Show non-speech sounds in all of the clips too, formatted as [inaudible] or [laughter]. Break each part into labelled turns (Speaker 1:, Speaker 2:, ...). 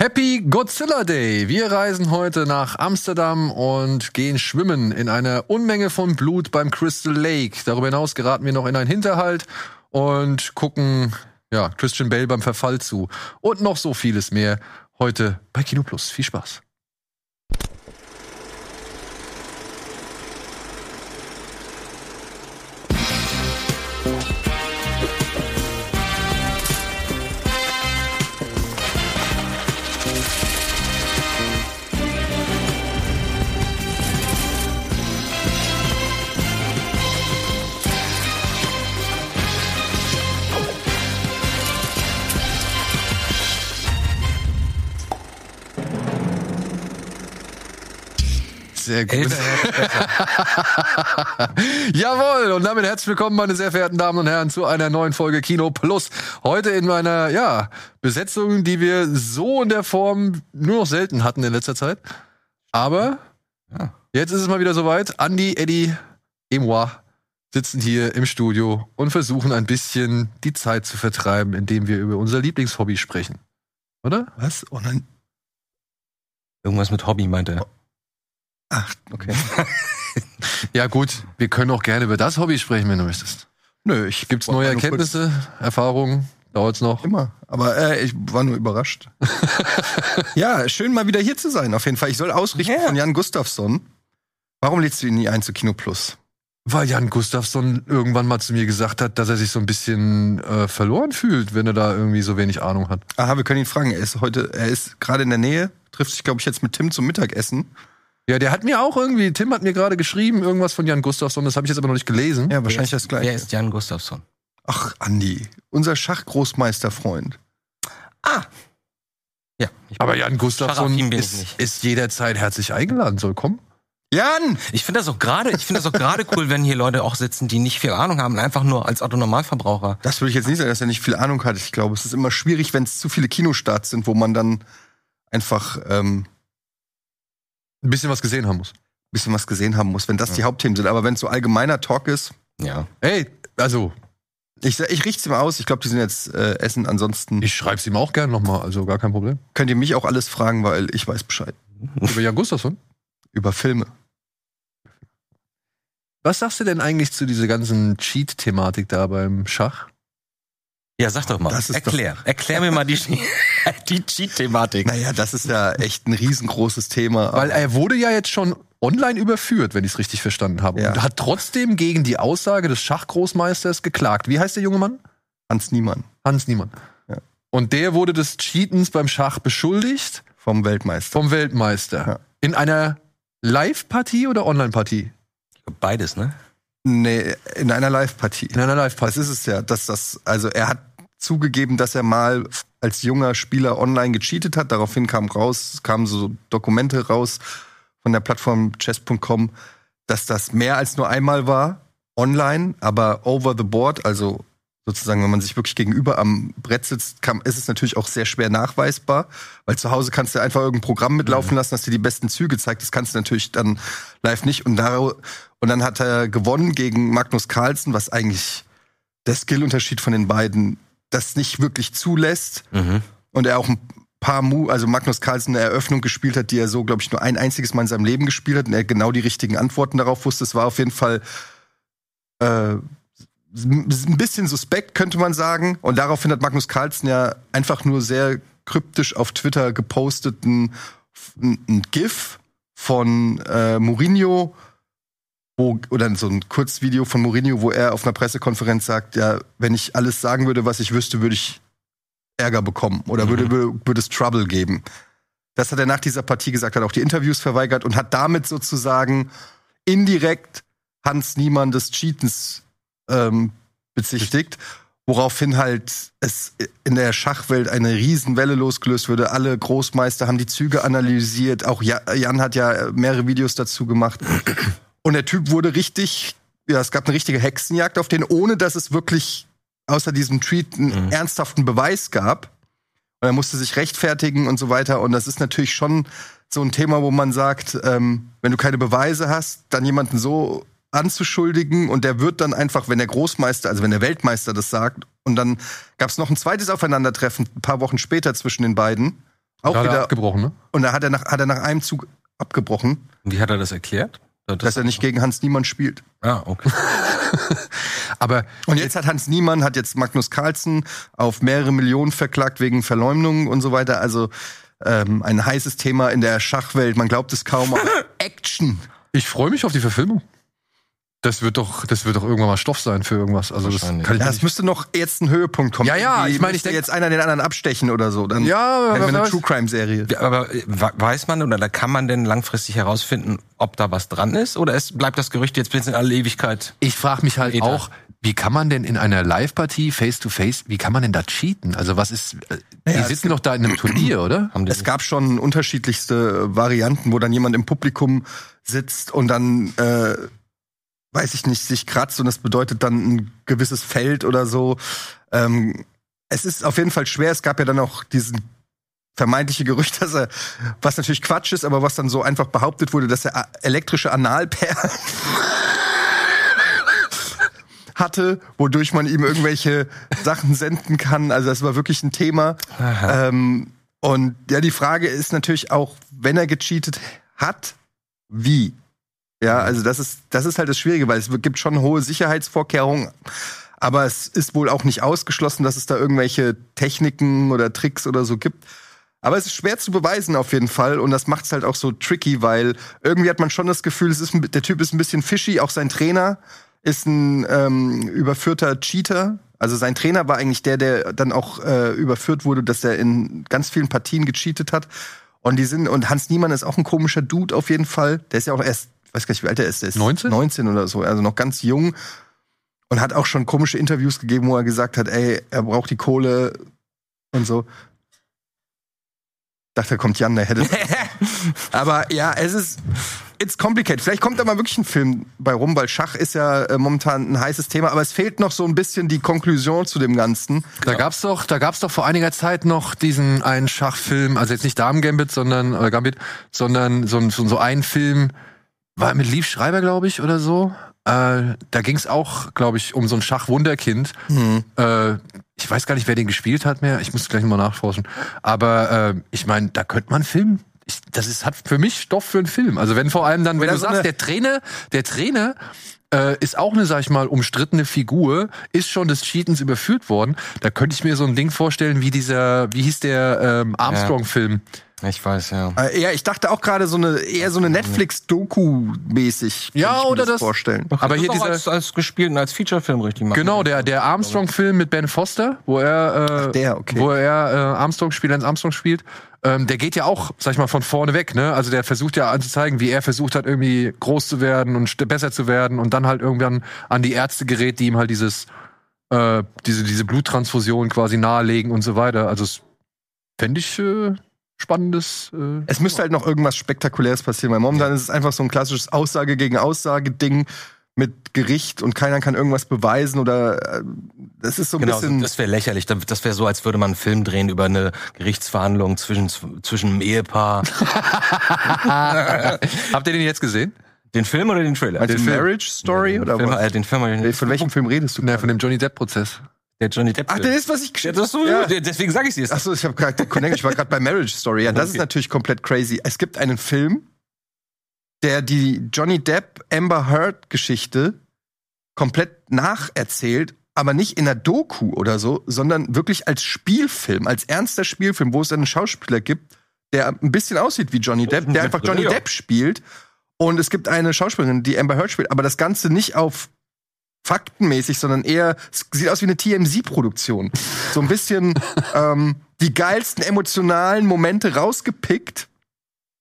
Speaker 1: Happy Godzilla Day! Wir reisen heute nach Amsterdam und gehen schwimmen in einer Unmenge von Blut beim Crystal Lake. Darüber hinaus geraten wir noch in einen Hinterhalt und gucken ja, Christian Bale beim Verfall zu. Und noch so vieles mehr heute bei Kino Plus. Viel Spaß! Sehr gut. [laughs] Jawohl, und damit herzlich willkommen, meine sehr verehrten Damen und Herren, zu einer neuen Folge Kino Plus. Heute in meiner, ja, Besetzung, die wir so in der Form nur noch selten hatten in letzter Zeit. Aber
Speaker 2: Ja.
Speaker 1: jetzt ist es mal wieder soweit. Andy, Eddie, Emoi sitzen hier im Studio und versuchen ein bisschen die Zeit zu vertreiben, indem wir über unser Lieblingshobby sprechen. Oder?
Speaker 3: Was? Und dann,
Speaker 2: Irgendwas mit Hobby meinte er.
Speaker 3: ach, okay.
Speaker 1: Ja, gut, wir können auch gerne über das Hobby sprechen, wenn du möchtest.
Speaker 3: Nö, ich
Speaker 1: Gibt's
Speaker 3: wollte
Speaker 1: neue
Speaker 3: nur kurz-
Speaker 1: Erkenntnisse, Erfahrungen? Dauert's noch?
Speaker 3: Immer. Aber äh, ich war nur überrascht. ja, schön mal wieder hier zu sein, auf jeden Fall. Ich soll ausrichten
Speaker 2: Ja.
Speaker 3: von Jan Gustafsson. Warum lädst du ihn nie ein zu Kino Plus?
Speaker 1: Weil Jan Gustafsson irgendwann mal zu mir gesagt hat, dass er sich so ein bisschen äh, verloren fühlt, wenn er da irgendwie so wenig Ahnung hat.
Speaker 3: Aha, wir können ihn fragen. Er ist heute, er ist gerade in der Nähe, trifft sich, glaube ich, jetzt mit Tim zum Mittagessen.
Speaker 1: Ja, der hat mir auch irgendwie, Tim hat mir gerade geschrieben, irgendwas von Jan Gustafsson, das habe ich jetzt aber noch nicht gelesen.
Speaker 3: Ja, wahrscheinlich das
Speaker 2: Wer
Speaker 3: gleiche.
Speaker 2: ist Jan Gustafsson?
Speaker 3: Ach, Andi, unser Schachgroßmeisterfreund. Ah!
Speaker 2: Ja, ich,
Speaker 1: Aber Jan Gustafsson
Speaker 2: Scharafin bin ich
Speaker 1: ist,
Speaker 2: nicht.
Speaker 1: ist jederzeit herzlich eingeladen, soll kommen.
Speaker 3: Jan!
Speaker 2: ich finde das auch gerade, ich finde das auch gerade cool, wenn hier Leute auch sitzen, die nicht viel Ahnung haben, und einfach nur als Autonormalverbraucher.
Speaker 3: Das würde ich jetzt nicht sagen, dass er nicht viel Ahnung hat. Ich glaube, es ist immer schwierig, wenn es zu viele Kinostarts sind, wo man dann einfach ähm,
Speaker 1: Ein bisschen was gesehen haben muss.
Speaker 3: bisschen was gesehen haben muss, wenn das die Hauptthemen sind. Aber wenn es so allgemeiner Talk ist,
Speaker 2: Ja.
Speaker 1: Ey, also,
Speaker 3: ich, ich richte es immer aus. Ich glaube, die sind jetzt äh, Essen. Ansonsten
Speaker 1: ich schreib's ihm auch gerne nochmal, also gar kein [laughs] Problem.
Speaker 3: könnt ihr mich auch alles fragen, weil ich weiß Bescheid.
Speaker 1: Über Jan Gustafsson.
Speaker 3: Über Filme.
Speaker 1: Was sagst du denn eigentlich zu dieser ganzen Cheat-Thematik da beim Schach?
Speaker 2: Ja, sag doch mal.
Speaker 3: Das ist
Speaker 2: erklär. Erklär mir mal die,
Speaker 3: [laughs]
Speaker 2: die Cheat-Thematik.
Speaker 3: Naja, das ist ja echt ein riesengroßes Thema.
Speaker 1: Weil er wurde ja jetzt schon online überführt, wenn ich es richtig verstanden habe.
Speaker 3: Ja.
Speaker 1: Und hat trotzdem gegen die Aussage des Schachgroßmeisters geklagt. Wie heißt der junge Mann?
Speaker 3: Hans Niemann
Speaker 1: Hans Niemann.
Speaker 3: Ja.
Speaker 1: Und der wurde des Cheatens beim Schach beschuldigt
Speaker 3: vom Weltmeister.
Speaker 1: vom Weltmeister.
Speaker 3: Ja.
Speaker 1: In einer Live-Partie oder Online-Partie?
Speaker 2: Beides, ne?
Speaker 3: Nee, in einer Live-Partie.
Speaker 1: In einer
Speaker 3: Das
Speaker 1: Live-Partie.
Speaker 3: ist es ja, dass das, also er hat zugegeben, dass er mal als junger Spieler online gecheatet hat. Daraufhin kam raus, kamen so Dokumente raus von der Plattform chess.com, dass das mehr als nur einmal war, online, aber over the board, also sozusagen, wenn man sich wirklich gegenüber am Brett sitzt, kann, ist es natürlich auch sehr schwer nachweisbar, weil zu Hause kannst du einfach irgendein Programm mitlaufen lassen, das dir die besten Züge zeigt. Das kannst du natürlich dann live nicht. Und, daro- und dann hat er gewonnen gegen Magnus Carlsen, was eigentlich der Skillunterschied von den beiden das nicht wirklich zulässt
Speaker 2: Mhm.
Speaker 3: und er auch ein paar Mu, also Magnus Carlsen eine Eröffnung gespielt hat, die er so, glaube ich, nur ein einziges Mal in seinem Leben gespielt hat und er genau die richtigen Antworten darauf wusste. Es war auf jeden Fall äh, ein bisschen suspekt, könnte man sagen. Und daraufhin hat Magnus Carlsen ja einfach nur sehr kryptisch auf Twitter geposteten ein GIF von äh, Mourinho wo, oder so ein Kurzvideo von Mourinho, wo er auf einer Pressekonferenz sagt, ja, wenn ich alles sagen würde, was ich wüsste, würde ich Ärger bekommen oder würde, würde, würde es Trouble geben. Das hat er nach dieser Partie gesagt, hat auch die Interviews verweigert und hat damit sozusagen indirekt Hans Niemann des Cheatens ähm, bezichtigt, woraufhin halt es in der Schachwelt eine Riesenwelle losgelöst würde. Alle Großmeister haben die Züge analysiert, auch Ja- Jan hat ja mehrere Videos dazu gemacht. Und der Typ wurde richtig, ja, es gab eine richtige Hexenjagd auf den, ohne dass es wirklich außer diesem Tweet einen
Speaker 2: Mhm.
Speaker 3: ernsthaften Beweis gab. Und er musste sich rechtfertigen und so weiter. Und das ist natürlich schon so ein Thema, wo man sagt, ähm, wenn du keine Beweise hast, dann jemanden so anzuschuldigen und der wird dann einfach, wenn der Großmeister, also wenn der Weltmeister das sagt, und dann gab es noch ein zweites Aufeinandertreffen ein paar Wochen später zwischen den beiden Auch
Speaker 1: Gerade
Speaker 3: wieder.
Speaker 1: abgebrochen, ne?
Speaker 3: Und da hat er, nach, hat er nach einem Zug abgebrochen,
Speaker 2: Wie hat er das erklärt? Das,
Speaker 3: dass er nicht gegen Hans Niemann spielt.
Speaker 2: Ah, okay.
Speaker 1: Aber
Speaker 3: Und jetzt hat Hans Niemann, hat jetzt Magnus Carlsen auf mehrere Millionen verklagt wegen Verleumdung und so weiter. Also ähm, ein heißes Thema in der Schachwelt. Man glaubt es
Speaker 1: [laughs]
Speaker 3: kaum. aber Action.
Speaker 1: ich freue mich auf die Verfilmung. Das wird doch, das wird doch irgendwann mal Stoff sein für irgendwas. Also das kann ich
Speaker 2: Wahrscheinlich.
Speaker 3: Ja,
Speaker 1: mir
Speaker 3: es müsste noch jetzt ein Höhepunkt kommen.
Speaker 1: Ja, ja,
Speaker 3: Irgendwie
Speaker 1: ich meine, ich
Speaker 3: müsste
Speaker 1: denk-
Speaker 3: jetzt einer den anderen abstechen oder so. Dann
Speaker 1: Ja,
Speaker 3: hätten
Speaker 1: wer
Speaker 3: also, wir eine
Speaker 1: weiß.
Speaker 3: True Crime Serie.
Speaker 2: Ja, Aber äh, wa- weiß man oder da kann man denn langfristig herausfinden, ob da was dran ist? Oder es bleibt das Gerücht jetzt bis in alle Ewigkeit?
Speaker 1: Ich frage mich halt
Speaker 2: Ether.
Speaker 1: auch, wie kann man denn in einer Live-Partie face-to-face, wie kann man denn da cheaten? Also was ist, äh, die
Speaker 3: es
Speaker 1: sitzen doch da in einem Turnier, oder?
Speaker 2: Haben die
Speaker 3: Es gab schon unterschiedlichste äh, Varianten, wo dann jemand im Publikum sitzt und dann, äh, weiß ich nicht, sich kratzt und das bedeutet dann ein gewisses Feld oder so. Ähm, es ist auf jeden Fall schwer. Es gab ja dann auch diesen vermeintliche Gerücht, dass er, was natürlich Quatsch ist, aber was dann so einfach behauptet wurde, dass er a- elektrische Analperlen [laughs] hatte, wodurch man ihm irgendwelche Sachen senden kann. Also das war wirklich ein Thema. Ähm, und ja, die Frage ist natürlich auch, wenn er gecheatet hat, wie? Ja, also das ist, das ist halt das Schwierige, weil es gibt schon hohe Sicherheitsvorkehrungen. Aber es ist wohl auch nicht ausgeschlossen, dass es da irgendwelche Techniken oder Tricks oder so gibt. Aber es ist schwer zu beweisen auf jeden Fall und das macht es halt auch so tricky, weil irgendwie hat man schon das Gefühl, es ist, ein- der Typ ist ein bisschen fishy, auch sein Trainer ist ein ähm, überführter Cheater. Also sein Trainer war eigentlich der, der dann auch äh, überführt wurde, dass er in ganz vielen Partien gecheatet hat. Und die sind und Hans Niemann ist auch ein komischer Dude auf jeden Fall. Der ist ja auch erst, weiß gar nicht, wie alt er ist. Der ist
Speaker 1: 19?
Speaker 3: 19 oder so, also noch ganz jung und hat auch schon komische Interviews gegeben, wo er gesagt hat, ey, er braucht die Kohle und so. Dachte, da kommt Jan, der
Speaker 1: [laughs]
Speaker 3: hätte. Aber ja, es ist. It's complicated. Vielleicht kommt da mal wirklich ein Film bei rum, weil Schach ist ja äh, momentan ein heißes Thema, aber es fehlt noch so ein bisschen die Konklusion zu dem Ganzen.
Speaker 1: Da gab's doch, da gab's doch vor einiger Zeit noch diesen einen Schachfilm, also jetzt nicht Damen Gambit, sondern oder Gambit, sondern so, ein- so, so einen Film war mit Lief Schreiber, glaube ich, oder so. Äh, da ging's auch, glaube ich, um so ein Schachwunderkind.
Speaker 3: Mhm.
Speaker 1: Äh, ich weiß gar nicht, wer den gespielt hat mehr. Ich muss gleich mal nachforschen. Aber äh, ich meine, da könnte man filmen. Ich, das ist, hat für mich Stoff für einen Film. Also wenn vor allem dann, wenn
Speaker 3: Oder
Speaker 1: du
Speaker 3: so
Speaker 1: sagst,
Speaker 3: eine-
Speaker 1: der Trainer, der Trainer äh, ist auch eine, sag ich mal, umstrittene Figur, ist schon des Cheatens überführt worden. Da könnte ich mir so ein Ding vorstellen, wie dieser, wie hieß der ähm, Armstrong-Film?
Speaker 2: Ich weiß, ja.
Speaker 3: Äh, ja, ich dachte auch gerade so eine eher so eine Netflix-Doku-mäßig.
Speaker 1: Ja,
Speaker 3: könnte ich mir
Speaker 1: oder das-
Speaker 3: vorstellen.
Speaker 1: Aber hier
Speaker 2: auch
Speaker 1: dieser,
Speaker 2: als, als gespielten, als Featurefilm richtig machen.
Speaker 1: genau, der, der Armstrong-Film mit Ben Foster, wo er, äh,
Speaker 3: der, okay.
Speaker 1: wo er äh, Armstrong spielt, Lance Armstrong spielt, ähm, der geht ja auch, sag ich mal, von vorne weg, ne? Also der versucht ja anzuzeigen, wie er versucht hat, irgendwie groß zu werden und st- besser zu werden und dann halt irgendwann an die Ärzte gerät, die ihm halt dieses, äh, diese, diese Bluttransfusion quasi nahelegen und so weiter. Also es fände ich äh, spannendes.
Speaker 3: [laughs]
Speaker 1: Äh,
Speaker 3: Es müsste halt noch irgendwas Spektakuläres passieren, weil momentan ist es einfach so ein klassisches Aussage gegen Aussage-Ding mit Gericht und keiner kann irgendwas beweisen oder äh, das ist so ein
Speaker 2: Genau,
Speaker 3: bisschen.
Speaker 2: das wäre lächerlich. Das wäre so, als würde man einen Film drehen über eine Gerichtsverhandlung zwischen, zwischen einem
Speaker 3: [laughs]
Speaker 2: Ehepaar.
Speaker 1: habt ihr den jetzt gesehen?
Speaker 2: Den Film oder den Trailer?
Speaker 3: Meinst du
Speaker 2: den Film.
Speaker 3: Marriage Story
Speaker 2: Den
Speaker 3: oder
Speaker 2: Film,
Speaker 3: was?
Speaker 2: äh, den Film, den,
Speaker 3: Von welchem Film redest du?
Speaker 1: Ne, von dem Johnny Depp-Prozess.
Speaker 2: der Johnny Depp.
Speaker 3: Ach,
Speaker 2: Film.
Speaker 3: der ist, was ich
Speaker 2: ja,
Speaker 3: geschickt
Speaker 2: das ist sowieso,
Speaker 3: Ja.
Speaker 2: deswegen sage ich es jetzt.
Speaker 3: Achso, ich habe gerade Connect, ich war gerade bei Marriage Story. Ja, das ist
Speaker 2: Okay.
Speaker 3: natürlich komplett crazy. Es gibt einen Film, der die Johnny Depp Amber Heard Geschichte komplett nacherzählt, aber nicht in einer Doku oder so, sondern wirklich als Spielfilm, als ernster Spielfilm, wo es einen Schauspieler gibt, der ein bisschen aussieht wie Johnny
Speaker 2: Oh,
Speaker 3: Depp, der einfach Johnny
Speaker 2: Ja.
Speaker 3: Depp spielt. Und es gibt eine Schauspielerin, die Amber Heard spielt, aber das Ganze nicht auf faktenmäßig, sondern eher, es sieht aus wie eine TMZ-Produktion. So ein bisschen ähm, die geilsten emotionalen Momente rausgepickt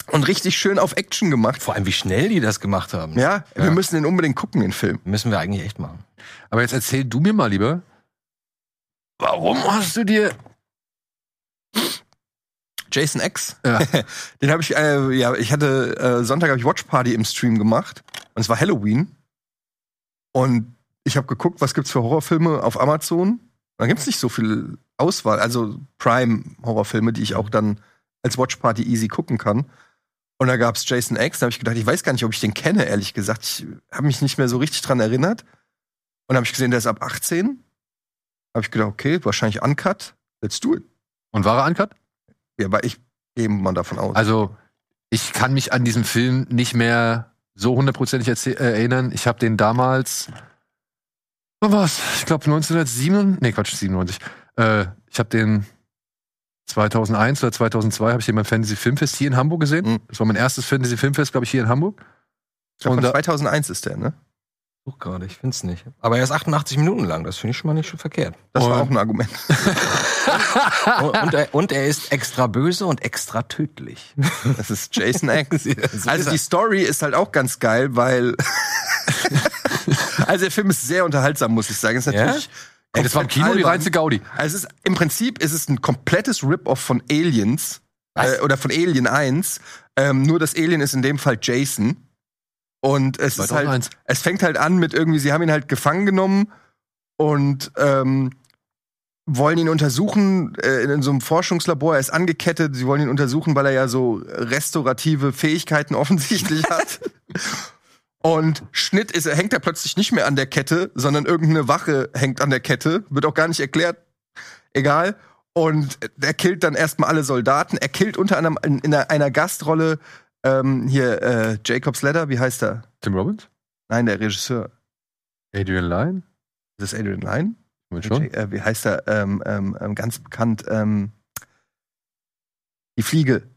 Speaker 3: und richtig schön auf Action gemacht.
Speaker 2: Vor allem, wie schnell die das gemacht haben.
Speaker 3: Ja, wir
Speaker 2: Ja.
Speaker 3: müssen den unbedingt gucken, den Film.
Speaker 2: Müssen wir eigentlich echt machen.
Speaker 1: Aber jetzt erzähl du mir mal lieber, warum hast du dir.
Speaker 3: Jason X.
Speaker 1: Ja.
Speaker 3: [laughs] Den habe ich, äh, ja, ich hatte äh, Sonntag habe ich Watch Party im Stream gemacht und es war Halloween und ich habe geguckt, was gibt's für Horrorfilme auf Amazon. Und da gibt's nicht so viel Auswahl, also Prime Horrorfilme, die ich auch dann als Watch Party easy gucken kann. Und da gab's Jason X, da habe ich gedacht, ich weiß gar nicht, ob ich den kenne, ehrlich gesagt. Ich habe mich nicht mehr so richtig dran erinnert. Und habe ich gesehen, der ist ab 18. Habe ich gedacht, okay, wahrscheinlich uncut. Let's do it.
Speaker 1: Und war er uncut?
Speaker 3: Ja, aber ich Gehen wir mal davon aus.
Speaker 1: Also, ich kann mich an diesem Film nicht mehr so hundertprozentig erzäh- äh, erinnern. Ich habe den damals. Wann war's? Ich glaube 1997. Nee, Quatsch, 97. Äh, ich habe den 2001 oder 2002 habe ich den beim Fantasy Filmfest hier in Hamburg gesehen.
Speaker 3: Mhm.
Speaker 1: Das war mein erstes Fantasy Filmfest, glaube ich, hier in Hamburg.
Speaker 3: Ich glaub,
Speaker 1: und
Speaker 3: von
Speaker 1: da-
Speaker 3: 2001 ist der, ne?
Speaker 2: Such gerade, ich find's nicht. Aber er ist 88 Minuten lang, das finde ich schon mal nicht so
Speaker 3: [laughs]
Speaker 2: verkehrt.
Speaker 3: Das war
Speaker 1: Und-
Speaker 3: auch ein Argument.
Speaker 2: Und, und, er, und er ist extra böse und extra tödlich. [laughs]
Speaker 3: Das ist Jason X.
Speaker 2: so ist
Speaker 3: [laughs] also
Speaker 2: er.
Speaker 3: die Story ist halt auch ganz geil, weil [laughs] also der Film ist sehr unterhaltsam, muss ich sagen. Ist
Speaker 2: Ja?
Speaker 3: natürlich.
Speaker 1: Ey, das war im
Speaker 3: komplett
Speaker 1: Kino die
Speaker 3: albern.
Speaker 1: reinste Gaudi.
Speaker 3: Also es ist, im Prinzip ist es ein komplettes Rip-Off von Aliens äh, oder von Alien 1. Ähm, nur das Alien ist in dem Fall Jason. Und es ist halt,
Speaker 1: 2001.
Speaker 3: es fängt halt an mit irgendwie, sie haben ihn halt gefangen genommen und ähm, wollen ihn untersuchen äh, in so einem Forschungslabor. Er ist angekettet, sie wollen ihn untersuchen, weil er ja so restaurative Fähigkeiten [laughs] offensichtlich hat. Und Schnitt ist, er hängt da plötzlich nicht mehr an der Kette, sondern irgendeine Wache hängt an der Kette. Wird auch gar nicht erklärt. Egal. Und er killt dann erstmal alle Soldaten. Er killt unter anderem in, in einer, einer Gastrolle ähm, hier äh, Jacobs Ladder, wie heißt er?
Speaker 1: Tim Robbins?
Speaker 3: Nein, der Regisseur.
Speaker 1: Adrian Lyne?
Speaker 3: Ist das Adrian Lyne?
Speaker 1: Ich mein schon.
Speaker 3: Äh, wie heißt er? Ähm, ähm, ähm, ganz bekannt. Ähm, die Fliege.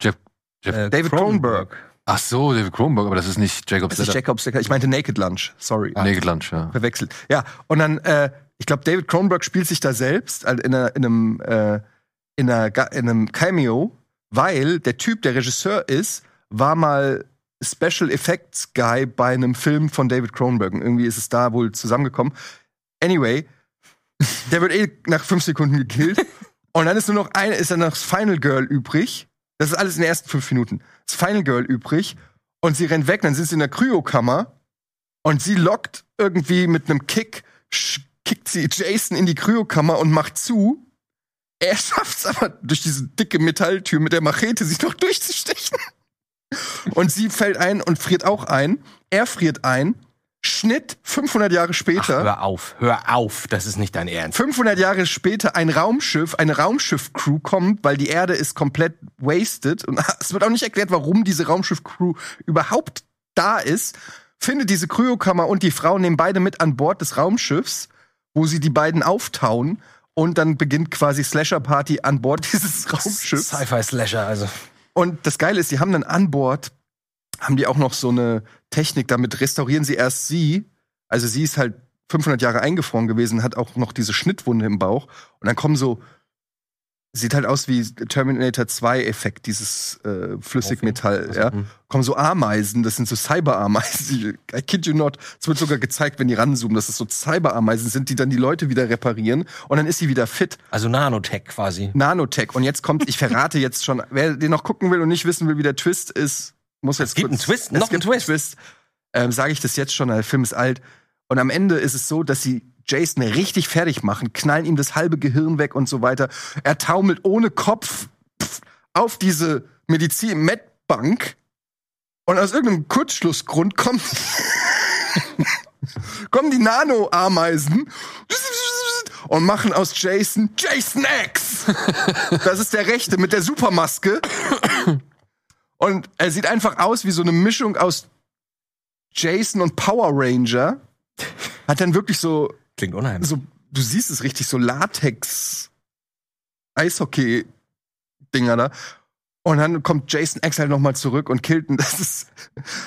Speaker 1: Jeff-
Speaker 2: Äh,
Speaker 3: David Cronenberg.
Speaker 1: Ach so, David Kronberg, aber das ist nicht Jacob
Speaker 3: Das ist
Speaker 1: Slater.
Speaker 3: Jacobs Ladder. Ich meinte Naked Lunch. Sorry.
Speaker 1: Ah, Naked Lunch, ja.
Speaker 3: verwechselt. Ja, und dann, äh, ich glaube, David Cronenberg spielt sich da selbst also in, einer, in, einem, äh, in, einer, Ga- in einem Cameo, weil der Typ, der Regisseur ist, war mal Special Effects Guy bei einem Film von David Cronenberg. Und irgendwie ist es da wohl zusammengekommen. Anyway, der wird eh nach fünf Sekunden gekillt. Und dann ist nur noch eine, ist dann noch das Final Girl übrig. Das ist alles in den ersten fünf Minuten. Das Final Girl übrig. Und sie rennt weg, dann sind sie in der Kryokammer. Und sie lockt irgendwie mit einem Kick, sch- kickt sie Jason in die Kryokammer und macht zu. Er [laughs] schafft's aber durch diese dicke Metalltür mit der Machete, sich noch durchzustechen. Und sie fällt ein und friert auch ein. Er friert ein. Schnitt 500 Jahre
Speaker 2: Ach,
Speaker 3: später.
Speaker 2: hör auf, hör auf, das ist nicht dein Ernst.
Speaker 3: 500 Jahre später ein Raumschiff, eine Raumschiff-Crew kommt, weil die Erde ist komplett wasted und [laughs] es wird auch nicht erklärt, warum diese Raumschiff-Crew überhaupt da ist. Findet diese Kryokammer und die Frau nehmen beide mit an Bord des Raumschiffs, wo sie die beiden auftauen und dann beginnt quasi Slasher-Party an Bord [laughs] dieses Raumschiffs.
Speaker 2: Sci-Fi-Slasher, also.
Speaker 3: Und das Geile ist, die haben dann an Bord, haben die auch noch so eine Technik, damit restaurieren sie erst sie. Also sie ist halt 500 Jahre eingefroren gewesen, hat auch noch diese Schnittwunde im Bauch. Und dann kommen so, sieht halt aus wie Terminator 2-Effekt, dieses äh, Flüssigmetall. Ja.
Speaker 2: also,
Speaker 3: Kommen so Ameisen, das sind so Cyberameisen. [laughs] I kid you not. Es wird sogar gezeigt, wenn die ranzoomen, dass es so Cyberameisen sind, die dann die Leute wieder reparieren. Und dann ist sie wieder fit.
Speaker 2: Also Nanotech quasi.
Speaker 3: Nanotech. Und jetzt kommt, ich verrate jetzt schon, wer den noch gucken will und nicht wissen will, wie der Twist ist, muss jetzt
Speaker 2: Es gibt einen
Speaker 3: kurz-
Speaker 2: Twist,
Speaker 3: es
Speaker 2: noch einen
Speaker 3: gibt
Speaker 2: Twist.
Speaker 3: Twist. Ähm, Sage ich das jetzt schon, der Film ist alt. Und am Ende ist es so, dass sie Jason richtig fertig machen, knallen ihm das halbe Gehirn weg und so weiter. Er taumelt ohne Kopf pff, auf diese Medizin-Med-Bank. Und aus irgendeinem Kurzschlussgrund kommt [laughs] kommen die Nano-Ameisen und machen aus Jason Jason X. Das ist der Rechte mit der Supermaske. Und er sieht einfach aus wie so eine Mischung aus Jason und Power Ranger. Hat dann wirklich so,
Speaker 2: Klingt unheimlich.
Speaker 3: so du siehst es richtig, so Latex Eishockey-Dinger da. Und dann kommt Jason X halt nochmal zurück und killt ihn. [laughs] Das ist,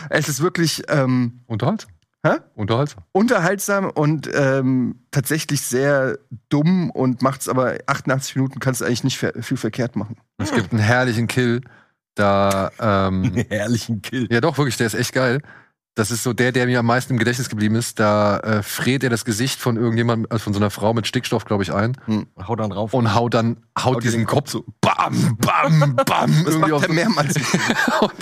Speaker 3: es ist wirklich, ähm,
Speaker 1: Unterhaltsam.
Speaker 3: Hä?
Speaker 1: Unterhaltsam.
Speaker 3: unterhaltsam und ähm, tatsächlich sehr dumm und macht's aber 88 Minuten kannst du eigentlich nicht ver viel verkehrt machen.
Speaker 1: Es gibt einen herrlichen Kill, da, ähm,
Speaker 3: [laughs]
Speaker 2: [laughs] herrlichen Kill.
Speaker 1: Ja, doch, wirklich, der ist echt geil. Das ist so der, der mir am meisten im Gedächtnis geblieben ist. Da äh, fräht er das Gesicht von irgendjemandem, also von so einer Frau mit Stickstoff, glaube ich, ein
Speaker 2: Hau dann drauf.
Speaker 1: und haut dann, haut,
Speaker 3: Haut
Speaker 1: diesen
Speaker 3: den
Speaker 1: Kopf
Speaker 3: [laughs]
Speaker 1: so bam, bam, bam,
Speaker 3: Das
Speaker 1: irgendwie
Speaker 3: macht
Speaker 1: auf
Speaker 3: er mehrmals.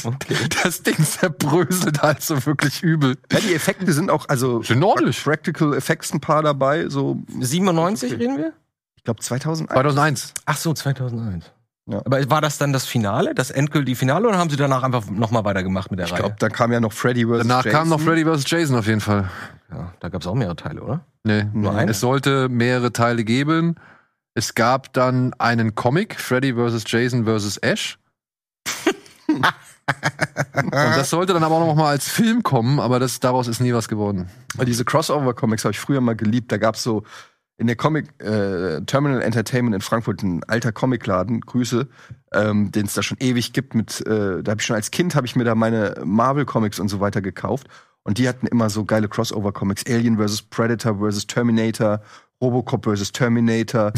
Speaker 1: und das Ding zerbröselt halt so wirklich übel.
Speaker 3: ja, die Effekte sind auch, also
Speaker 1: Schön ordentlich.
Speaker 3: Practical Effects ein paar dabei, so
Speaker 2: 97 reden wir?
Speaker 3: ich glaube 2001.
Speaker 1: 2001.
Speaker 2: Ach so, 2001.
Speaker 3: Ja.
Speaker 2: Aber war das dann das Finale, das endgültige Finale, oder haben sie danach einfach nochmal weitergemacht mit der
Speaker 3: Ich
Speaker 2: Reihe?
Speaker 3: glaube, da kam ja noch Freddy vs.
Speaker 1: Danach
Speaker 3: Jason.
Speaker 1: kam noch Freddy vs. Jason auf jeden Fall.
Speaker 2: Ja, da gab es auch mehrere Teile, oder?
Speaker 1: Nee.
Speaker 2: Nur einen?
Speaker 1: Ne, Es sollte mehrere
Speaker 2: [laughs]
Speaker 1: Teile geben. Es gab dann einen Comic, Freddy vs. Jason vs. Ash. Und das sollte dann aber auch noch mal als Film kommen, aber das, daraus ist nie was geworden.
Speaker 3: Weil diese Crossover-Comics habe ich früher mal geliebt. Da gab es so in der Comic äh, Terminal Entertainment in Frankfurt ein alter Comicladen, Grüße, ähm, den es da schon ewig gibt. Mit, äh, da habe ich schon als Kind habe ich mir da meine Marvel Comics und so weiter gekauft und die hatten immer so geile Crossover Comics: Alien vs Predator vs Terminator, Robocop vs Terminator,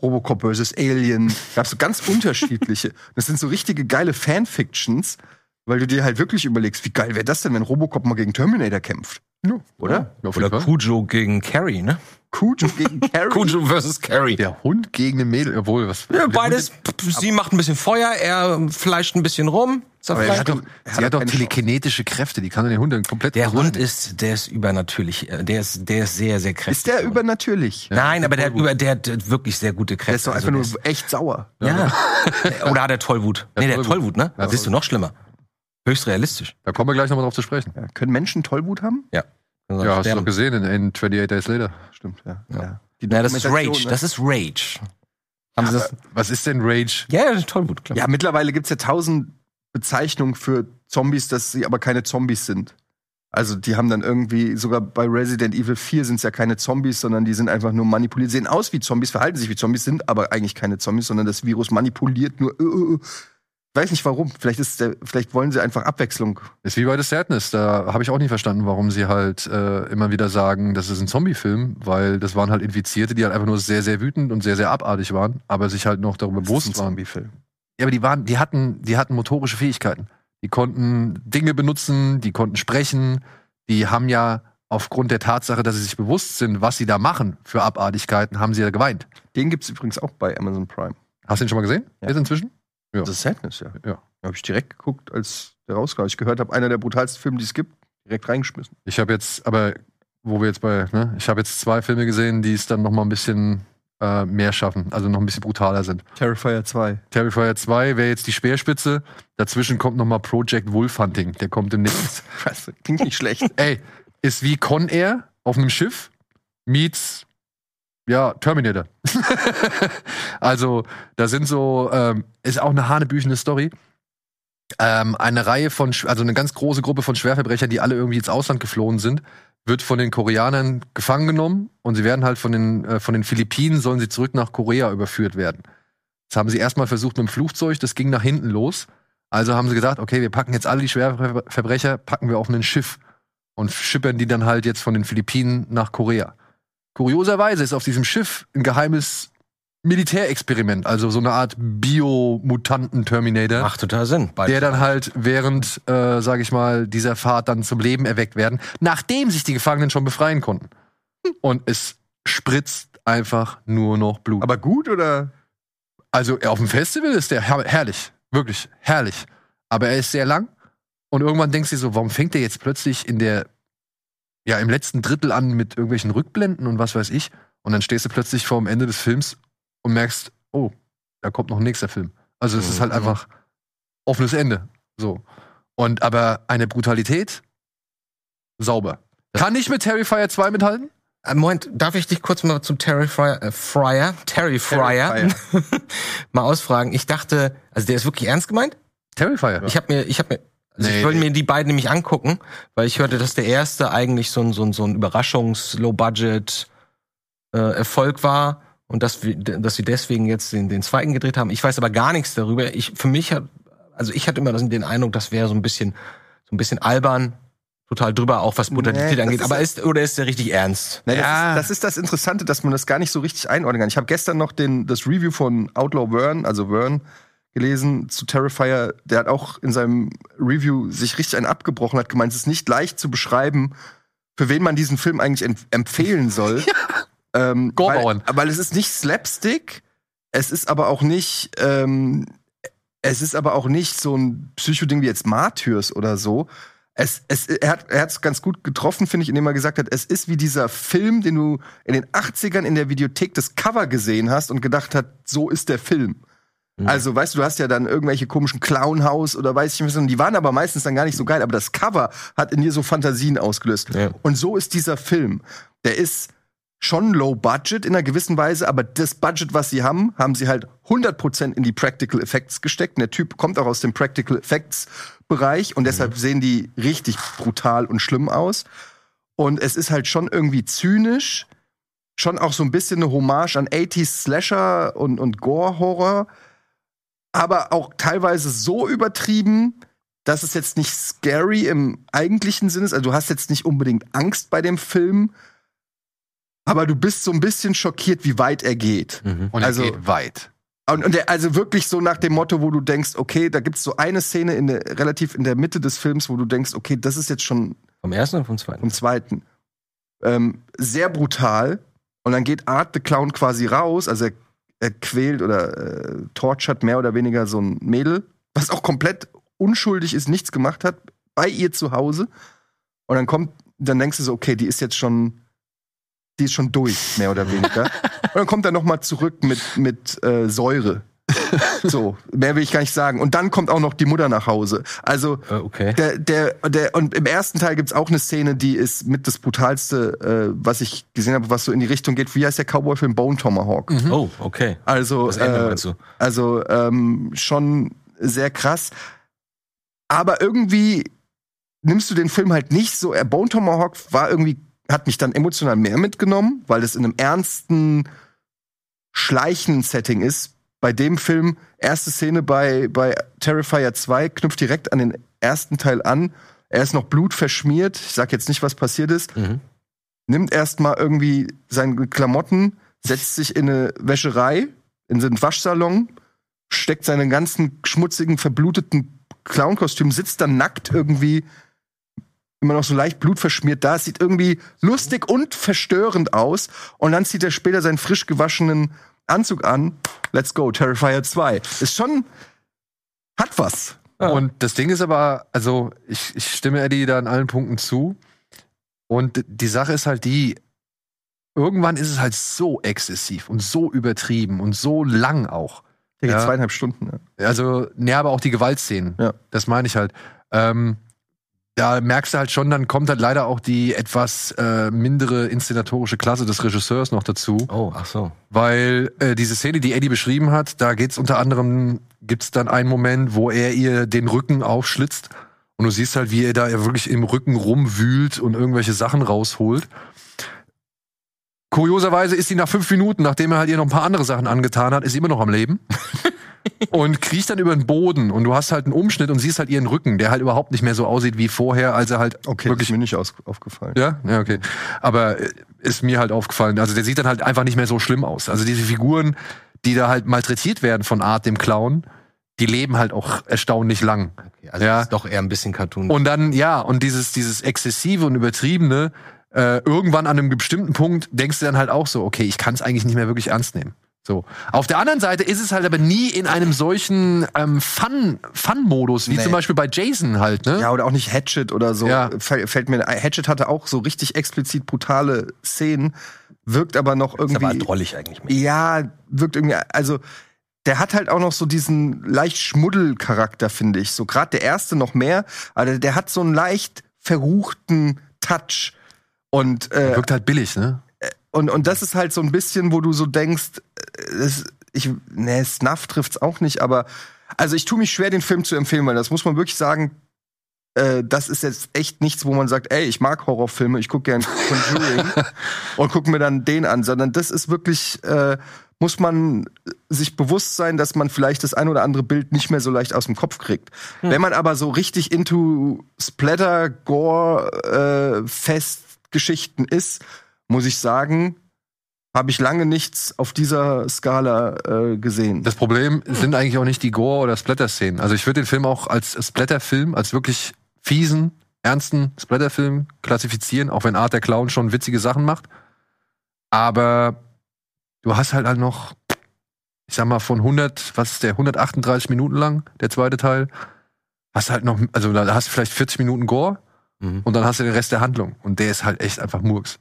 Speaker 3: Robocop vs Alien. Gab so ganz unterschiedliche. Das sind so richtige geile Fanfictions, weil du dir halt wirklich überlegst, wie geil wäre das denn, wenn Robocop mal gegen Terminator kämpft, oder?
Speaker 1: Ja, auf jeden
Speaker 2: Oder
Speaker 1: Fall.
Speaker 2: Cujo gegen Carrie, ne?
Speaker 3: Cujo gegen Carrie.
Speaker 2: Cujo versus Carrie.
Speaker 1: Der Hund gegen eine Mädel, obwohl was.
Speaker 2: Ja, beides. p- p- Sie macht ein bisschen Feuer, er ähm, fleischt ein bisschen rum.
Speaker 3: Aber er
Speaker 2: zerfleischt.
Speaker 3: hat doch- er
Speaker 1: Sie [laughs] hat doch
Speaker 3: keine
Speaker 1: telekinetische Kräfte, die kann den Hund dann komplett.
Speaker 2: Der
Speaker 1: bereinigen.
Speaker 2: Hund ist, der ist übernatürlich, äh, der ist, der ist sehr, sehr kräftig.
Speaker 3: Ist der übernatürlich?
Speaker 2: Nein, aber der hat, über, der hat äh, wirklich sehr gute Kräfte.
Speaker 3: Der ist doch einfach
Speaker 2: Also
Speaker 3: nur echt sauer.
Speaker 2: der ist- ja. Oder hat er Tollwut? Nee, der hat
Speaker 1: Tollwut.
Speaker 2: Tollwut, ne? Das siehst du noch schlimmer. Höchst realistisch.
Speaker 1: Da kommen wir gleich nochmal drauf zu sprechen.
Speaker 3: Ja, können Menschen Tollwut haben?
Speaker 2: Ja. Also
Speaker 1: Ja, hast du
Speaker 2: sterben.
Speaker 1: doch gesehen in, in 28 Days Later.
Speaker 3: Stimmt, ja. ja. Die
Speaker 2: Ja, das ist
Speaker 3: Dokumentation,
Speaker 2: Rage.
Speaker 3: ne?
Speaker 2: Das ist Rage. Haben sie das?
Speaker 1: Was ist denn Rage?
Speaker 2: Ja, ja, Tollwut, klar.
Speaker 3: ja, mittlerweile gibt es ja tausend Bezeichnungen für Zombies, dass sie aber keine Zombies sind. Also die haben dann irgendwie, sogar bei Resident Evil 4 sind es ja keine Zombies, sondern die sind einfach nur manipuliert, sehen aus wie Zombies, verhalten sich wie Zombies, sind aber eigentlich keine Zombies, sondern das Virus manipuliert nur. äh, äh, äh. Ich weiß nicht warum. Vielleicht, ist der, vielleicht wollen sie einfach Abwechslung.
Speaker 1: Ist wie bei The Sadness. Da habe ich auch nicht verstanden, warum sie halt äh, immer wieder sagen, das ist ein Zombie-Film, weil das waren halt Infizierte, die halt einfach nur sehr, sehr wütend und sehr, sehr abartig waren, aber sich halt noch darüber bewusst waren.
Speaker 3: Zombie-Film.
Speaker 1: Ja, aber die waren, die hatten, die hatten motorische Fähigkeiten. Die konnten Dinge benutzen, die konnten sprechen, die haben ja aufgrund der Tatsache, dass sie sich bewusst sind, was sie da machen für Abartigkeiten, haben sie ja geweint.
Speaker 3: Den gibt es übrigens auch bei Amazon Prime.
Speaker 1: Hast du ihn schon mal gesehen?
Speaker 3: Ja.
Speaker 1: Jetzt inzwischen? Ja.
Speaker 3: The Sadness, ja.
Speaker 1: Ja.
Speaker 3: Habe ich direkt geguckt, als der rauskam. Ich gehört habe, einer der brutalsten Filme, die es gibt, direkt reingeschmissen.
Speaker 1: Ich habe jetzt, aber wo wir jetzt bei, ne, ich habe jetzt zwei Filme gesehen, die es dann noch mal ein bisschen äh, mehr schaffen, also noch ein bisschen brutaler sind.
Speaker 3: Terrifier 2.
Speaker 1: Terrifier 2 wäre jetzt die Speerspitze. Dazwischen kommt noch mal Project Wolfhunting, der kommt demnächst.
Speaker 3: [laughs] Krass, klingt nicht schlecht.
Speaker 1: Ey, ist wie Con Air auf einem Schiff meets ja, Terminator. [laughs] also, da sind so, ähm, ist auch eine hanebüchene Story. Ähm, eine Reihe von, Sch- also eine ganz große Gruppe von Schwerverbrechern, die alle irgendwie ins Ausland geflohen sind, wird von den Koreanern gefangen genommen und sie werden halt von den, äh, von den Philippinen, sollen sie zurück nach Korea überführt werden. Das haben sie erstmal versucht mit dem Flugzeug, das ging nach hinten los. Also haben sie gesagt, okay, wir packen jetzt alle die Schwerverbrecher, packen wir auf ein Schiff und schippern die dann halt jetzt von den Philippinen nach Korea. Kurioserweise ist auf diesem Schiff ein geheimes Militärexperiment, also so eine Art Bio-Mutanten-Terminator
Speaker 2: Macht total Sinn. Beide.
Speaker 1: der dann halt während, äh, sage ich mal, dieser Fahrt dann zum Leben erweckt werden, nachdem sich die Gefangenen schon befreien konnten. Und es spritzt einfach nur noch Blut.
Speaker 3: Aber gut oder?
Speaker 1: also auf dem Festival ist der her herrlich, wirklich herrlich. Aber er ist sehr lang und irgendwann denkst du dir so, warum fängt der jetzt plötzlich in der, ja im letzten Drittel an mit irgendwelchen Rückblenden und was weiß ich? Und dann stehst du plötzlich vor dem Ende des Films und merkst, oh, da kommt noch ein nächster Film. Also es ist halt
Speaker 2: Mhm.
Speaker 1: einfach offenes Ende. So. Und aber eine Brutalität sauber. Kann ich mit Terrifier 2 mithalten?
Speaker 2: Äh, Moment, darf ich dich kurz mal zum Terrifier, äh, Fryer, Terrifier, [laughs] mal ausfragen? Ich dachte, also der ist wirklich ernst gemeint?
Speaker 1: Terrifier.
Speaker 2: Ich habe mir, ich habe mir, also
Speaker 1: Nee,
Speaker 2: ich wollte
Speaker 1: nee.
Speaker 2: mir die beiden nämlich angucken, weil ich hörte, dass der erste eigentlich so ein so ein so ein Überraschungs-Low-Budget äh, Erfolg war und dass wir, dass sie deswegen jetzt den, den zweiten gedreht haben. Ich weiß aber gar nichts darüber. Ich für mich hat, also ich hatte immer das- den Eindruck, das wäre so ein bisschen so ein bisschen albern, total drüber auch was Brutalität
Speaker 3: Nee, das
Speaker 2: angeht.
Speaker 3: ist
Speaker 2: Aber
Speaker 3: ja-
Speaker 2: ist oder ist der richtig ernst?
Speaker 3: Nein,
Speaker 1: Ja.
Speaker 3: das, ist, das ist das Interessante, dass man das gar nicht so richtig einordnen kann. Ich habe gestern noch den, das Review von Outlaw Vern, also Vern, gelesen zu Terrifier. Der hat auch in seinem Review sich richtig einen abgebrochen, hat gemeint, es ist nicht leicht zu beschreiben, für wen man diesen Film eigentlich em- empfehlen soll. ähm, weil,
Speaker 1: Gorbauern.
Speaker 3: weil es ist nicht Slapstick, es ist aber auch nicht, ähm, es ist aber auch nicht so ein Psychoding wie jetzt Martyrs oder so. Es, es, er hat es ganz gut getroffen, finde ich, indem er gesagt hat, es ist wie dieser Film, den du in den 80ern in der Videothek das Cover gesehen hast und gedacht hat, so ist der Film. Also, weißt du, du hast ja dann irgendwelche komischen Clownhaus oder weiß ich nicht was, und die waren aber meistens dann gar nicht so geil, aber das Cover hat in dir so Fantasien ausgelöst.
Speaker 2: Ja.
Speaker 3: Und so ist dieser Film. Der ist schon low budget in einer gewissen Weise, aber das Budget, was sie haben, haben sie halt 100% in die Practical Effects gesteckt. Und der Typ kommt auch aus dem Practical Effects Bereich und deshalb sehen die richtig brutal und schlimm aus. Und es ist halt schon irgendwie zynisch, schon auch so ein bisschen eine Hommage an 80s Slasher und, und Gore-Horror, aber auch teilweise so übertrieben, dass es jetzt nicht scary im eigentlichen Sinne ist. Also du hast jetzt nicht unbedingt Angst bei dem Film, aber du bist so ein bisschen schockiert, wie weit er geht.
Speaker 2: Mhm.
Speaker 1: Und er
Speaker 3: Also-
Speaker 1: geht weit.
Speaker 3: Und, und der, also wirklich so nach dem Motto, wo du denkst, okay, da gibt's so eine Szene in der, relativ in der Mitte des Films, wo du denkst, okay, das ist jetzt schon
Speaker 2: Vom ersten oder vom zweiten?
Speaker 3: vom zweiten. Ähm, sehr brutal. Und dann geht Art the Clown quasi raus. Also er, er quält oder äh, torchert mehr oder weniger so ein Mädel, was auch komplett unschuldig ist, nichts gemacht hat, bei ihr zu Hause. Und dann kommt, dann denkst du so, okay, die ist jetzt schon, die ist schon durch, mehr oder weniger. Und dann kommt er nochmal zurück mit, mit äh, Säure. so, mehr will ich gar nicht sagen. Und dann kommt auch noch die Mutter nach Hause. Also,
Speaker 2: Äh,
Speaker 3: [laughs]
Speaker 2: okay.
Speaker 3: der, der, der, und im ersten Teil gibt's auch eine Szene, die ist mit das brutalste, äh, was ich gesehen habe, was so in die Richtung geht. Wie heißt der Cowboy-Film Bone Tomahawk?
Speaker 2: Oh, okay.
Speaker 3: Also,
Speaker 2: Was ändern wir
Speaker 3: äh,
Speaker 2: dazu?
Speaker 3: also ähm, schon sehr krass. Aber irgendwie nimmst du den Film halt nicht so. Äh, Bone Tomahawk war irgendwie, hat mich dann emotional mehr mitgenommen, weil es in einem ernsten, schleichenden Setting ist. Bei dem Film, erste Szene bei, bei Terrifier 2, knüpft direkt an den ersten Teil an. Er ist noch blutverschmiert. Ich sag jetzt nicht, was passiert ist
Speaker 2: Mhm.
Speaker 3: nimmt erstmal irgendwie seine Klamotten, setzt sich in eine Wäscherei, in so einen Waschsalon, steckt seine ganzen schmutzigen, verbluteten Clownkostüm, sitzt dann nackt irgendwie, immer noch so leicht blutverschmiert da. Es sieht irgendwie lustig und verstörend aus. Und dann zieht er später seinen frisch gewaschenen Anzug an. Let's go, Terrifier 2. Ist schon, hat was.
Speaker 2: Ja.
Speaker 1: Und das Ding ist aber, also ich, ich stimme Eddie da in allen Punkten zu. Und die Sache ist halt die, irgendwann ist es halt so exzessiv und so übertrieben und so lang auch.
Speaker 3: Der geht
Speaker 1: Ja.
Speaker 3: zweieinhalb Stunden. Ja.
Speaker 1: Also, ne, aber auch die Gewaltszenen.
Speaker 3: Ja.
Speaker 1: Das meine ich halt. Ähm, da merkst du halt schon, dann kommt halt leider auch die etwas äh, mindere inszenatorische Klasse des Regisseurs noch dazu.
Speaker 2: Oh, ach so.
Speaker 1: Weil äh, diese Szene, die Eddie beschrieben hat, da geht's unter anderem, gibt's dann einen Moment, wo er ihr den Rücken aufschlitzt und du siehst halt, wie er da wirklich im Rücken rumwühlt und irgendwelche Sachen rausholt. Kurioserweise ist sie nach fünf Minuten, nachdem er halt ihr noch ein paar andere Sachen angetan hat, ist sie immer noch am Leben. und kriecht dann über den Boden und du hast halt einen Umschnitt und siehst halt ihren Rücken, der halt überhaupt nicht mehr so aussieht wie vorher, als er halt
Speaker 3: Okay, das
Speaker 1: wirklich
Speaker 3: ist mir nicht aus, aufgefallen.
Speaker 1: ja, ja, okay. Aber äh, ist mir halt aufgefallen. Also der sieht dann halt einfach nicht mehr so schlimm aus. Also diese Figuren, die da halt malträtiert werden von Art, dem Clown, die leben halt auch erstaunlich lang.
Speaker 2: Okay, also
Speaker 1: Ja.
Speaker 2: das ist doch eher ein bisschen Cartoon.
Speaker 1: Und dann, ja, und dieses, dieses exzessive und übertriebene, äh, irgendwann an einem bestimmten Punkt denkst du dann halt auch so, okay, ich kann es eigentlich nicht mehr wirklich ernst nehmen. So. Auf der anderen Seite ist es halt aber nie in einem solchen ähm, Fun- Fun-Modus, wie
Speaker 3: Nee.
Speaker 1: zum Beispiel bei Jason halt, ne?
Speaker 3: Ja, oder auch nicht Hatchet oder so.
Speaker 1: Ja.
Speaker 3: Fäll- Fällt mir ein. Hatchet hatte auch so richtig explizit brutale Szenen, wirkt aber noch
Speaker 2: ist aber
Speaker 3: irgendwie.
Speaker 2: drollig eigentlich mehr.
Speaker 3: ja, wirkt irgendwie. Also, der hat halt auch noch so diesen leicht Schmuddelcharakter, finde ich. So gerade der erste noch mehr, aber der hat so einen leicht verruchten Touch. Und, äh,
Speaker 1: Wirkt halt billig, ne?
Speaker 3: und, und das ist halt so ein bisschen, wo du so denkst, äh, es, ich, nee, Snuff trifft's auch nicht, aber also ich tue mich schwer, den Film zu empfehlen, weil das muss man wirklich sagen, äh, das ist jetzt echt nichts, wo man sagt, ey, ich mag Horrorfilme, ich gucke gern Conjuring und gucke mir dann den an, sondern das ist wirklich, äh, muss man sich bewusst sein, dass man vielleicht das ein oder andere Bild nicht mehr so leicht aus dem Kopf kriegt. Wenn man aber so richtig into Splatter, Gore, äh, Festgeschichten ist, muss ich sagen, habe ich lange nichts auf dieser Skala äh, gesehen.
Speaker 1: Das Problem sind eigentlich auch nicht die Gore- oder Splatter-Szenen. Also ich würde den Film auch als Splatter-Film, als wirklich fiesen, ernsten Splatter-Film klassifizieren, auch wenn Art der Clown schon witzige Sachen macht. Aber du hast halt halt noch, ich sag mal, von 100, was ist der, 138 Minuten lang, der zweite Teil, hast halt noch, also da hast du vielleicht 40 Minuten Gore
Speaker 2: Mhm.
Speaker 1: und dann hast du den Rest der Handlung. Und der ist halt echt einfach Murks.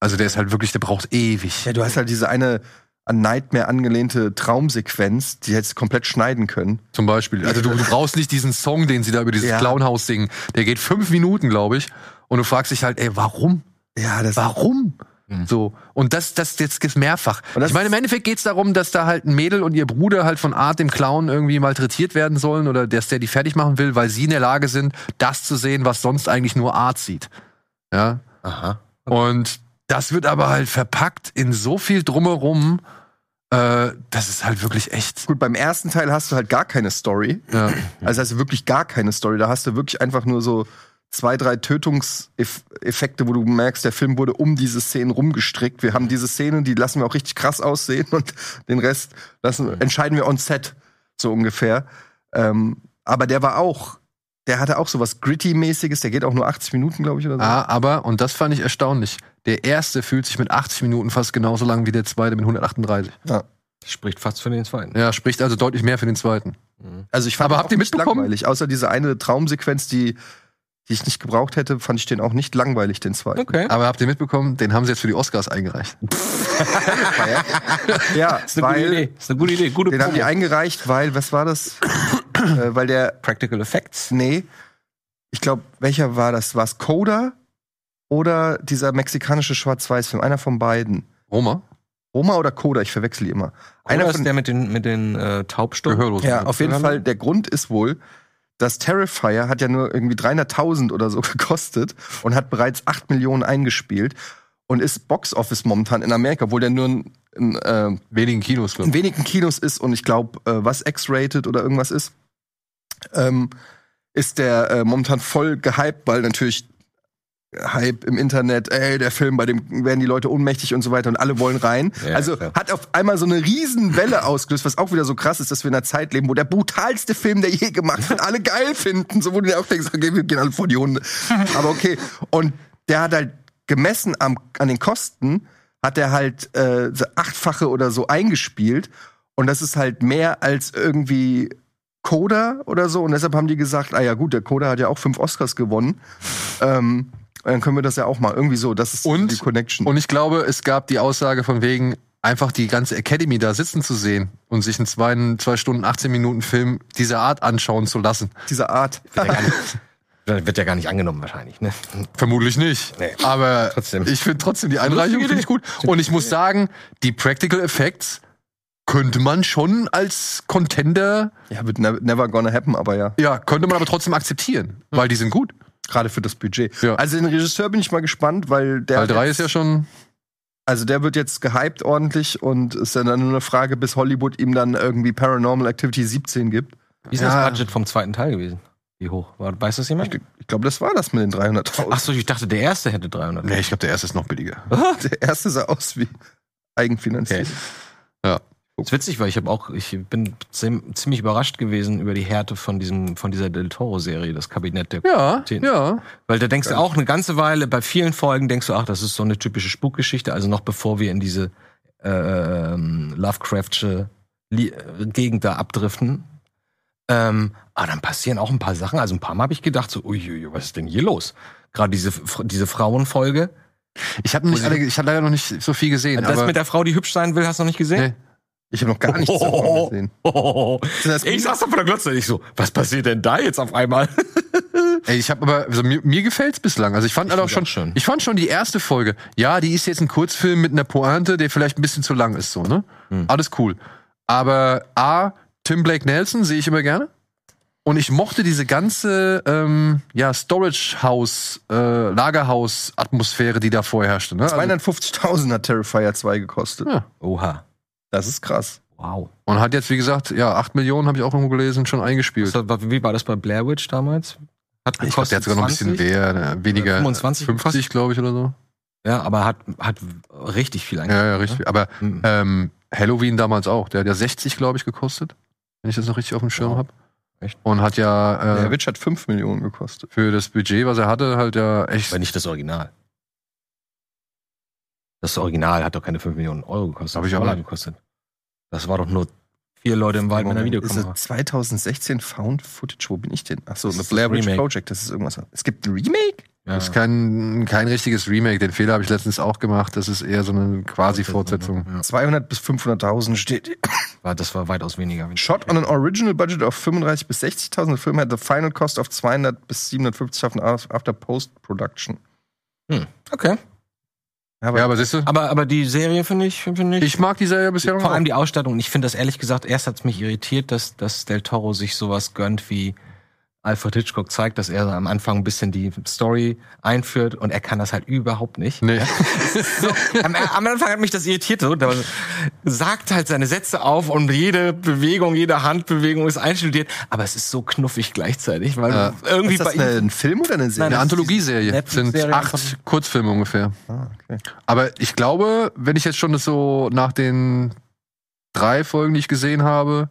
Speaker 1: Also der ist halt wirklich, der braucht ewig.
Speaker 3: Ja, du hast halt diese eine an Nightmare angelehnte Traumsequenz, die hättest du komplett schneiden können.
Speaker 1: Zum Beispiel. Also du, du brauchst nicht diesen Song, den sie da über dieses
Speaker 3: Ja.
Speaker 1: Clownhaus singen. Der geht fünf Minuten, glaube ich. Und du fragst dich halt, ey, warum?
Speaker 3: Ja, das
Speaker 1: Warum?
Speaker 2: Mhm.
Speaker 1: So. Und das, das jetzt gibt's mehrfach.
Speaker 3: Und das
Speaker 1: ich meine, im Endeffekt geht's darum, dass da halt ein Mädel und ihr Bruder halt von Art, dem Clown, irgendwie malträtiert werden sollen oder dass der die fertig machen will, weil sie in der Lage sind, das zu sehen, was sonst eigentlich nur Art sieht. Ja.
Speaker 2: Aha.
Speaker 1: Und das wird aber halt verpackt in so viel drumherum, äh, das ist halt wirklich echt.
Speaker 3: Gut, beim ersten Teil hast du halt gar keine Story.
Speaker 1: Ja.
Speaker 3: Also hast du wirklich gar keine Story. Da hast du wirklich einfach nur so zwei, drei Tötungseffekte, wo du merkst, der Film wurde um diese Szenen rumgestrickt. Wir haben diese Szene, die lassen wir auch richtig krass aussehen [laughs] und den Rest lassen, entscheiden wir on set, so ungefähr. Ähm, aber der war auch, der hatte auch sowas Gritty-mäßiges, der geht auch nur 80 Minuten, glaube ich, oder so.
Speaker 1: Ah, aber, und das fand ich erstaunlich, der erste fühlt sich mit 80 Minuten fast genauso lang wie der zweite mit 138.
Speaker 2: Spricht fast für den zweiten. Mhm.
Speaker 1: Ja, spricht also deutlich mehr für den zweiten.
Speaker 3: Also ich fand
Speaker 1: Aber
Speaker 3: den
Speaker 1: habt
Speaker 3: auch
Speaker 1: ihr
Speaker 3: nicht
Speaker 1: mitbekommen?
Speaker 3: langweilig. Außer diese eine Traumsequenz, die, die ich nicht gebraucht hätte, fand ich den auch nicht langweilig, den zweiten.
Speaker 2: Okay.
Speaker 1: Aber habt ihr mitbekommen, den haben sie jetzt für die Oscars eingereicht.
Speaker 3: Ja,
Speaker 2: ist eine gute Idee. Ist eine gute Idee. Gute
Speaker 3: Den haben die
Speaker 2: Promo.
Speaker 3: eingereicht, weil, was war das? äh, weil der,
Speaker 2: Practical Effects.
Speaker 3: nee, ich glaube, welcher war das? War es Coda oder dieser mexikanische Schwarz-Weiß-Film? Einer von beiden.
Speaker 1: Roma?
Speaker 3: Roma oder Coda? Ich verwechsel die immer. Einer
Speaker 2: Oder
Speaker 3: von-
Speaker 2: ist der mit den, mit den äh, Taubstummen?
Speaker 1: Gehörlos.
Speaker 3: Ja, auf jeden
Speaker 2: Oder-
Speaker 3: Fall. Der Grund ist wohl, dass Terrifier hat ja nur irgendwie 300.000 oder so [laughs] gekostet und hat bereits 8 Millionen eingespielt und ist Box Office momentan in Amerika, obwohl der nur in, in, äh,
Speaker 1: Wenigen Kinos,
Speaker 3: in
Speaker 1: glaube
Speaker 3: wenigen Kinos ist und ich glaube, äh, was X-rated oder irgendwas ist, ähm, ist der äh, momentan voll gehypt, weil natürlich Hype im Internet, ey, der Film, bei dem werden die Leute ohnmächtig und so weiter und alle wollen rein.
Speaker 2: Ja,
Speaker 3: also
Speaker 2: klar.
Speaker 3: hat auf einmal so eine Riesenwelle ausgelöst, was auch wieder so krass ist, dass wir in einer Zeit leben, wo der brutalste Film, der je gemacht wird, alle geil finden. So wo du dir auch denkst, okay, wir gehen alle vor die Hunde. Aber okay. Und der hat halt gemessen am, an den Kosten, hat er halt äh, so achtfache oder so eingespielt. Und das ist halt mehr als irgendwie Coda oder so. Und deshalb haben die gesagt, ah ja gut, der Coda hat ja auch fünf Oscars gewonnen. ähm, dann können wir das ja auch mal irgendwie so. Das ist
Speaker 1: Und-
Speaker 3: die Connection.
Speaker 1: Und ich glaube, es gab die Aussage von wegen, einfach die ganze Academy da sitzen zu sehen und sich einen zwei, zwei Stunden, 18 Minuten Film dieser Art anschauen zu lassen.
Speaker 3: Diese Art.
Speaker 2: Wird ja gar nicht- Wird ja gar nicht angenommen wahrscheinlich, ne?
Speaker 1: Vermutlich nicht.
Speaker 2: Nee.
Speaker 1: Aber
Speaker 2: Trotzdem.
Speaker 1: ich finde trotzdem die Einreichung finde ich gut. Und ich muss sagen, die Practical Effects könnte man schon als Contender,
Speaker 3: [laughs] Ja, wird ne- never gonna happen, aber ja.
Speaker 1: ja, könnte man aber trotzdem akzeptieren, weil die sind gut.
Speaker 3: Gerade für das Budget.
Speaker 1: Ja.
Speaker 3: Also den Regisseur bin ich mal gespannt, weil der.
Speaker 1: Teil 3
Speaker 3: jetzt-
Speaker 1: ist ja schon,
Speaker 3: Also der wird jetzt gehypt ordentlich und ist dann nur eine Frage, bis Hollywood ihm dann irgendwie Paranormal Activity 17 gibt.
Speaker 2: Wie ist
Speaker 1: Ja.
Speaker 2: das Budget vom zweiten Teil gewesen? Wie hoch? War- Weiß das jemand?
Speaker 3: Ich glaube, das war das mit den 300.000.
Speaker 2: Achso, ich dachte, der erste hätte 300.
Speaker 1: nee, ich glaube, der erste ist noch billiger.
Speaker 3: Der erste sah aus wie eigenfinanziert.
Speaker 2: Okay.
Speaker 1: Ja.
Speaker 2: ist witzig, weil ich habe auch, ich bin ziem- ziemlich überrascht gewesen über die Härte von diesem, von dieser Del Toro-Serie, das Kabinett der.
Speaker 1: Ja,
Speaker 2: Den-
Speaker 1: ja.
Speaker 2: Weil da denkst du auch eine ganze Weile, bei vielen Folgen denkst du, ach, das ist so eine typische Spukgeschichte, also noch bevor wir in diese äh, ähm, Lovecraftsche Lie- äh, Gegend da abdriften. Ähm, aber dann passieren auch ein paar Sachen. Also ein paar Mal habe ich gedacht, so, uiuiui, was ist denn hier los? Gerade diese, Fr- diese Frauenfolge.
Speaker 1: Ich habe nicht alle, ich habe leider noch nicht so viel gesehen.
Speaker 2: das
Speaker 1: Genau, aber
Speaker 2: mit der Frau, die hübsch sein will, hast du noch nicht gesehen?
Speaker 1: Nee.
Speaker 3: Ich habe noch gar nichts davon
Speaker 1: Oh.
Speaker 2: [laughs]
Speaker 3: gesehen. Das-
Speaker 2: ich saß da vor der Glotze und ich so, was passiert denn da jetzt auf einmal?
Speaker 1: [laughs] Ey, ich habe aber also mir, mir gefällt's bislang. Also ich fand halt auch
Speaker 2: find's
Speaker 1: schon,
Speaker 2: auch schön.
Speaker 1: ich fand schon die erste Folge. Ja, die ist jetzt ein Kurzfilm mit einer Pointe, der vielleicht ein bisschen zu lang ist so, ne? Alles cool. Aber A, Tim Blake Nelson sehe ich immer gerne. Und ich mochte diese ganze ähm, ja, Storage House, äh, Lagerhaus Atmosphäre, die da vorherrschte, ne? Also,
Speaker 3: 250.000 hat Terrifier 2 gekostet.
Speaker 1: Ja.
Speaker 2: Oha.
Speaker 3: Das ist krass.
Speaker 2: Wow.
Speaker 1: und Also, hat jetzt wie gesagt, ja, 8 Millionen habe ich auch irgendwo gelesen, schon eingespielt.
Speaker 2: Das war, wie war das bei Blair Witch damals? Hat
Speaker 1: Ich glaube, der hat sogar noch ein bisschen
Speaker 2: 20,
Speaker 1: mehr, ne, weniger
Speaker 2: 25
Speaker 1: 50, glaube ich oder so.
Speaker 2: Ja, aber hat, hat richtig viel
Speaker 1: Ja, ja, richtig. Aber
Speaker 2: Mhm.
Speaker 1: Ähm, Halloween damals auch. Der hat ja 60, glaube ich, gekostet, wenn ich das noch richtig auf dem Schirm
Speaker 2: Wow.
Speaker 1: habe.
Speaker 2: Echt?
Speaker 1: Und hat ja
Speaker 3: Der
Speaker 1: äh,
Speaker 3: Witch hat 5 Millionen gekostet.
Speaker 1: für das Budget, was er hatte, halt ja echt.
Speaker 2: Aber nicht das Original. Das Original hat doch keine 5 Millionen Euro gekostet.
Speaker 1: Hab ich auch
Speaker 2: Dollar
Speaker 1: nicht.
Speaker 2: gekostet. Das war doch nur vier Leute im Wald mit einer
Speaker 3: Moment, ist
Speaker 2: Videokamera.
Speaker 3: es 2016 Found Footage? Wo bin ich denn? Achso,
Speaker 2: Das
Speaker 3: The
Speaker 2: ist ein
Speaker 3: Blair Witch
Speaker 2: Remake.
Speaker 3: Project, das ist irgendwas. Es gibt ein Remake?
Speaker 2: Ja.
Speaker 1: Das ist kein, kein richtiges Remake. Den Fehler habe ich letztens auch gemacht. Das ist eher so eine Quasi-Fortsetzung.
Speaker 2: Ja,
Speaker 3: 200 bis 500.000 steht.
Speaker 2: war- das war weitaus weniger.
Speaker 3: Shot on an original budget of 35 bis 60.000. The film had the final cost of 200 bis 750.000 after post-production.
Speaker 2: Okay.
Speaker 1: Aber, ja, aber siehst du,
Speaker 2: Aber, aber die Serie finde ich, finde ich,
Speaker 1: ich mag die Serie bisher noch.
Speaker 2: vor allem die Ausstattung. Ich finde das ehrlich gesagt, erst hat's mich irritiert, dass, dass Del Toro sich sowas gönnt wie Alfred Hitchcock zeigt, dass er am Anfang ein bisschen die Story einführt und er kann das halt überhaupt nicht.
Speaker 1: nee.
Speaker 2: So, am, am Anfang hat mich das irritiert. So, da sagt halt seine Sätze auf und jede Bewegung, jede Handbewegung ist einstudiert. Aber es ist so knuffig gleichzeitig, weil
Speaker 1: Ja.
Speaker 2: irgendwie
Speaker 3: Ist das
Speaker 2: bei ihm
Speaker 3: eine, ein Film oder eine Serie?
Speaker 1: Eine
Speaker 2: Nein, das ist
Speaker 1: Anthologieserie.
Speaker 2: Netflix-Serie
Speaker 1: Sind acht
Speaker 2: von-
Speaker 1: Kurzfilme ungefähr.
Speaker 3: ah, okay.
Speaker 1: Aber ich glaube, wenn ich jetzt schon das so nach den drei Folgen, die ich gesehen habe,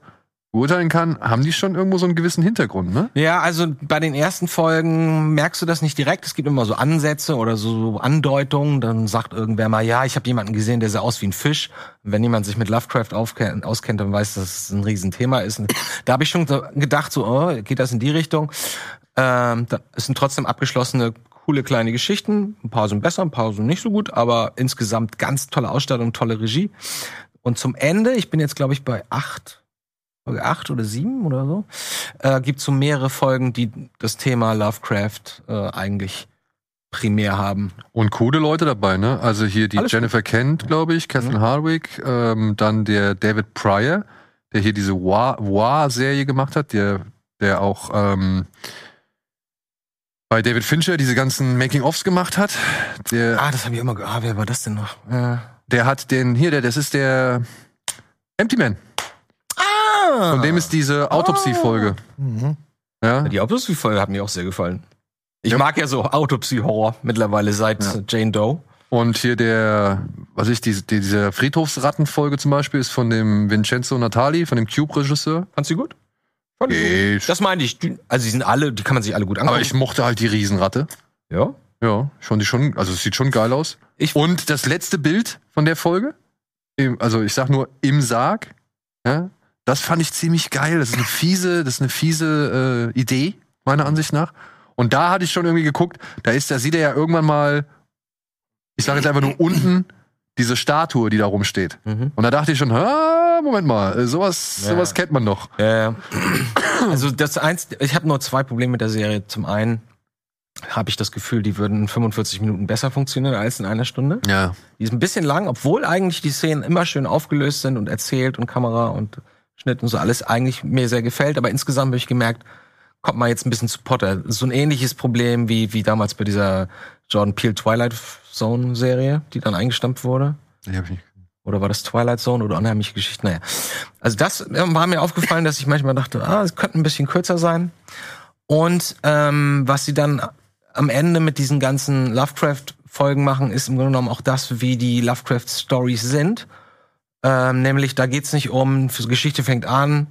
Speaker 1: beurteilen kann, haben die schon irgendwo so einen gewissen Hintergrund, ne?
Speaker 2: Ja, also bei den ersten Folgen merkst du das nicht direkt. Es gibt immer so Ansätze oder so Andeutungen. Dann sagt irgendwer mal, ja, ich habe jemanden gesehen, der sah aus wie ein Fisch. Und wenn jemand sich mit Lovecraft aufke- auskennt, dann weiß, dass es ein Riesenthema ist. Und da habe ich schon so gedacht, so, oh, geht das in die Richtung? Ähm, da es sind trotzdem abgeschlossene, coole kleine Geschichten. Ein paar sind besser, ein paar sind nicht so gut, aber insgesamt ganz tolle Ausstattung, tolle Regie. Und zum Ende, ich bin jetzt, glaube ich, bei acht, Folge acht oder sieben oder so, äh, gibt so mehrere Folgen, die das Thema Lovecraft äh, eigentlich primär haben.
Speaker 1: Und coole Leute dabei, ne? Also hier die
Speaker 2: Alles Mhm.
Speaker 1: Jennifer Kent, glaube ich, Catherine Hardwick, ähm, dann der David Pryor, der hier diese War-Serie gemacht hat, der, der auch ähm, bei David Fincher diese ganzen Making-ofs gemacht hat. Der,
Speaker 2: Ah, das habe ich immer ge- Ah, wer war das denn noch? Äh,
Speaker 1: der hat den, hier, der, das ist der Empty Man.
Speaker 2: ah! Oh.
Speaker 1: Von dem ist diese Autopsie-Folge.
Speaker 3: Mhm.
Speaker 1: Ja?
Speaker 2: Die Autopsie-Folge hat mir auch sehr gefallen. Ich
Speaker 1: Ja.
Speaker 2: mag ja so Autopsie-Horror mittlerweile seit
Speaker 1: Ja.
Speaker 2: Jane Doe.
Speaker 1: Und hier der, was ich, diese, die, diese Friedhofsrattenfolge zum Beispiel ist von dem Vincenzo Natali, von dem Cube-Regisseur.
Speaker 2: Fandst du gut? Fand ich gut.
Speaker 1: Geht.
Speaker 2: Das meine ich. Die- Also die sind alle, die kann man sich alle gut angucken.
Speaker 1: Aber ich mochte halt die Riesenratte.
Speaker 2: ja.
Speaker 1: Ja, schon die schon, also es sieht schon geil aus.
Speaker 2: Ich-
Speaker 1: Und das letzte Bild von der Folge, im, also ich sag nur im Sarg, ja, das fand ich ziemlich geil. Das ist eine fiese, das ist eine fiese äh, Idee, meiner Ansicht nach. Und da hatte ich schon irgendwie geguckt, da ist, da sieht er ja irgendwann mal, ich sage jetzt einfach nur unten, diese Statue, die da rumsteht.
Speaker 2: Mhm.
Speaker 1: Und da dachte ich schon, "Ah, Moment mal, äh, sowas,
Speaker 2: Ja.
Speaker 1: sowas kennt man doch.
Speaker 2: Ja, ja. Äh, Also das eins, ich habe nur zwei Probleme mit der Serie. Zum einen habe ich das Gefühl, die würden in 45 Minuten besser funktionieren als in einer Stunde.
Speaker 1: Ja.
Speaker 2: Die ist ein bisschen lang, obwohl eigentlich die Szenen immer schön aufgelöst sind und erzählt und Kamera und Schnitt und so alles eigentlich mir sehr gefällt. Aber insgesamt habe ich gemerkt, kommt mal jetzt ein bisschen zu Potter. So ein ähnliches Problem wie, wie damals bei dieser Jordan Peele Twilight Zone Serie, die dann eingestampft wurde.
Speaker 1: Die hab ich nicht.
Speaker 2: Oder war das Twilight Zone oder oh, unheimliche Geschichten? Naja. Also das ähm, war mir aufgefallen, dass ich manchmal dachte, ah, es könnte ein bisschen kürzer sein. Und ähm, was sie dann am Ende mit diesen ganzen Lovecraft-Folgen machen, ist im Grunde genommen auch das, wie die Lovecraft-Stories sind. Ähm, nämlich, da geht's nicht um, die Geschichte fängt an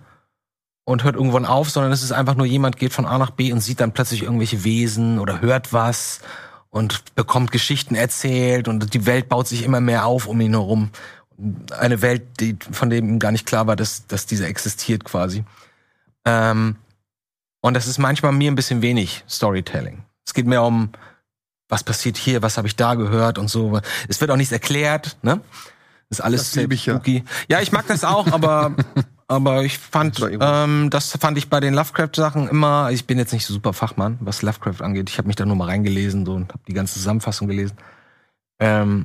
Speaker 2: und hört irgendwann auf, sondern es ist einfach nur jemand geht von A nach B und sieht dann plötzlich irgendwelche Wesen oder hört was und bekommt Geschichten erzählt und die Welt baut sich immer mehr auf um ihn herum. Eine Welt, die, von dem ihm gar nicht klar war, dass, dass diese existiert quasi. Ähm, und das ist manchmal mir ein bisschen wenig Storytelling. Es geht mehr um, was passiert hier, was habe ich da gehört und so. Es wird auch nichts erklärt, ne? Ist alles
Speaker 3: Das liebe ich ja.
Speaker 2: spooky. Ja, ich mag das auch,
Speaker 3: [laughs]
Speaker 2: aber, aber ich fand,
Speaker 3: Das war irgendwo-
Speaker 2: ähm, das fand ich bei den Lovecraft-Sachen immer, ich bin jetzt nicht so super Fachmann, was Lovecraft angeht. Ich habe mich da nur mal reingelesen so, und habe die ganze Zusammenfassung gelesen. Ähm,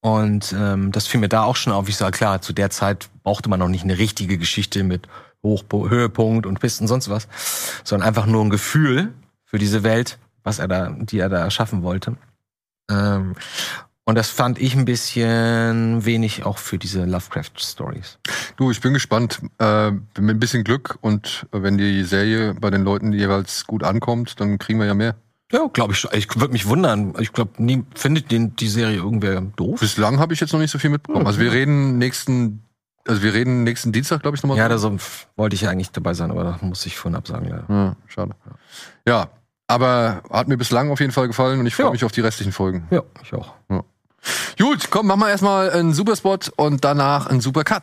Speaker 2: und ähm, das fiel mir da auch schon auf. Ich sage, klar, zu der Zeit brauchte man noch nicht eine richtige Geschichte mit Hochpo Höhepunkt und Pisten und sonst was, sondern einfach nur ein Gefühl für diese Welt, was er da, die er da erschaffen wollte. Ähm, und das fand ich ein bisschen wenig auch für diese Lovecraft-Stories.
Speaker 1: Du, ich bin gespannt. Äh, mit ein bisschen Glück und äh, wenn die Serie bei den Leuten jeweils gut ankommt, dann kriegen wir ja mehr.
Speaker 2: Ja, glaube ich. schon. Ich würde mich wundern. Ich glaube, nie findet den, die Serie irgendwer doof.
Speaker 1: Bislang habe ich jetzt noch nicht so viel mitbekommen. Also wir reden nächsten, also wir reden nächsten Dienstag, glaube ich, nochmal.
Speaker 2: Ja, da so, pf, wollte ich ja eigentlich dabei sein, aber da muss ich vorhin absagen, leider.
Speaker 1: ja, schade. Ja, aber hat mir bislang auf jeden Fall gefallen und ich freue
Speaker 2: Ja.
Speaker 1: mich auf die restlichen Folgen.
Speaker 2: Ja, ich auch.
Speaker 1: Gut, komm, machen wir erstmal einen Superspot und danach einen Supercut.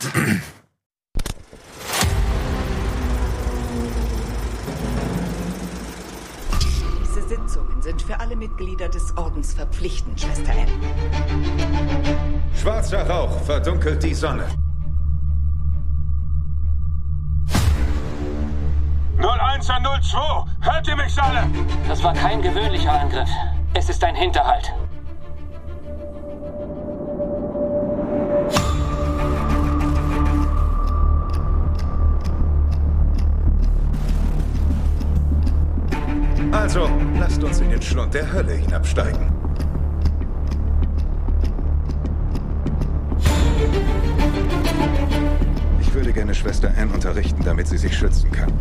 Speaker 4: Diese Sitzungen sind für alle Mitglieder des Ordens verpflichtend, Schwester M.
Speaker 5: Schwarzer Rauch verdunkelt die Sonne.
Speaker 6: 0102, hört ihr mich alle?
Speaker 7: Das war kein gewöhnlicher Angriff. Es ist ein Hinterhalt.
Speaker 5: Also, lasst uns in den Schlund der Hölle hinabsteigen. Ich würde gerne Schwester Anne unterrichten, damit sie sich schützen kann.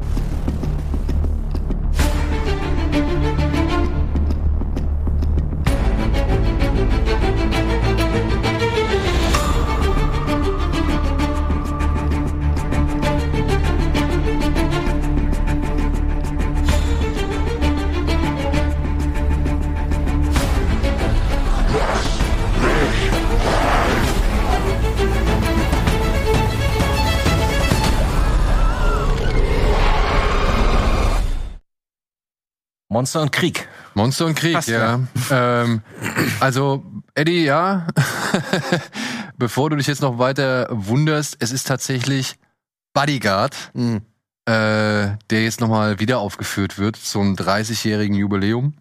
Speaker 2: Monster und Krieg.
Speaker 1: Monster und Krieg,
Speaker 2: Passt
Speaker 1: ja. Ähm, also, Eddie, ja. [laughs] Bevor du dich jetzt noch weiter wunderst, es ist tatsächlich Bodyguard,
Speaker 3: Mhm.
Speaker 1: äh, der jetzt nochmal wieder aufgeführt wird zum 30-jährigen Jubiläum.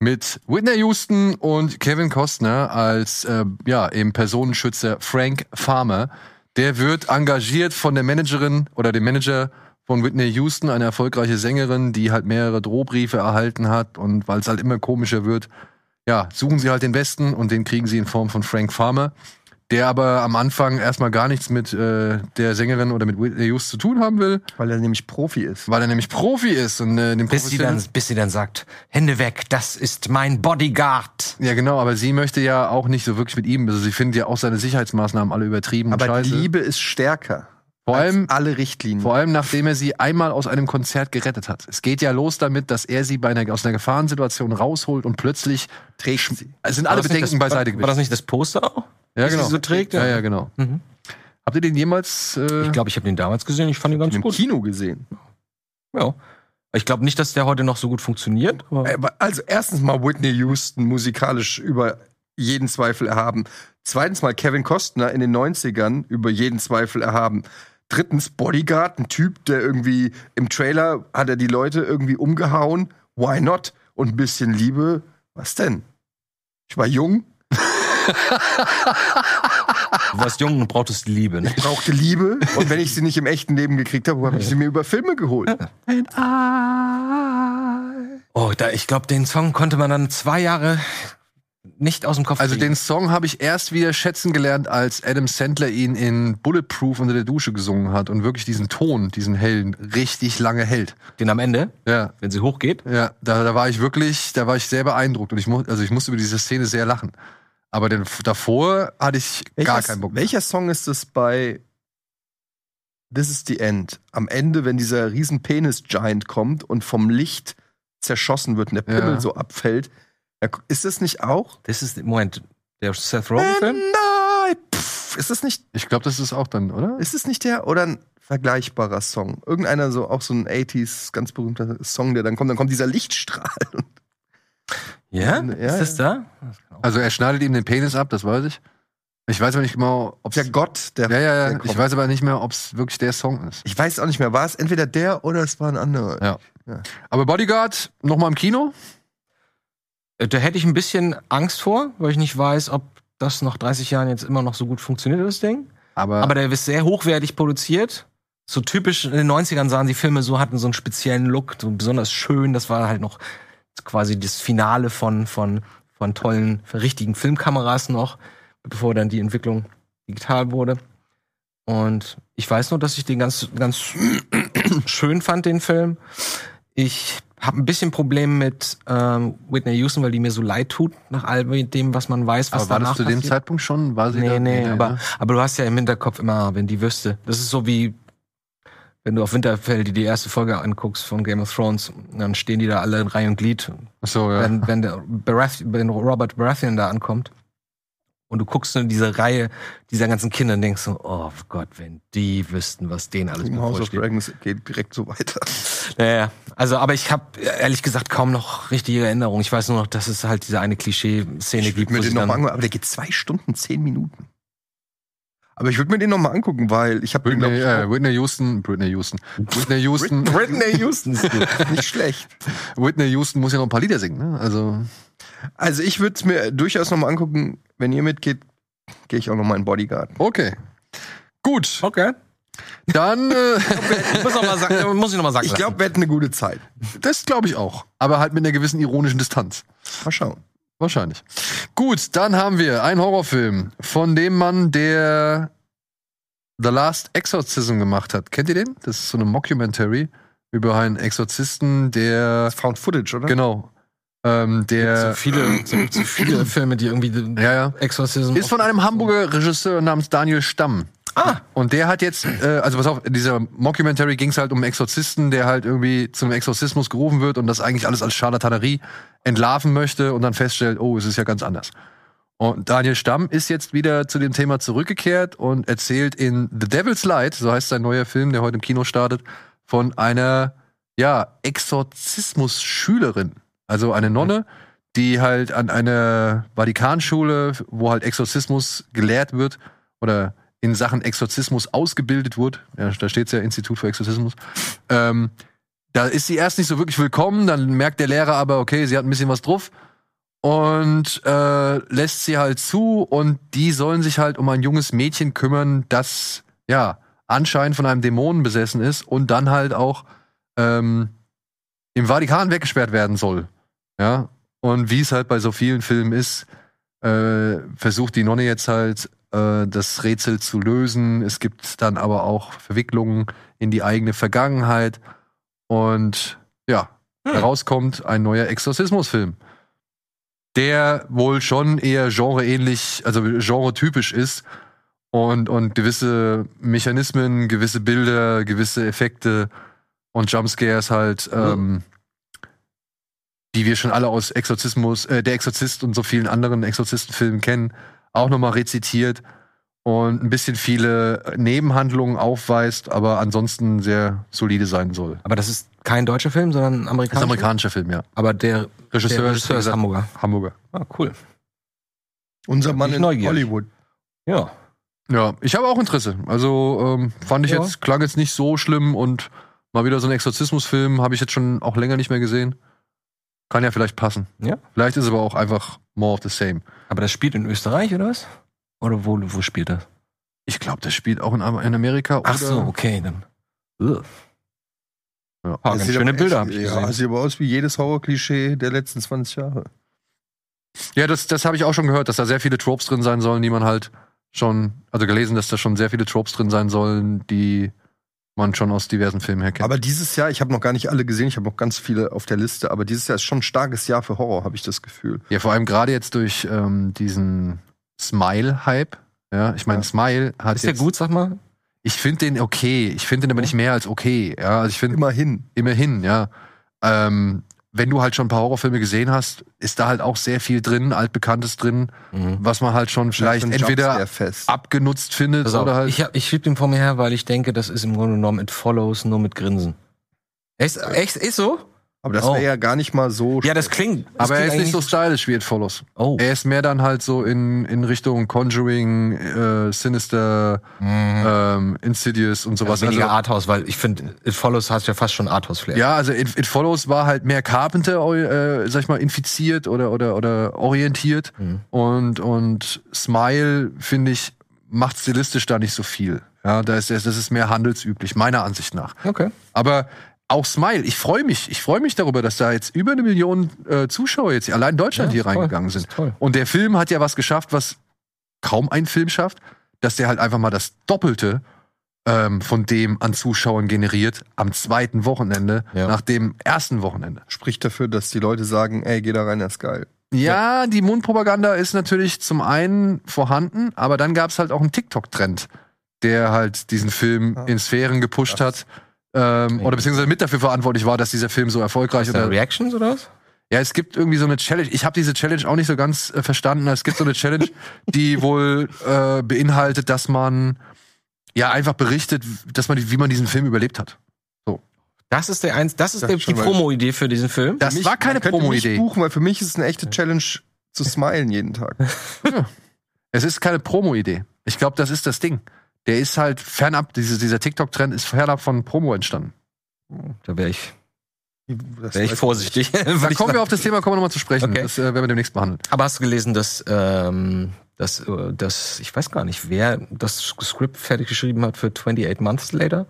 Speaker 1: Mit Whitney Houston und Kevin Costner als äh, ja, eben Personenschützer Frank Farmer. Der wird engagiert von der Managerin oder dem Manager von Whitney Houston, eine erfolgreiche Sängerin, die halt mehrere Drohbriefe erhalten hat und weil es halt immer komischer wird, ja, suchen sie halt den Besten und den kriegen sie in Form von Frank Farmer, der aber am Anfang erstmal gar nichts mit äh, der Sängerin oder mit Whitney Houston zu tun haben will,
Speaker 3: Weil er nämlich Profi ist.
Speaker 1: weil er nämlich Profi ist und äh, den
Speaker 2: Bis sie, dann, bis sie dann sagt, Hände weg, das ist mein Bodyguard.
Speaker 1: Ja, genau, aber sie möchte ja auch nicht so wirklich mit ihm, also sie findet ja auch seine Sicherheitsmaßnahmen alle übertrieben
Speaker 3: Aber
Speaker 1: und scheiße.
Speaker 3: Liebe ist stärker.
Speaker 1: Vor allem-
Speaker 3: als alle Richtlinien.
Speaker 1: Vor allem, nachdem er sie einmal aus einem Konzert gerettet hat. Es geht ja los damit, dass er sie bei einer, aus einer Gefahrensituation rausholt und plötzlich
Speaker 3: trägt sie.
Speaker 1: Es sind alle
Speaker 2: das nicht
Speaker 1: Bedenken
Speaker 2: das,
Speaker 1: beiseite
Speaker 2: war, war das
Speaker 1: gewischt.
Speaker 2: nicht das Poster auch?
Speaker 1: Ja,
Speaker 2: das sie so trägt, ja.
Speaker 1: ja, ja, genau. Habt ihr den jemals? Äh,
Speaker 2: Ich glaube, ich habe den damals gesehen, ich fand ihn ganz
Speaker 3: Im
Speaker 2: gut.
Speaker 3: Kino gesehen.
Speaker 2: Ja. Ich glaube nicht, dass der heute noch so gut funktioniert. Aber
Speaker 3: Aber Also erstens mal Whitney Houston musikalisch über jeden Zweifel erhaben. Zweitens mal Kevin Costner in den 90ern über jeden Zweifel erhaben. Drittens Bodyguard, ein Typ, der irgendwie im Trailer hat er die Leute irgendwie umgehauen. Why not? Und ein bisschen Liebe. Was denn? Ich war jung,
Speaker 2: du warst jung und brauchtest Liebe. Ne?
Speaker 3: brauchte Liebe und wenn ich sie nicht im echten Leben gekriegt habe, habe ich sie mir über Filme geholt.
Speaker 2: Oh, da, ich glaube, den Song konnte man dann zwei Jahre nicht aus dem Kopf
Speaker 1: also
Speaker 2: kriegen.
Speaker 1: den Song habe ich erst wieder schätzen gelernt, als Adam Sandler ihn in Bulletproof unter der Dusche gesungen hat und wirklich diesen Ton, diesen hellen, richtig lange hält.
Speaker 2: den am Ende,
Speaker 1: Ja,
Speaker 2: wenn sie hochgeht.
Speaker 1: ja, da, da war ich wirklich, da war ich sehr beeindruckt und ich muss, also ich musste über diese Szene sehr lachen. Aber den, davor hatte ich gar keinen Bock.
Speaker 3: Welcher Song ist es bei This is the End? Am Ende, wenn dieser riesen Penis-Giant kommt und vom Licht zerschossen wird und der
Speaker 1: Ja.
Speaker 3: Pimmel so abfällt. Ja, gu- Ist das nicht auch?
Speaker 2: Das ist, Moment, der Seth Rogen-Film?
Speaker 3: Nein! Pff, ist das nicht,
Speaker 1: Ich glaube, das ist auch dann, oder?
Speaker 3: ist das nicht der oder ein vergleichbarer Song? Irgendeiner so, auch so ein 80s, ganz berühmter Song, der dann kommt, dann kommt dieser Lichtstrahl.
Speaker 2: Ja?
Speaker 3: Ja,
Speaker 2: Ist das da?
Speaker 1: Also er schneidet ihm den Penis ab, das weiß ich. Ich weiß aber nicht genau, ob
Speaker 3: Der Gott, der.
Speaker 1: Ja, ja,
Speaker 3: der
Speaker 1: ja.
Speaker 3: kommt.
Speaker 1: Ich weiß aber nicht mehr, ob es wirklich der Song ist.
Speaker 3: ich weiß auch nicht mehr, war es entweder der oder es war ein anderer.
Speaker 1: Ja. Aber Bodyguard, nochmal im Kino?
Speaker 2: Äh, Da hätte ich ein bisschen Angst vor, weil ich nicht weiß, ob das nach 30 Jahren jetzt immer noch so gut funktioniert, das Ding.
Speaker 1: Aber,
Speaker 2: Aber der ist sehr hochwertig produziert. So typisch in den 90ern sahen die Filme so, hatten so einen speziellen Look, so besonders schön. Das war halt noch quasi das Finale von, von, von tollen, richtigen Filmkameras noch, bevor dann die Entwicklung digital wurde. Und ich weiß nur, dass ich den ganz, ganz [coughs] schön fand, den Film. Ich habe ein bisschen Problem mit ähm, Whitney Houston, weil die mir so leid tut, nach all dem, was man weiß, was
Speaker 1: aber war das
Speaker 2: danach
Speaker 1: zu dem
Speaker 2: passiert.
Speaker 1: Zeitpunkt schon? War sie
Speaker 2: Nee,
Speaker 1: da?
Speaker 2: nee, aber,
Speaker 1: ne?
Speaker 2: aber du hast ja im Hinterkopf immer, wenn die wüsste. Das ist so wie, wenn du auf Winterfell die, die erste Folge anguckst von Game of Thrones, dann stehen die da alle in Reihe und Glied.
Speaker 1: Ach so, ja.
Speaker 2: Wenn, wenn, der Barath wenn Robert Baratheon da ankommt und du guckst in diese Reihe dieser ganzen Kinder und denkst so, oh Gott, wenn die wüssten, was denen alles
Speaker 3: Im House of
Speaker 2: bevorsteht.
Speaker 3: Dragons geht direkt so weiter.
Speaker 2: Ja, ja. Also, aber ich habe ehrlich gesagt kaum noch richtige Erinnerungen. Ich weiß nur noch, dass es halt diese eine Klischee-Szene
Speaker 3: Ich
Speaker 2: gibt.
Speaker 3: würde mir
Speaker 2: wo
Speaker 3: den
Speaker 2: sie dann-
Speaker 3: nochmal angucken, aber der geht zwei Stunden, zehn Minuten. Aber ich würde mir den nochmal angucken, weil ich habe den,
Speaker 1: Whitney,
Speaker 3: glaube ich,
Speaker 1: äh, Whitney Houston, Whitney Houston. Whitney Houston,
Speaker 3: auch- Whitney Houston ist gut. [laughs] nicht schlecht.
Speaker 1: Whitney Houston muss ja noch ein paar Lieder singen, ne? Also,
Speaker 3: Also ich würde es mir durchaus nochmal angucken, wenn ihr mitgeht, gehe ich auch nochmal in Bodyguard.
Speaker 1: okay. Gut.
Speaker 2: Okay.
Speaker 1: Dann, äh, [laughs]
Speaker 2: Muss, noch mal
Speaker 3: [laughs]
Speaker 2: sagen, muss ich nochmal sagen.
Speaker 3: Ich glaube, wir hätten eine gute Zeit.
Speaker 1: das glaube ich auch. Aber halt mit einer gewissen ironischen Distanz.
Speaker 3: Mal schauen.
Speaker 1: Wahrscheinlich. Gut, dann haben wir einen Horrorfilm von dem Mann, der The Last Exorcism gemacht hat. Kennt ihr den? Das ist so eine Mockumentary über einen Exorzisten, der.
Speaker 3: Das ist Found Footage, oder?
Speaker 1: Genau. Ähm,
Speaker 2: so
Speaker 1: der.
Speaker 2: viele, so, so [clears throat] viele Filme, die irgendwie
Speaker 1: Ja, ja.
Speaker 2: Exorcism.
Speaker 1: Ist von einem Hamburger Regisseur namens Daniel Stamm.
Speaker 2: Ah.
Speaker 1: Und der hat jetzt, äh, also pass auf, in dieser Mockumentary ging es halt um einen Exorzisten, der halt irgendwie zum Exorzismus gerufen wird und das eigentlich alles als Scharlatanerie entlarven möchte und dann feststellt, oh, es ist ja ganz anders. Und Daniel Stamm ist jetzt wieder zu dem Thema zurückgekehrt und erzählt in The Devil's Light, so heißt sein neuer Film, der heute im Kino startet, von einer, ja, Exorzismus-Schülerin. Also eine Nonne, die halt an einer Vatikanschule, wo halt Exorzismus gelehrt wird oder in Sachen Exorzismus ausgebildet wird, ja, da steht ja Institut für Exorzismus, ähm, da ist sie erst nicht so wirklich willkommen, dann merkt der Lehrer aber, okay, sie hat ein bisschen was drauf und äh, lässt sie halt zu und die sollen sich halt um ein junges Mädchen kümmern, das ja anscheinend von einem Dämonen besessen ist und dann halt auch ähm, im Vatikan weggesperrt werden soll. Ja, und wie es halt bei so vielen Filmen ist, äh, versucht die Nonne jetzt halt äh, das Rätsel zu lösen. Es gibt dann aber auch Verwicklungen in die eigene Vergangenheit und ja, heraus kommt ein neuer Exorzismusfilm, der wohl schon eher genreähnlich, also genretypisch ist und, und gewisse Mechanismen, gewisse Bilder, gewisse Effekte und Jumpscares halt, ähm, die wir schon alle aus Exorzismus, äh, der Exorzist und so vielen anderen Exorzistenfilmen kennen, auch nochmal rezitiert und ein bisschen viele Nebenhandlungen aufweist, aber ansonsten sehr solide sein soll.
Speaker 2: Aber das ist kein deutscher Film, sondern ein
Speaker 1: Das ist
Speaker 2: amerikanischer.
Speaker 1: ein amerikanischer Film, ja.
Speaker 2: Aber der
Speaker 1: Regisseur,
Speaker 2: der
Speaker 1: wie
Speaker 2: Regisseur ist
Speaker 1: gesagt,
Speaker 2: Hamburger.
Speaker 1: Hamburger.
Speaker 2: Ah, cool.
Speaker 3: Unser
Speaker 2: Bin
Speaker 3: Mann
Speaker 2: ich
Speaker 3: in
Speaker 2: neugierig.
Speaker 3: Hollywood.
Speaker 2: Ja.
Speaker 1: Ja, ich habe auch Interesse. Also ähm, fand ich
Speaker 2: Ja.
Speaker 1: jetzt, klang jetzt nicht so schlimm und mal wieder so ein Exorzismusfilm habe ich jetzt schon auch länger nicht mehr gesehen. Kann ja vielleicht passen.
Speaker 2: Ja.
Speaker 1: Vielleicht ist aber auch einfach more of the same.
Speaker 2: Aber das spielt in Österreich, oder was? Oder wo, wo spielt das?
Speaker 1: Ich glaube, das spielt auch in, Am- in Amerika.
Speaker 2: Ach
Speaker 1: oder-
Speaker 2: so, okay, dann. Ugh.
Speaker 1: Ja.
Speaker 2: Ah,
Speaker 3: Das
Speaker 2: ganz
Speaker 3: sieht
Speaker 2: schöne
Speaker 3: aber
Speaker 2: Bilder
Speaker 3: echt-
Speaker 2: habe ich
Speaker 3: ja,
Speaker 2: gesehen.
Speaker 3: sieht aber aus wie jedes Horror-Klischee der letzten 20 Jahre.
Speaker 1: Ja, das, das habe ich auch schon gehört, dass da sehr viele Tropes drin sein sollen, die man halt schon, also gelesen, dass da schon sehr viele Tropes drin sein sollen, die man schon aus diversen Filmen her kennt.
Speaker 3: Aber dieses Jahr, ich habe noch gar nicht alle gesehen, ich habe noch ganz viele auf der Liste, aber dieses Jahr ist schon ein starkes Jahr für Horror, habe ich das Gefühl.
Speaker 1: Ja, vor allem gerade jetzt durch ähm, diesen Smile-Hype. Ja, ich meine,
Speaker 3: Ja.
Speaker 1: Smile hat
Speaker 2: Ist der
Speaker 1: jetzt,
Speaker 2: gut, sag mal?
Speaker 1: Ich finde den okay. Ich finde den aber nicht mehr als okay. Ja, also ich finde
Speaker 3: Immerhin.
Speaker 1: immerhin, ja. Ähm, wenn du halt schon ein paar Horrorfilme gesehen hast, ist da halt auch sehr viel drin, altbekanntes drin,
Speaker 2: Mhm.
Speaker 1: was man halt schon vielleicht
Speaker 3: Ein Jumpscare
Speaker 1: entweder
Speaker 3: fest.
Speaker 1: abgenutzt findet
Speaker 2: Pass auf,
Speaker 1: oder halt.
Speaker 2: Ich, hab- ich schieb den vor mir her, weil ich denke, das ist im Grunde genommen It Follows nur mit Grinsen. Echt, echt ist so?
Speaker 3: Aber das
Speaker 2: Oh.
Speaker 3: wäre ja gar nicht mal so.
Speaker 2: Ja, das klingt. Das
Speaker 1: aber er
Speaker 2: klingt
Speaker 1: ist nicht so
Speaker 2: eigentlich-
Speaker 1: stylisch wie It Follows.
Speaker 2: Oh.
Speaker 1: Er ist mehr dann halt so in, in Richtung Conjuring, äh, Sinister, ähm, Insidious und sowas.
Speaker 2: Mhm. Also weniger Arthouse, weil ich finde, It Follows hat ja fast schon Arthouse-Flair.
Speaker 1: Ja, also It, It Follows war halt mehr Carpenter, äh, sag ich mal, infiziert oder, oder, oder orientiert.
Speaker 2: Mhm.
Speaker 1: Und, und Smile, finde ich, macht stilistisch da nicht so viel. Ja, da ist, das ist mehr handelsüblich, meiner Ansicht nach.
Speaker 2: Okay.
Speaker 1: Aber auch Smile, ich freue mich, ich freue mich darüber, dass da jetzt über eine Million äh, Zuschauer jetzt allein in Deutschland
Speaker 2: Ja,
Speaker 1: hier
Speaker 2: toll.
Speaker 1: reingegangen sind.
Speaker 2: Ist toll.
Speaker 1: Und der Film hat ja was geschafft, was kaum ein Film schafft, dass der halt einfach mal das Doppelte ähm, von dem an Zuschauern generiert am zweiten Wochenende
Speaker 2: Ja.
Speaker 1: nach dem ersten Wochenende.
Speaker 3: spricht dafür, dass die Leute sagen, ey, geh da rein, das ist geil.
Speaker 1: Ja, die Mundpropaganda ist natürlich zum einen vorhanden, aber dann gab es halt auch einen TikTok-Trend, der halt diesen Film
Speaker 3: Ah.
Speaker 1: in Sphären gepusht hat. Ähm, oder beziehungsweise mit dafür verantwortlich war, dass dieser Film so erfolgreich
Speaker 2: Ist da
Speaker 1: oder
Speaker 2: Reactions oder was?
Speaker 1: Ja, es gibt irgendwie so eine Challenge. Ich habe diese Challenge auch nicht so ganz äh, verstanden. Es gibt so eine Challenge,
Speaker 3: [laughs]
Speaker 1: die wohl äh, beinhaltet, dass man ja einfach berichtet, dass man, die- wie man diesen Film überlebt hat.
Speaker 2: Das ist der eins, das ist
Speaker 3: Das
Speaker 2: der,
Speaker 3: ist
Speaker 2: die
Speaker 3: schon mal-
Speaker 2: Promo-Idee für diesen Film.
Speaker 1: Das
Speaker 3: Mich-
Speaker 1: war keine
Speaker 3: man könnte
Speaker 1: Promo-Idee.
Speaker 3: Mich buchen, weil für mich ist es eine echte Challenge
Speaker 1: [laughs]
Speaker 3: zu smilen jeden Tag.
Speaker 1: Es ist keine Promo-Idee. Ich glaube, das ist das Ding. Der ist halt fernab, diese, dieser TikTok-Trend ist fernab von Promo entstanden.
Speaker 2: Da wäre ich,
Speaker 3: Das
Speaker 2: wär ich [laughs]
Speaker 3: weiß-
Speaker 2: vorsichtig. würd
Speaker 1: Dann
Speaker 2: ich
Speaker 1: kommen
Speaker 2: sagen.
Speaker 1: wir auf das Thema, kommen wir nochmal zu sprechen.
Speaker 2: Okay.
Speaker 1: Das äh, werden wir demnächst behandeln.
Speaker 2: Aber hast du gelesen, dass ähm, dass, äh, dass ich weiß gar nicht, wer das Skript fertig geschrieben hat für 28 Months Later.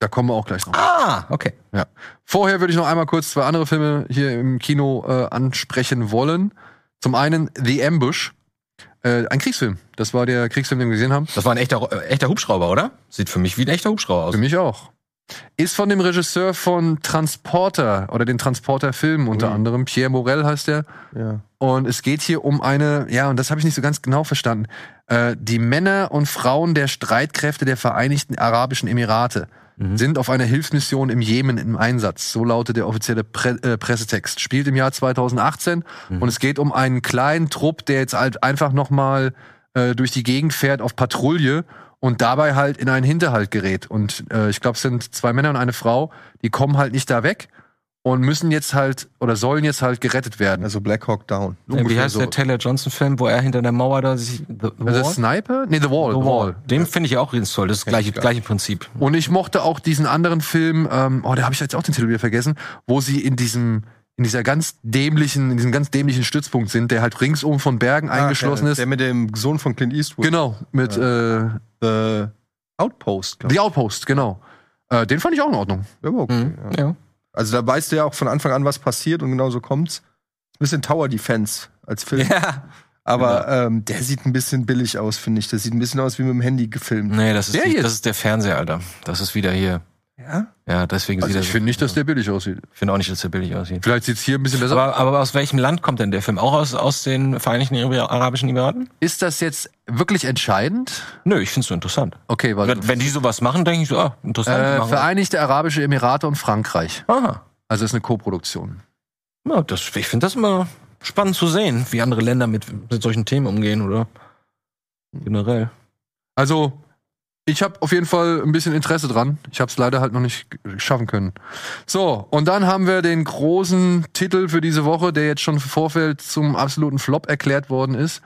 Speaker 1: Da kommen wir auch gleich noch.
Speaker 2: Ah, okay.
Speaker 1: Ja. Vorher würde ich noch einmal kurz zwei andere Filme hier im Kino äh, ansprechen wollen. Zum einen The Ambush. Äh, ein Kriegsfilm. Das war der Kriegsfilm, den wir gesehen haben.
Speaker 2: Das war ein echter, äh, echter Hubschrauber, oder? Sieht für mich wie ein echter Hubschrauber aus.
Speaker 1: Für mich auch. Ist von dem Regisseur von Transporter oder den Transporter-Filmen unter anderem. Pierre Morel heißt er.
Speaker 3: Ja.
Speaker 1: Und es geht hier um eine, ja, und das habe ich nicht so ganz genau verstanden, äh, die Männer und Frauen der Streitkräfte der Vereinigten Arabischen Emirate
Speaker 2: Mhm.
Speaker 1: sind auf einer Hilfsmission im Jemen im Einsatz. So lautet der offizielle Pre äh, Pressetext. Spielt im Jahr 2018
Speaker 2: Mhm.
Speaker 1: und es geht um einen kleinen Trupp, der jetzt halt einfach nochmal äh, durch die Gegend fährt auf Patrouille und dabei halt in einen Hinterhalt gerät. Und äh, ich glaube, es sind zwei Männer und eine Frau, die kommen halt nicht da weg und müssen jetzt halt oder sollen jetzt halt gerettet werden.
Speaker 3: Also Black Hawk Down.
Speaker 2: Äh, Wie
Speaker 1: ungefähr
Speaker 2: heißt
Speaker 1: so.
Speaker 2: der Taylor Johnson Film, wo er hinter der Mauer da sich The, the
Speaker 1: Also Sniper? Nee, The Wall. The Wall.
Speaker 2: Den finde ich auch ganz toll. Das ist gleiche, gleiche Prinzip.
Speaker 1: Und ich mochte auch diesen anderen Film, ähm, oh, da habe ich jetzt auch den Titel wieder vergessen, wo sie in diesem, in dieser ganz dämlichen, in diesem ganz dämlichen Stützpunkt sind, der halt ringsum von Bergen eingeschlossen
Speaker 3: Ah, der,
Speaker 1: ist.
Speaker 3: Der mit dem Sohn von Clint Eastwood.
Speaker 1: Genau, mit äh,
Speaker 3: The Outpost, glaub
Speaker 1: The Outpost, genau. Äh, den fand ich auch in Ordnung.
Speaker 3: ich. Ja, war okay,
Speaker 1: Mhm.
Speaker 3: ja.
Speaker 2: Ja.
Speaker 3: Also da weißt du ja auch von Anfang an, was passiert und genau so kommt's. Ein bisschen Tower Defense als Film.
Speaker 2: ja.
Speaker 3: Aber
Speaker 1: Genau.
Speaker 3: ähm, der sieht ein bisschen billig aus, finde ich. Der sieht ein bisschen aus wie mit dem Handy gefilmt.
Speaker 2: Nee, das ist,
Speaker 1: Der
Speaker 2: die-
Speaker 1: hier?
Speaker 2: das ist der Fernseher, Alter. Das ist wieder hier.
Speaker 3: Ja?
Speaker 2: Ja, deswegen
Speaker 1: Also
Speaker 2: sieht
Speaker 1: ich
Speaker 2: das.
Speaker 1: finde nicht, dass der billig aussieht.
Speaker 2: Ich finde auch nicht, dass der billig aussieht.
Speaker 1: Vielleicht sieht's hier ein bisschen besser aus.
Speaker 2: Aber, aber aus welchem Land kommt denn der Film? Auch aus, aus den Vereinigten Arabischen Emiraten?
Speaker 1: Ist das jetzt wirklich entscheidend?
Speaker 2: Nö, ich finde es nur interessant.
Speaker 1: Okay, warte.
Speaker 2: Wenn, wenn die sowas machen, denke ich so, ah, interessant. die
Speaker 1: Äh,
Speaker 2: machen das.
Speaker 1: Vereinigte Arabische Emirate und Frankreich.
Speaker 2: Aha.
Speaker 1: Also ist eine Koproduktion.
Speaker 2: Ja, das, ich finde das immer spannend zu sehen, wie andere Länder mit, mit solchen Themen umgehen oder generell.
Speaker 1: Also, ich habe auf jeden Fall ein bisschen Interesse dran. Ich habe es leider halt noch nicht g- schaffen können. So, und dann haben wir den großen Titel für diese Woche, der jetzt schon im Vorfeld zum absoluten Flop erklärt worden ist.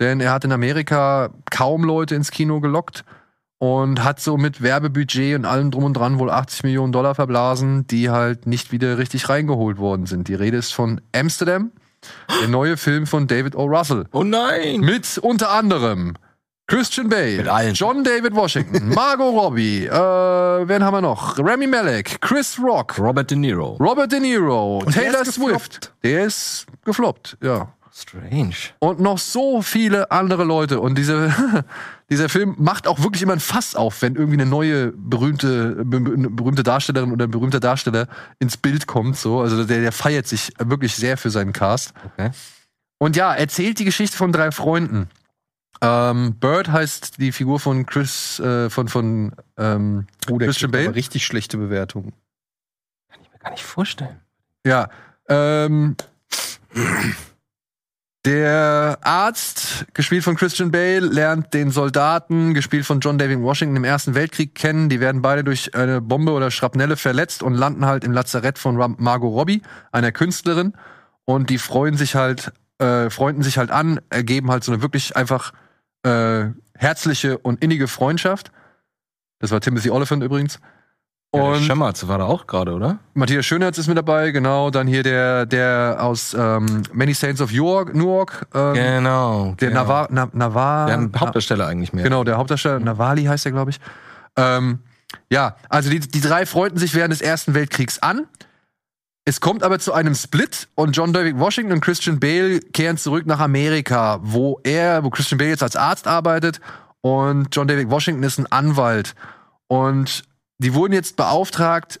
Speaker 1: Denn er hat in Amerika kaum Leute ins Kino gelockt und hat so mit Werbebudget und allem drum und dran wohl 80 Millionen Dollar verblasen, die halt nicht wieder richtig reingeholt worden sind. Die Rede ist von Amsterdam, der neue Film von David O. Russell.
Speaker 2: Oh nein!
Speaker 1: Mit unter anderem Christian Bale,
Speaker 2: Mit allen.
Speaker 1: John David
Speaker 2: [laughs]
Speaker 1: Washington, Margot Robbie, äh, wen haben wir noch? Rami Malek, Chris Rock,
Speaker 2: Robert De Niro.
Speaker 1: Robert De Niro, Taylor
Speaker 3: ist
Speaker 1: Swift. Der ist gefloppt, ja.
Speaker 2: Strange.
Speaker 1: Und noch so viele andere Leute. Und diese, [laughs] dieser Film macht auch wirklich immer ein Fass auf, wenn irgendwie eine neue berühmte, be- be- berühmte Darstellerin oder ein berühmter Darsteller ins Bild kommt. So. Also der, der feiert sich wirklich sehr für seinen Cast.
Speaker 2: Okay.
Speaker 1: Und ja, erzählt die Geschichte von drei Freunden. Ähm, Bird heißt die Figur von Chris, äh, von, von ähm,
Speaker 3: Oh, der
Speaker 1: Christian
Speaker 3: kriegt aber
Speaker 1: Bale?
Speaker 3: richtig schlechte Bewertungen.
Speaker 2: Kann ich mir gar nicht vorstellen.
Speaker 1: Ja. Ähm, der Arzt, gespielt von Christian Bale, lernt den Soldaten, gespielt von John David Washington, im Ersten Weltkrieg kennen. Die werden beide durch eine Bombe oder Schrapnelle verletzt und landen halt im Lazarett von Ram- Margot Robbie, einer Künstlerin. Und die freuen sich halt, äh, freunden sich halt an, ergeben halt so eine wirklich einfach äh, herzliche und innige Freundschaft. Das war Timothy Oliphant übrigens.
Speaker 2: Und Schemmerz war da auch gerade, oder?
Speaker 1: Matthias Schönherz ist mit dabei, genau. Dann hier der, der aus ähm, Many Saints of York, Newark, ähm,
Speaker 2: Genau.
Speaker 1: der
Speaker 2: genau.
Speaker 1: Navar, Na, Navar,
Speaker 2: Wir haben Hauptdarsteller Mhm. eigentlich mehr.
Speaker 1: Ah, genau, der Hauptdarsteller, Nawali heißt er, glaube ich. Ähm, ja, also die, die drei freunden sich während des Ersten Weltkriegs an. Es kommt aber zu einem Split und John David Washington und Christian Bale kehren zurück nach Amerika, wo er, wo Christian Bale jetzt als Arzt arbeitet und John David Washington ist ein Anwalt. Und die wurden jetzt beauftragt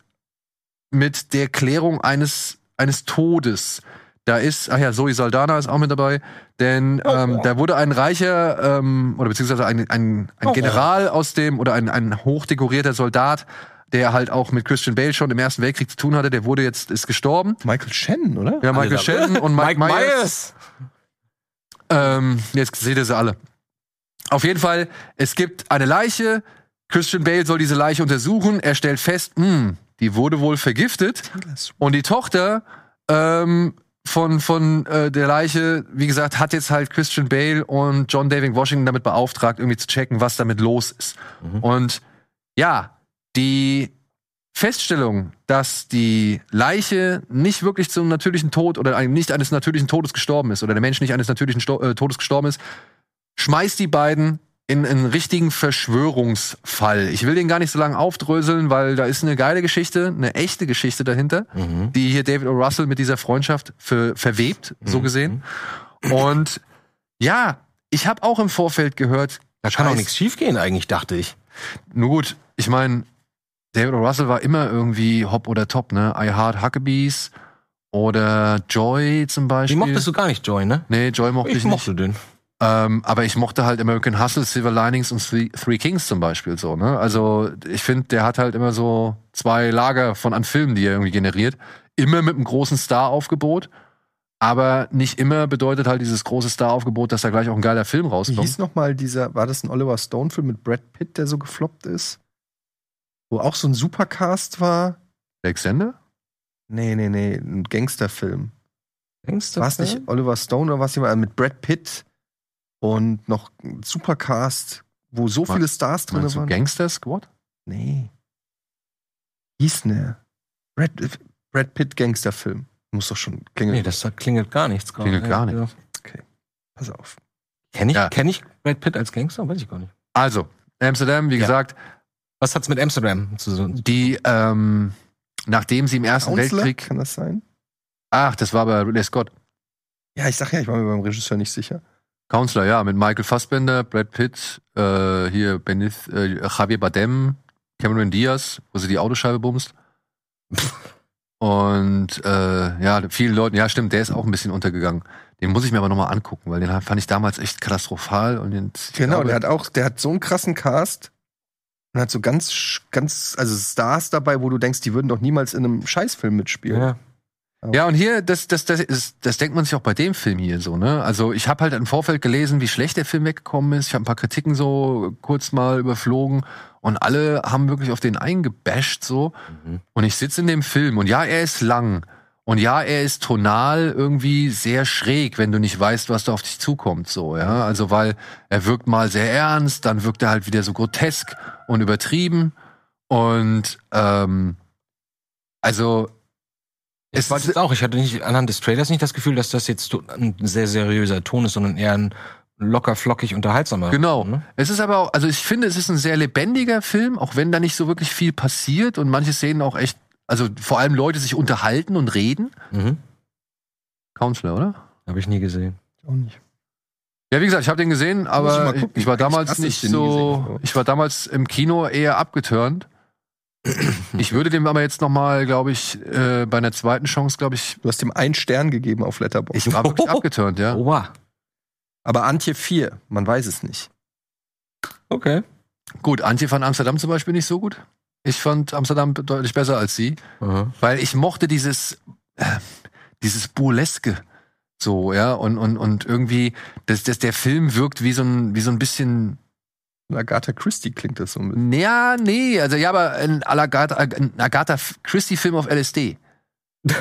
Speaker 1: mit der Klärung eines, eines Todes. Da ist, ach ja, Zoe Saldana ist auch mit dabei, denn ähm, da wurde ein reicher ähm, oder beziehungsweise ein, ein, ein General aus dem oder ein, ein hochdekorierter Soldat, der halt auch mit Christian Bale schon im Ersten Weltkrieg zu tun hatte, der wurde jetzt, ist gestorben.
Speaker 3: Michael Shannon, oder?
Speaker 1: Ja, Michael
Speaker 2: Alter.
Speaker 1: Shannon
Speaker 2: [laughs]
Speaker 1: und Mike,
Speaker 2: Mike
Speaker 1: Myers.
Speaker 2: Myers.
Speaker 1: Ähm, jetzt seht ihr sie alle. Auf jeden Fall, es gibt eine Leiche. Christian Bale soll diese Leiche untersuchen. Er stellt fest, hm, die wurde wohl vergiftet. Und die Tochter ähm, von, von äh, der Leiche, wie gesagt, hat jetzt halt Christian Bale und John David Washington damit beauftragt, irgendwie zu checken, was damit los ist. Und ja, die Feststellung, dass die Leiche nicht wirklich zum natürlichen Tod oder ein- nicht eines natürlichen Todes gestorben ist oder der Mensch nicht eines natürlichen Sto äh, Todes gestorben ist, schmeißt die beiden in einen richtigen Verschwörungsfall. Ich will den gar nicht so lange aufdröseln, weil da ist eine geile Geschichte, eine echte Geschichte dahinter, die hier David O. Russell mit dieser Freundschaft für, verwebt,
Speaker 2: Mhm.
Speaker 1: so gesehen. Und ja, ich habe auch im Vorfeld gehört,
Speaker 2: Da kann auch
Speaker 1: Scheiß.
Speaker 2: nichts schiefgehen eigentlich, dachte ich.
Speaker 1: Nur gut, ich meine, David O. Russell war immer irgendwie hopp oder top, ne? I Heart Huckabees oder Joy zum
Speaker 2: Die
Speaker 1: Beispiel.
Speaker 2: mochtest du gar nicht, Joy, ne?
Speaker 1: Nee, Joy mochte ich, nicht.
Speaker 2: den.
Speaker 1: Ähm, aber ich mochte halt American Hustle, Silver Linings und Three, Three Kings zum Beispiel so, ne? Also ich finde, der hat halt immer so zwei Lager von an Filmen, die er irgendwie generiert. Immer mit einem großen Star-Aufgebot. Aber nicht immer bedeutet halt dieses große Star-Aufgebot, dass da gleich auch ein geiler Film
Speaker 3: Wie
Speaker 1: rauskommt.
Speaker 3: hieß nochmal dieser, war das ein Oliver Stone-Film mit Brad Pitt, der so gefloppt ist? Wo auch so ein Supercast war?
Speaker 1: Alexander?
Speaker 3: Nee, nee, nee, ein Gangsterfilm.
Speaker 2: Denkst du?
Speaker 3: War es nicht Oliver Stone oder was jemand mit Brad Pitt und noch ein Supercast, wo so
Speaker 1: Ma-
Speaker 3: viele Stars drin
Speaker 1: Meinst du
Speaker 3: waren?
Speaker 1: Gangster Squad?
Speaker 3: nee. Hieß ne? Brad, Brad Pitt Gangsterfilm. Muss doch schon klingeln.
Speaker 2: Nee, das klingelt gar nichts. gerade.
Speaker 1: Klingelt gar
Speaker 2: Ja.
Speaker 3: Pass auf.
Speaker 2: Kenn ich,
Speaker 1: Ja.
Speaker 2: kenn ich Brad Pitt als Gangster? Weiß ich gar nicht.
Speaker 1: Also, Amsterdam, wie
Speaker 2: Ja.
Speaker 1: gesagt,
Speaker 2: Was hat's mit Amsterdam zu tun?
Speaker 1: die, ähm, nachdem sie im Ersten
Speaker 3: Counselor?
Speaker 1: Weltkrieg.
Speaker 3: Kann das sein?
Speaker 1: Ach, das war bei Ridley Scott.
Speaker 3: Ja, ich sag ja, ich war mir beim Regisseur nicht sicher.
Speaker 1: Counselor, ja, mit Michael Fassbender, Brad Pitt, äh, hier Benith, äh, Javier Bardem, Cameron Diaz, wo sie die Autoscheibe bumst.
Speaker 3: [laughs]
Speaker 1: Und äh, ja, vielen Leuten, ja stimmt, der ist auch ein bisschen untergegangen. Den muss ich mir aber nochmal angucken, weil den fand ich damals echt katastrophal. Und den, ich
Speaker 3: Genau,
Speaker 1: glaube,
Speaker 3: der hat auch, der hat so einen krassen Cast und hat so ganz, sch- ganz, also Stars dabei, wo du denkst, die würden doch niemals in einem Scheißfilm mitspielen.
Speaker 2: Ja.
Speaker 1: Ja, und hier, das, das, das, ist, das denkt man sich auch bei dem Film hier so, ne? Also ich habe halt im Vorfeld gelesen, wie schlecht der Film weggekommen ist. Ich habe ein paar Kritiken so kurz mal überflogen und alle haben wirklich auf den eingebasht so.
Speaker 2: Mhm.
Speaker 1: Und ich sitze in dem Film und ja, er ist lang. Und ja, er ist tonal irgendwie sehr schräg, wenn du nicht weißt, was da auf dich zukommt, so, ja. Also, weil er wirkt mal sehr ernst, dann wirkt er halt wieder so grotesk und übertrieben. Und, ähm, also,
Speaker 2: Ich wollte jetzt auch, ich hatte nicht anhand des Trailers nicht das Gefühl, dass das jetzt to- ein sehr seriöser Ton ist, sondern eher ein locker, flockig, unterhaltsamer.
Speaker 1: Genau.
Speaker 2: Ne?
Speaker 1: Es ist aber auch, also ich finde, es ist ein sehr lebendiger Film, auch wenn da nicht so wirklich viel passiert und manche Szenen auch echt, also vor allem Leute sich unterhalten und reden.
Speaker 2: Mhm.
Speaker 1: Counselor, oder?
Speaker 2: Habe ich nie gesehen.
Speaker 3: Auch nicht.
Speaker 1: Ja, wie gesagt, ich habe den gesehen,
Speaker 3: ich mal
Speaker 1: aber ich,
Speaker 3: gucken.
Speaker 1: ich war
Speaker 3: Eigentlich
Speaker 1: damals
Speaker 3: hasse
Speaker 1: nicht
Speaker 3: ich den nie gesehen,
Speaker 1: so,
Speaker 3: aber-
Speaker 1: ich war damals im Kino eher abgeturnt. Ich würde dem aber jetzt nochmal, glaube ich, äh, bei einer zweiten Chance, glaube ich,
Speaker 3: Du hast ihm einen Stern gegeben auf Letterboxd.
Speaker 1: ich war
Speaker 2: [laughs]
Speaker 3: [laughs]
Speaker 1: wirklich abgeturnt,
Speaker 3: Oh.
Speaker 1: ja.
Speaker 2: Oha.
Speaker 3: Aber Antje 4, man weiß es nicht.
Speaker 2: Okay.
Speaker 1: Gut, Antje fand Amsterdam zum Beispiel nicht so gut. Ich fand Amsterdam deutlich besser als sie.
Speaker 2: Mhm.
Speaker 1: Weil ich mochte dieses, äh, dieses Burleske. So, ja, und, und, und irgendwie, dass, dass der Film wirkt wie so ein, wie so ein bisschen,
Speaker 3: Und Agatha Christie klingt das so ein bisschen.
Speaker 1: ja, nee, also ja, aber ein à la Agatha, ein Agatha Christie-Film auf LSD.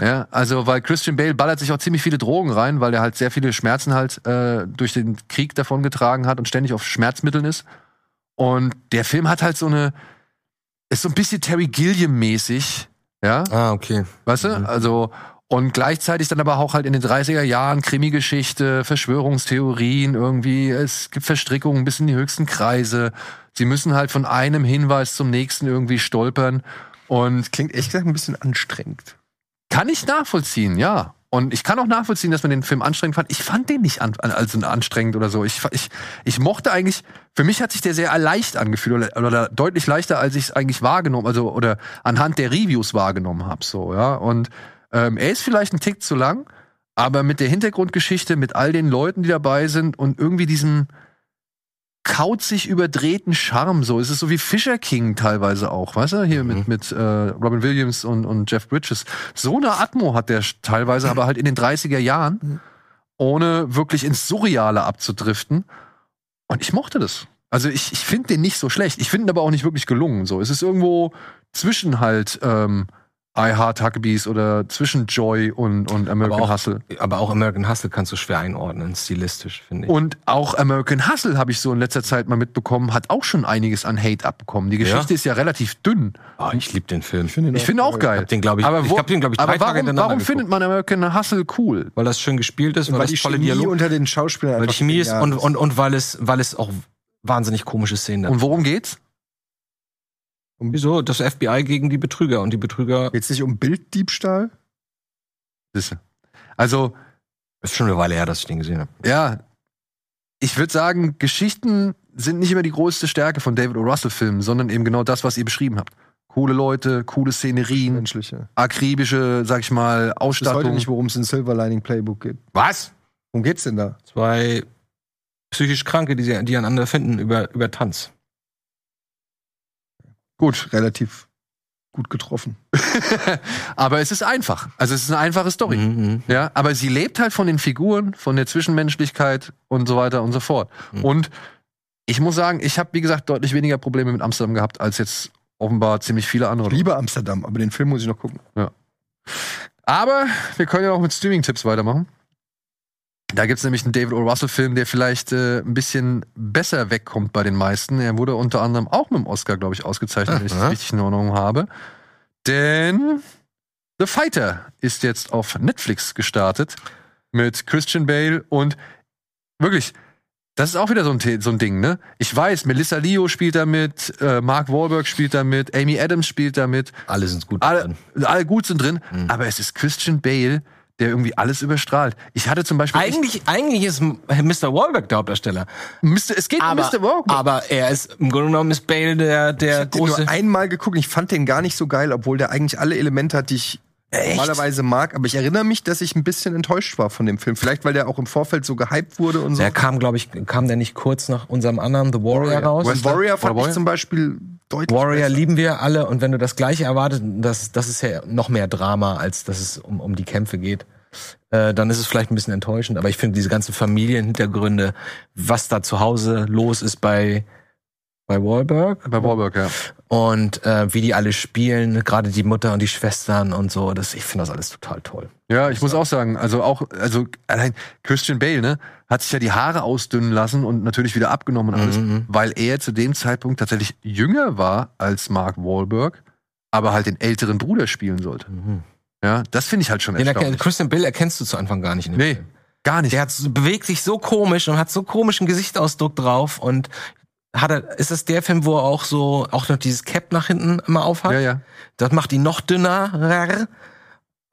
Speaker 1: Ja, also, weil Christian Bale ballert sich auch ziemlich viele Drogen rein, weil er halt sehr viele Schmerzen halt äh, durch den Krieg davongetragen hat und ständig auf Schmerzmitteln ist. Und der Film hat halt so eine, ist so ein bisschen Terry Gilliam-mäßig, ja.
Speaker 2: Ah, okay.
Speaker 1: Weißt du?
Speaker 2: Mhm.
Speaker 1: Also, und gleichzeitig dann aber auch halt in den 30er Jahren Krimi-Geschichte, Verschwörungstheorien irgendwie, es gibt Verstrickungen bis in die höchsten Kreise. Sie müssen halt von einem Hinweis zum nächsten irgendwie stolpern. Und
Speaker 3: Klingt ehrlich gesagt ein bisschen anstrengend.
Speaker 1: kann ich nachvollziehen, ja. Und ich kann auch nachvollziehen, dass man den Film anstrengend fand. Ich fand den nicht an, an, also anstrengend oder so. Ich, fa- ich, ich mochte eigentlich, für mich hat sich der sehr leicht angefühlt oder, oder deutlich leichter, als ich es eigentlich wahrgenommen, also oder anhand der Reviews wahrgenommen habe. So, ja. Und ähm, er ist vielleicht ein Tick zu lang, aber mit der Hintergrundgeschichte, mit all den Leuten, die dabei sind und irgendwie diesem kauzig überdrehten Charme, so. Es ist so wie Fisher King teilweise auch, weißt du? Hier mit, mit äh, Robin Williams und, und Jeff Bridges. So eine Atmo hat der sch- teilweise, aber halt in den 30er Jahren, ohne wirklich ins Surreale abzudriften. Und ich mochte das. Also ich, ich finde den nicht so schlecht. Ich finde ihn aber auch nicht wirklich gelungen. So, es ist irgendwo zwischen halt ähm, I Heart Huckabees oder zwischen Joy und, und American
Speaker 2: auch-
Speaker 1: Hustle.
Speaker 2: Aber auch American Hustle kannst du schwer einordnen, stilistisch, finde ich.
Speaker 1: Und auch American Hustle habe ich so in letzter Zeit mal mitbekommen, hat auch schon einiges an Hate abbekommen. Die Geschichte
Speaker 2: Ja?
Speaker 1: ist ja relativ dünn.
Speaker 2: oh, ich liebe den Film.
Speaker 1: Ich finde auch geil.
Speaker 2: hab den, glaub ich-
Speaker 1: aber
Speaker 2: ich
Speaker 1: wo,
Speaker 2: hab den, glaub ich, drei
Speaker 1: aber
Speaker 2: Tage
Speaker 1: warum,
Speaker 2: hintereinander
Speaker 1: warum
Speaker 2: geguckt.
Speaker 1: findet man American Hustle cool?
Speaker 2: weil das schön gespielt ist, weil,
Speaker 3: weil die
Speaker 2: das tolle
Speaker 3: Chemie
Speaker 2: Dialoge,
Speaker 3: unter den Schauspielern
Speaker 2: weil die
Speaker 3: einfach
Speaker 2: Chemie ist
Speaker 3: genial
Speaker 2: und, und, und weil es, weil es auch wahnsinnig komische Szenen hat.
Speaker 1: Und worum geht's?
Speaker 2: Wieso? Das FBI gegen die Betrüger und die Betrüger
Speaker 3: Geht's nicht um Bilddiebstahl?
Speaker 1: Siehste. Also,
Speaker 2: ist schon eine Weile her, dass ich den gesehen habe.
Speaker 1: ja, ich würde sagen, Geschichten sind nicht immer die größte Stärke von David O. Russell-Filmen, sondern eben genau das, was ihr beschrieben habt. Coole Leute, coole Szenerien,
Speaker 3: Menschliche.
Speaker 1: akribische, sag ich mal,
Speaker 3: Ich weiß heute
Speaker 1: Ausstattung.
Speaker 3: nicht, worum es in Silver Lining Playbook geht.
Speaker 2: Was?
Speaker 3: Worum geht's denn da?
Speaker 2: Zwei psychisch Kranke, die, sie- die einander finden über, über Tanz.
Speaker 3: Gut, relativ gut getroffen.
Speaker 1: [laughs] aber es ist einfach. Also es ist eine einfache Story.
Speaker 2: Mhm.
Speaker 1: Ja, aber sie lebt halt von den Figuren, von der Zwischenmenschlichkeit und so weiter und so fort.
Speaker 2: Mhm.
Speaker 1: Und ich muss sagen, ich habe, wie gesagt, deutlich weniger Probleme mit Amsterdam gehabt, als jetzt offenbar ziemlich viele andere.
Speaker 3: Ich liebe Amsterdam, aber den Film muss ich noch gucken.
Speaker 1: Aber wir können ja auch mit Streaming-Tipps weitermachen. Da gibt's nämlich einen David O. Russell-Film, der vielleicht äh, ein bisschen besser wegkommt bei den meisten. Er wurde unter anderem auch mit dem Oscar, glaube ich, ausgezeichnet, wenn ich das
Speaker 2: Aha.
Speaker 1: richtig in Ordnung habe. Denn The Fighter ist jetzt auf Netflix gestartet mit Christian Bale und wirklich, das ist auch wieder so ein, The- so ein Ding, ne? Ich weiß, Melissa Leo spielt da mit, äh, Mark Wahlberg spielt da mit, Amy Adams spielt da mit,
Speaker 2: Alle sind gut.
Speaker 1: alle,
Speaker 2: drin.
Speaker 1: alle gut sind drin,
Speaker 2: Mhm.
Speaker 1: aber es ist Christian Bale, der irgendwie alles überstrahlt. Ich hatte zum Beispiel.
Speaker 2: Eigentlich, eigentlich ist M- Mr. Wahlberg der Hauptdarsteller.
Speaker 1: ich, Mr., es geht um
Speaker 2: Aber,
Speaker 1: Mr. Walker.
Speaker 2: aber er ist, im Grunde genommen ist Bale der, der
Speaker 3: Ich habe
Speaker 2: große.
Speaker 3: nur einmal geguckt, und ich fand den gar nicht so geil, obwohl der eigentlich alle Elemente hat, die ich normalerweise mag. Aber ich erinnere mich, dass ich ein bisschen enttäuscht war von dem Film. Vielleicht, weil der auch im Vorfeld so gehypt wurde und so.
Speaker 2: Der kam, glaube ich, kam der nicht kurz nach unserem anderen The
Speaker 1: Oh
Speaker 2: Warrior, raus?
Speaker 3: Warrior, Also Warrior fand
Speaker 1: Warrior?
Speaker 3: ich zum Beispiel deutlich
Speaker 2: Warrior
Speaker 3: besser.
Speaker 2: lieben wir alle und wenn du das gleiche erwartet, das, das ist ja noch mehr Drama, als dass es um, um die Kämpfe geht, äh, dann ist es vielleicht ein bisschen enttäuschend. Aber ich finde diese ganzen Familienhintergründe, was da zu Hause los ist bei, bei Wahlberg
Speaker 1: bei Wahlberg, ja.
Speaker 2: und äh, wie die alle spielen, gerade die Mutter und die Schwestern und so, das, ich finde das alles total toll.
Speaker 1: Ja, ich muss auch sagen, also auch, also allein Christian Bale, ne, hat sich ja die Haare ausdünnen lassen und natürlich wieder abgenommen und alles,
Speaker 2: Mhm.
Speaker 1: weil er zu dem Zeitpunkt tatsächlich jünger war als Mark Wahlberg, aber halt den älteren Bruder spielen sollte. Ja, das finde ich halt schon
Speaker 2: Mhm. Den erken-
Speaker 1: erstaunlich.
Speaker 2: Christian Bill erkennst du zu Anfang gar nicht. ne? in dem
Speaker 1: Nee,
Speaker 2: Film.
Speaker 1: gar nicht.
Speaker 2: Der hat, so- bewegt sich so komisch und hat so komischen Gesichtsausdruck drauf und hat er, ist das der Film, wo er auch so, auch noch dieses Cap nach hinten immer aufhat?
Speaker 1: ja, ja.
Speaker 2: Das macht ihn noch dünner.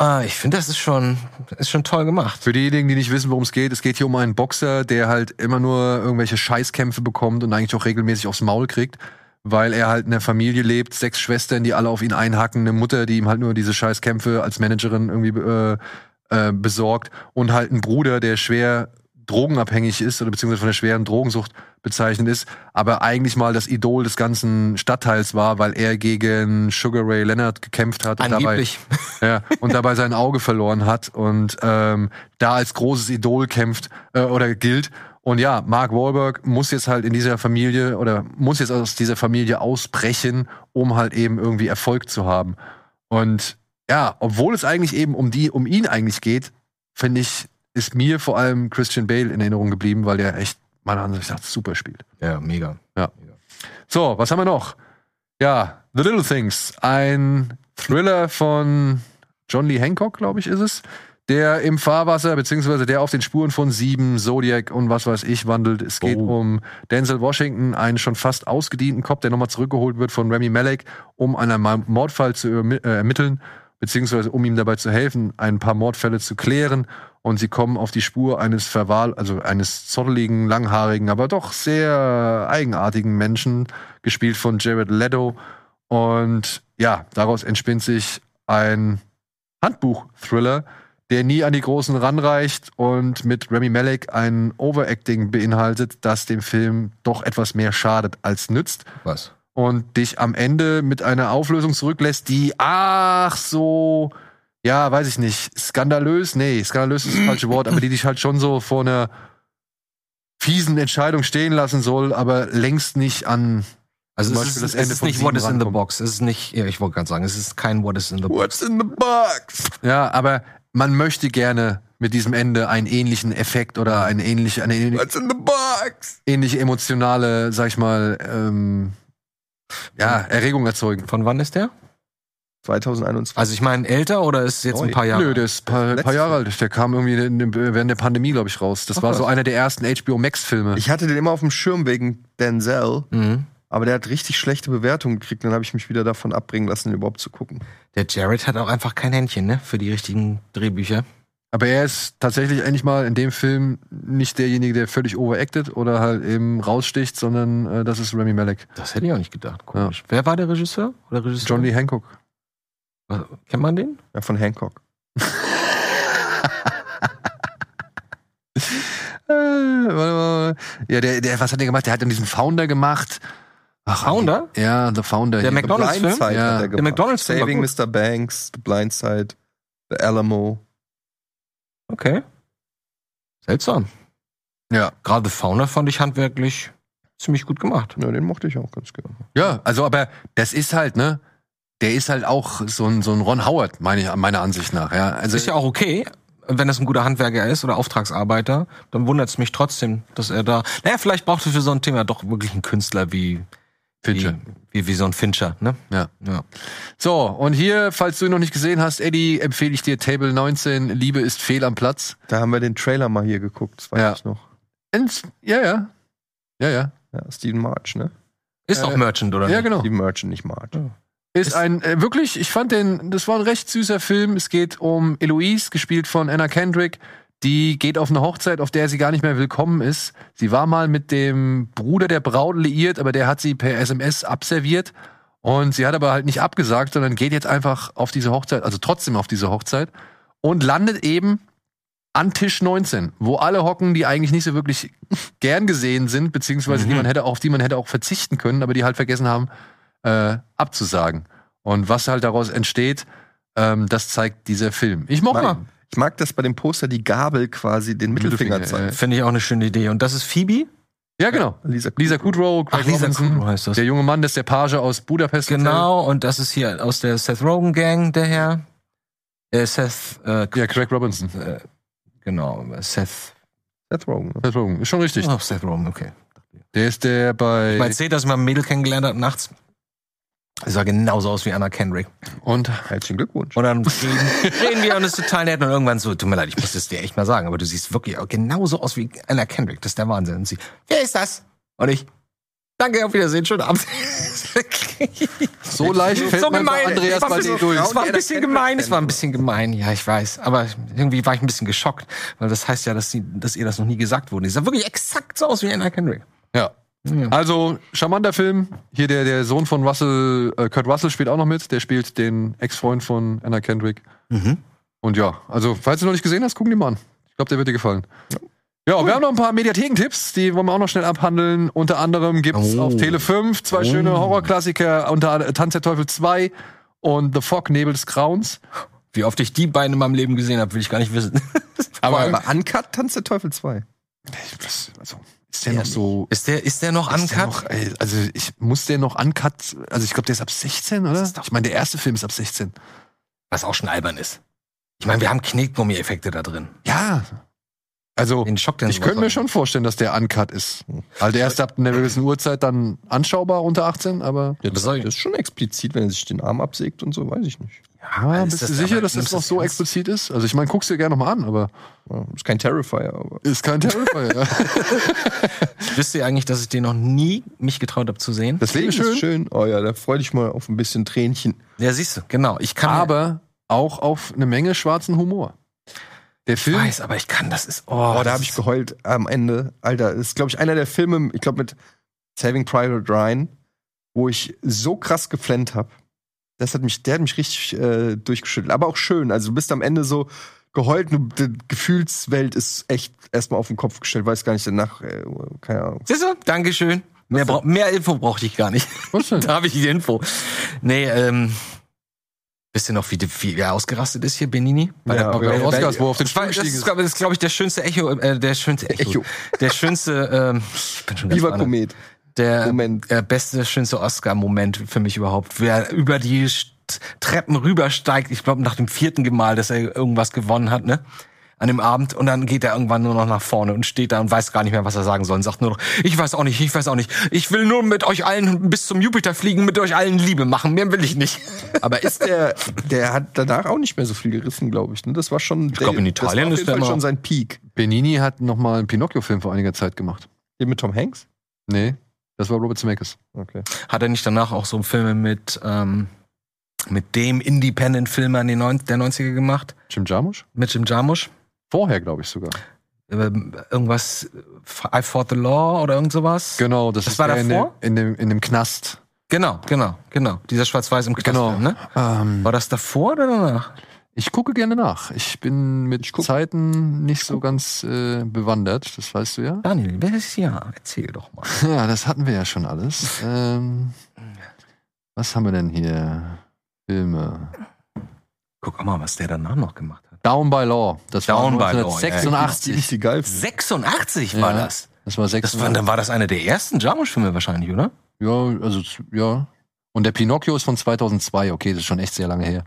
Speaker 2: Äh, ich finde, das ist schon, ist schon toll gemacht.
Speaker 1: Für diejenigen, die nicht wissen, worum es geht, es geht hier um einen Boxer, der halt immer nur irgendwelche Scheißkämpfe bekommt und eigentlich auch regelmäßig aufs Maul kriegt, weil er halt in der Familie lebt, sechs Schwestern, die alle auf ihn einhacken, eine Mutter, die ihm halt nur diese Scheißkämpfe als Managerin irgendwie äh, äh, besorgt und halt ein Bruder, der schwer drogenabhängig ist oder beziehungsweise von der schweren Drogensucht bezeichnet ist, aber eigentlich mal das Idol des ganzen Stadtteils war, weil er gegen Sugar Ray Leonard gekämpft hat und dabei
Speaker 2: Angeblich.
Speaker 1: [laughs] ja, und dabei sein Auge verloren hat und ähm, da als großes Idol kämpft äh, oder gilt. Und ja, Mark Wahlberg muss jetzt halt in dieser Familie oder muss jetzt aus dieser Familie ausbrechen, um halt eben irgendwie Erfolg zu haben. Und ja, obwohl es eigentlich eben um die, um ihn eigentlich geht, finde ich, ist mir vor allem Christian Bale in Erinnerung geblieben, weil der echt meiner Ansicht nach super spielt.
Speaker 2: Ja, mega.
Speaker 1: So, was haben wir noch? Ja, The Little Things, ein Thriller von John Lee Hancock, glaube ich, ist es, der im Fahrwasser beziehungsweise der auf den Spuren von Sieben, Zodiac und was weiß ich wandelt. Es geht um Denzel Washington, einen schon fast ausgedienten Cop, der nochmal zurückgeholt wird von Remy Malek, um an einem Ma- Mordfall zu ermi- äh, ermitteln beziehungsweise um ihm dabei zu helfen, ein paar Mordfälle zu klären. Und sie kommen auf die Spur eines Verwahl, also eines zotteligen, langhaarigen, aber doch sehr eigenartigen Menschen, gespielt von Jared Leto. Und ja, daraus entspinnt sich ein Handbuch-Thriller, der nie an die Großen ranreicht und mit Remy Malek ein Overacting beinhaltet, das dem Film doch etwas mehr schadet als nützt
Speaker 2: Was?
Speaker 1: und dich am Ende mit einer Auflösung zurücklässt, die ach so, ja, weiß ich nicht, skandalös, nee, skandalös ist das falsche Wort, aber die dich halt schon so vor einer fiesen Entscheidung stehen lassen soll, aber längst nicht an
Speaker 2: Also
Speaker 3: Zum
Speaker 2: es ist,
Speaker 3: Beispiel das
Speaker 2: es
Speaker 3: Ende
Speaker 2: ist
Speaker 3: von
Speaker 2: nicht
Speaker 3: Sieben
Speaker 2: What is in the
Speaker 3: rankommen.
Speaker 2: Box. Es ist nicht, ja, ich wollte gerade sagen, es ist kein What is in the Box.
Speaker 3: What's in the box?
Speaker 1: Ja, aber man möchte gerne mit diesem Ende einen ähnlichen Effekt oder eine ähnliche, eine ähnliche,
Speaker 3: What's in the box?
Speaker 1: ähnliche emotionale, sag ich mal, ähm, ja, Erregung erzeugen.
Speaker 2: Von wann ist der?
Speaker 3: 2021.
Speaker 2: Also ich meine älter oder ist jetzt ein
Speaker 3: Neu.
Speaker 2: paar Jahre?
Speaker 1: Nö, der ist paar,
Speaker 3: Letztes
Speaker 1: Äh, paar Jahre alt. Der kam irgendwie in, in, während der Pandemie, glaube ich, raus. Das war so einer der ersten HBO Max
Speaker 2: Also,
Speaker 1: Filme.
Speaker 2: äh,
Speaker 3: Ich hatte den immer auf dem Schirm wegen Denzel,
Speaker 2: Mhm.
Speaker 3: aber der hat richtig schlechte Bewertungen gekriegt. Dann habe ich mich wieder davon abbringen lassen, den überhaupt zu gucken.
Speaker 2: Der Jared hat auch einfach kein Händchen, ne? Für die richtigen Drehbücher.
Speaker 1: Aber er ist tatsächlich endlich mal in dem Film nicht derjenige, der völlig overacted oder halt eben raussticht, sondern äh, das ist Remy Malek.
Speaker 2: Das hätte ich auch nicht gedacht. Komisch. Wer war der Regisseur? Oder Regisseur?
Speaker 1: John Lee Hancock.
Speaker 2: Äh, Kennt man den?
Speaker 3: Ja, von Hancock.
Speaker 1: Äh, warte mal. Ja, der, der, was hat der gemacht? Der hat dann diesen Founder gemacht. Ach,
Speaker 2: Founder?
Speaker 1: Ja, The Founder.
Speaker 2: Der
Speaker 1: hier.
Speaker 2: Mac- McDonald's-Film?
Speaker 3: Blindside
Speaker 1: Ja.
Speaker 3: hat er
Speaker 1: Der
Speaker 3: gemacht.
Speaker 2: McDonald's-Film war
Speaker 3: Saving
Speaker 2: gut.
Speaker 3: Mr. Banks, The Blindside, The Alamo.
Speaker 2: Okay. Seltsam.
Speaker 1: Ja.
Speaker 2: Gerade The Founder fand ich handwerklich ziemlich gut gemacht.
Speaker 3: Ja, den mochte ich auch ganz gerne.
Speaker 1: ja, also aber das ist halt, ne? Der ist halt auch so ein, so ein Ron Howard, meine ich, meiner Ansicht nach. Ja, also
Speaker 2: Ist ja auch okay, wenn das ein guter Handwerker ist oder Auftragsarbeiter, dann wundert es mich trotzdem, dass er da. Naja, vielleicht braucht er für so ein Thema doch wirklich einen Künstler wie
Speaker 1: Fincher.
Speaker 2: Wie, wie, wie so ein Fincher, ne?
Speaker 1: Ja.
Speaker 2: ja.
Speaker 1: So, und hier, falls du ihn noch nicht gesehen hast, Eddie, empfehle ich dir Table 19, Liebe ist fehl am Platz.
Speaker 3: Da haben wir den Trailer mal hier geguckt, das weiß
Speaker 1: Ja.
Speaker 3: ich noch.
Speaker 1: Ins- ja, ja. Ja, ja.
Speaker 3: Ja, Steven March, ne?
Speaker 2: Ist doch
Speaker 1: Äh,
Speaker 2: Merchant, oder?
Speaker 1: Ja,
Speaker 2: nicht?
Speaker 1: genau.
Speaker 3: Steven March, nicht March.
Speaker 1: Ist ein, äh, wirklich, ich fand den, das war ein recht süßer Film. Es geht um Eloise, gespielt von Anna Kendrick. Die geht auf eine Hochzeit, auf der sie gar nicht mehr willkommen ist. Sie war mal mit dem Bruder der Braut liiert, aber der hat sie per SMS abserviert. Und sie hat aber halt nicht abgesagt, sondern geht jetzt einfach auf diese Hochzeit, also trotzdem auf diese Hochzeit und landet eben an Tisch 19, wo alle hocken, die eigentlich nicht so wirklich [laughs] gern gesehen sind, beziehungsweise
Speaker 2: Mhm.
Speaker 1: die man hätte, auf die man hätte auch verzichten können, aber die halt vergessen haben, äh, abzusagen. Und was halt daraus entsteht, ähm, das zeigt dieser Film. Ich mochte
Speaker 3: Mag,
Speaker 1: mal.
Speaker 3: ich mag, dass bei dem Poster die Gabel quasi den
Speaker 1: Mittelfinger,
Speaker 3: Mittelfinger zeigt.
Speaker 2: Finde ich auch eine schöne Idee. Und das ist Phoebe?
Speaker 1: Ja, genau.
Speaker 3: Lisa,
Speaker 1: Lisa Kudrow, Craig
Speaker 2: Ach, Lisa
Speaker 1: Robinson,
Speaker 2: Kudrow heißt das.
Speaker 1: der junge Mann, das ist der Page aus Budapest. Hotel.
Speaker 2: Genau, und das ist hier aus der Seth Rogen Gang, der Herr. Äh, Seth, äh,
Speaker 1: Ja, Craig Robinson.
Speaker 2: äh, genau, Seth.
Speaker 3: Seth Rogen. ne?
Speaker 1: Ist schon richtig.
Speaker 2: Oh, Seth Rogen, okay.
Speaker 1: Der ist der bei.
Speaker 2: Ich erzählt, dass ich mal ein Mädel kennengelernt habe nachts. Sie sah genauso aus wie Anna Kendrick.
Speaker 1: Und
Speaker 3: Herzlichen Glückwunsch.
Speaker 2: Und dann reden, [laughs] reden wir und es ist total nett. Und irgendwann so, tut mir leid, ich muss das dir echt mal sagen, aber du siehst wirklich auch genauso aus wie Anna Kendrick. Das ist der Wahnsinn. Und sie, wer ist das? Und ich, danke, auf Wiedersehen, schönen [laughs] Abend.
Speaker 1: so leicht fällt man bei Andreas
Speaker 2: es war, ein
Speaker 1: Baldé
Speaker 2: bisschen-
Speaker 1: durch.
Speaker 2: Es war ein bisschen gemein, es war ein bisschen gemein, ja, ich weiß. Aber irgendwie war ich ein bisschen geschockt, weil das heißt ja, dass, sie, dass ihr das noch nie gesagt wurde. Sie sah wirklich exakt so aus wie Anna Kendrick.
Speaker 1: Ja. Also, charmanter Film. Hier der, der Sohn von Russell, äh, Kurt Russell spielt auch noch mit. Der spielt den Ex-Freund von Anna Kendrick. Und ja, also, falls du noch nicht gesehen hast, gucken die mal an. Ich glaube, der wird dir gefallen. Ja, und wir haben noch ein paar Mediathekentipps, die wollen wir auch noch schnell abhandeln. Unter anderem gibt's
Speaker 2: Oh.
Speaker 1: auf Tele 5 zwei schöne Horrorklassiker, unter Tanz der Teufel 2 und The Fog, Nebel des Grauens.
Speaker 2: Wie oft ich die beiden in meinem Leben gesehen habe, will ich gar
Speaker 1: [laughs]
Speaker 2: nicht wissen.
Speaker 3: Aber Uncut Tanz der Teufel 2.
Speaker 1: Also, ist der noch so
Speaker 2: ist der, ist der noch
Speaker 1: Ist der
Speaker 2: uncut?
Speaker 1: Noch, ey, also ich muss den noch uncut, also ich glaube, der ist ab 16, oder?
Speaker 2: ist doch-
Speaker 1: Ich meine, der erste Film ist ab 16.
Speaker 2: Was auch schon albern ist. Ich meine, wir haben Knetgummi-Effekte da drin.
Speaker 1: Ja. Also
Speaker 2: Den Schock, den
Speaker 1: ich
Speaker 2: sowas
Speaker 1: könnte mir
Speaker 2: hat.
Speaker 1: schon vorstellen, dass der uncut ist. Also erst ab einer gewissen Uhrzeit dann anschaubar unter 18, aber
Speaker 2: Ja, das soll ich-
Speaker 3: Das ist schon explizit, wenn er sich den Arm absägt und so, weiß ich nicht.
Speaker 1: ja,
Speaker 2: ist
Speaker 1: Ah, bist
Speaker 2: das
Speaker 1: du
Speaker 2: aber-
Speaker 1: sicher, dass das
Speaker 2: nimmst
Speaker 1: noch
Speaker 2: das
Speaker 1: so
Speaker 2: ernst?
Speaker 1: explizit ist? Also ich meine, guckst dir gerne nochmal an, aber
Speaker 3: Ja, Ist kein Terrifier, aber.
Speaker 1: ist kein Terrifier. ja.
Speaker 2: Wisst ihr eigentlich, dass ich den noch nie mich getraut habe zu sehen?
Speaker 3: Das Leben ist
Speaker 1: schön.
Speaker 3: schön. Oh ja, da freu dich mal auf ein bisschen Tränchen.
Speaker 2: Ja, siehst du, genau. Ich [laughs] kann.
Speaker 1: aber auch auf eine Menge schwarzen Humor. Der
Speaker 2: ich
Speaker 1: Film,
Speaker 2: weiß, aber ich kann. Das ist. Oh,
Speaker 3: Oh, da
Speaker 2: das
Speaker 3: habe ich
Speaker 2: ist-
Speaker 3: geheult am Ende. Alter, das ist, glaube ich, einer der Filme, ich glaube, mit Saving Private Ryan, wo ich so krass geflennt habe. Das hat mich, der hat mich richtig äh, durchgeschüttelt. Aber auch schön. Also du bist am Ende so geheult, und die Gefühlswelt ist echt erstmal auf den Kopf gestellt, weiß gar nicht danach, äh, keine Ahnung.
Speaker 2: Siehst du? Dankeschön. Mehr, brau- mehr Info brauchte ich gar nicht.
Speaker 1: Was denn?
Speaker 2: [laughs] da habe ich die Info. Nee, ähm. Wisst ihr noch, wie, wie er ausgerastet ist hier, Benini? Bei
Speaker 3: Ja,
Speaker 1: bei den Oscars, wo er auf den
Speaker 2: Das, war,
Speaker 1: Stuhl
Speaker 2: das
Speaker 1: stieg,
Speaker 2: ist,
Speaker 1: ist.
Speaker 2: glaube ich, glaub ich, der schönste Echo, äh, der schönste Echo,
Speaker 3: Echo.
Speaker 2: der schönste, ähm, ich bin schon ganz
Speaker 3: Viva
Speaker 2: woanders.
Speaker 3: Komet.
Speaker 2: der
Speaker 3: Moment.
Speaker 2: äh, beste, schönste Oscar-Moment für mich überhaupt. Wer über die St- Treppen rübersteigt, ich glaube nach dem vierten Mal, dass er irgendwas gewonnen hat, ne? An dem Abend und dann geht er irgendwann nur noch nach vorne und steht da und weiß gar nicht mehr, was er sagen soll und sagt nur noch, ich weiß auch nicht, ich weiß auch nicht, ich will nur mit euch allen bis zum Jupiter fliegen, mit euch allen Liebe machen, mehr will ich nicht. [laughs]
Speaker 3: Aber ist der, der hat danach auch nicht mehr so viel gerissen, glaube ich. Ne? Das war schon, ich
Speaker 2: glaub, in Italien
Speaker 3: das war auf
Speaker 2: ist
Speaker 3: jeden
Speaker 2: der
Speaker 3: Fall
Speaker 2: immer-
Speaker 3: schon sein Peak.
Speaker 1: Benini hat nochmal einen Pinocchio-Film vor einiger Zeit gemacht.
Speaker 3: Den mit Tom Hanks?
Speaker 1: Nee, das war Robert Zemeckis.
Speaker 3: Okay.
Speaker 2: Hat er nicht danach auch so Filme mit, ähm, mit dem Independent-Filmer in den neun- der 90er gemacht?
Speaker 1: Jim Jarmusch?
Speaker 2: Mit Jim Jarmusch?
Speaker 1: Vorher, glaube ich sogar.
Speaker 2: ähm, irgendwas äh, I fought the law oder irgend sowas.
Speaker 1: Genau, das,
Speaker 2: Das
Speaker 1: ist
Speaker 2: war
Speaker 1: der in, dem,
Speaker 2: davor?
Speaker 1: in, dem, in dem Knast.
Speaker 2: genau, genau, genau. Dieser schwarz-weiß im
Speaker 1: Genau.
Speaker 2: Knastfilm, ne?
Speaker 1: Ähm,
Speaker 2: War das davor oder danach?
Speaker 1: ich gucke gerne nach. Ich bin mit Zeiten nicht so ganz äh, bewandert, das weißt du ja.
Speaker 2: Daniel, wer ist ja? Erzähl doch mal.
Speaker 1: [laughs] Ja, das hatten wir ja schon alles. Ähm, was haben wir denn hier? Filme.
Speaker 2: Guck mal, was der danach noch gemacht hat.
Speaker 1: Down by Law. Das
Speaker 2: Down by
Speaker 1: war
Speaker 2: Law, ja.
Speaker 3: Die
Speaker 1: 1986.
Speaker 3: ist die geilste.
Speaker 2: 86
Speaker 1: Ja.
Speaker 2: war das.
Speaker 1: Das war 86.
Speaker 2: Das war, dann war das einer der ersten Jarmusch-Filme wahrscheinlich, oder?
Speaker 1: Ja, also, z- ja. Und der Pinocchio ist von 2002. Okay, das ist schon echt sehr lange her.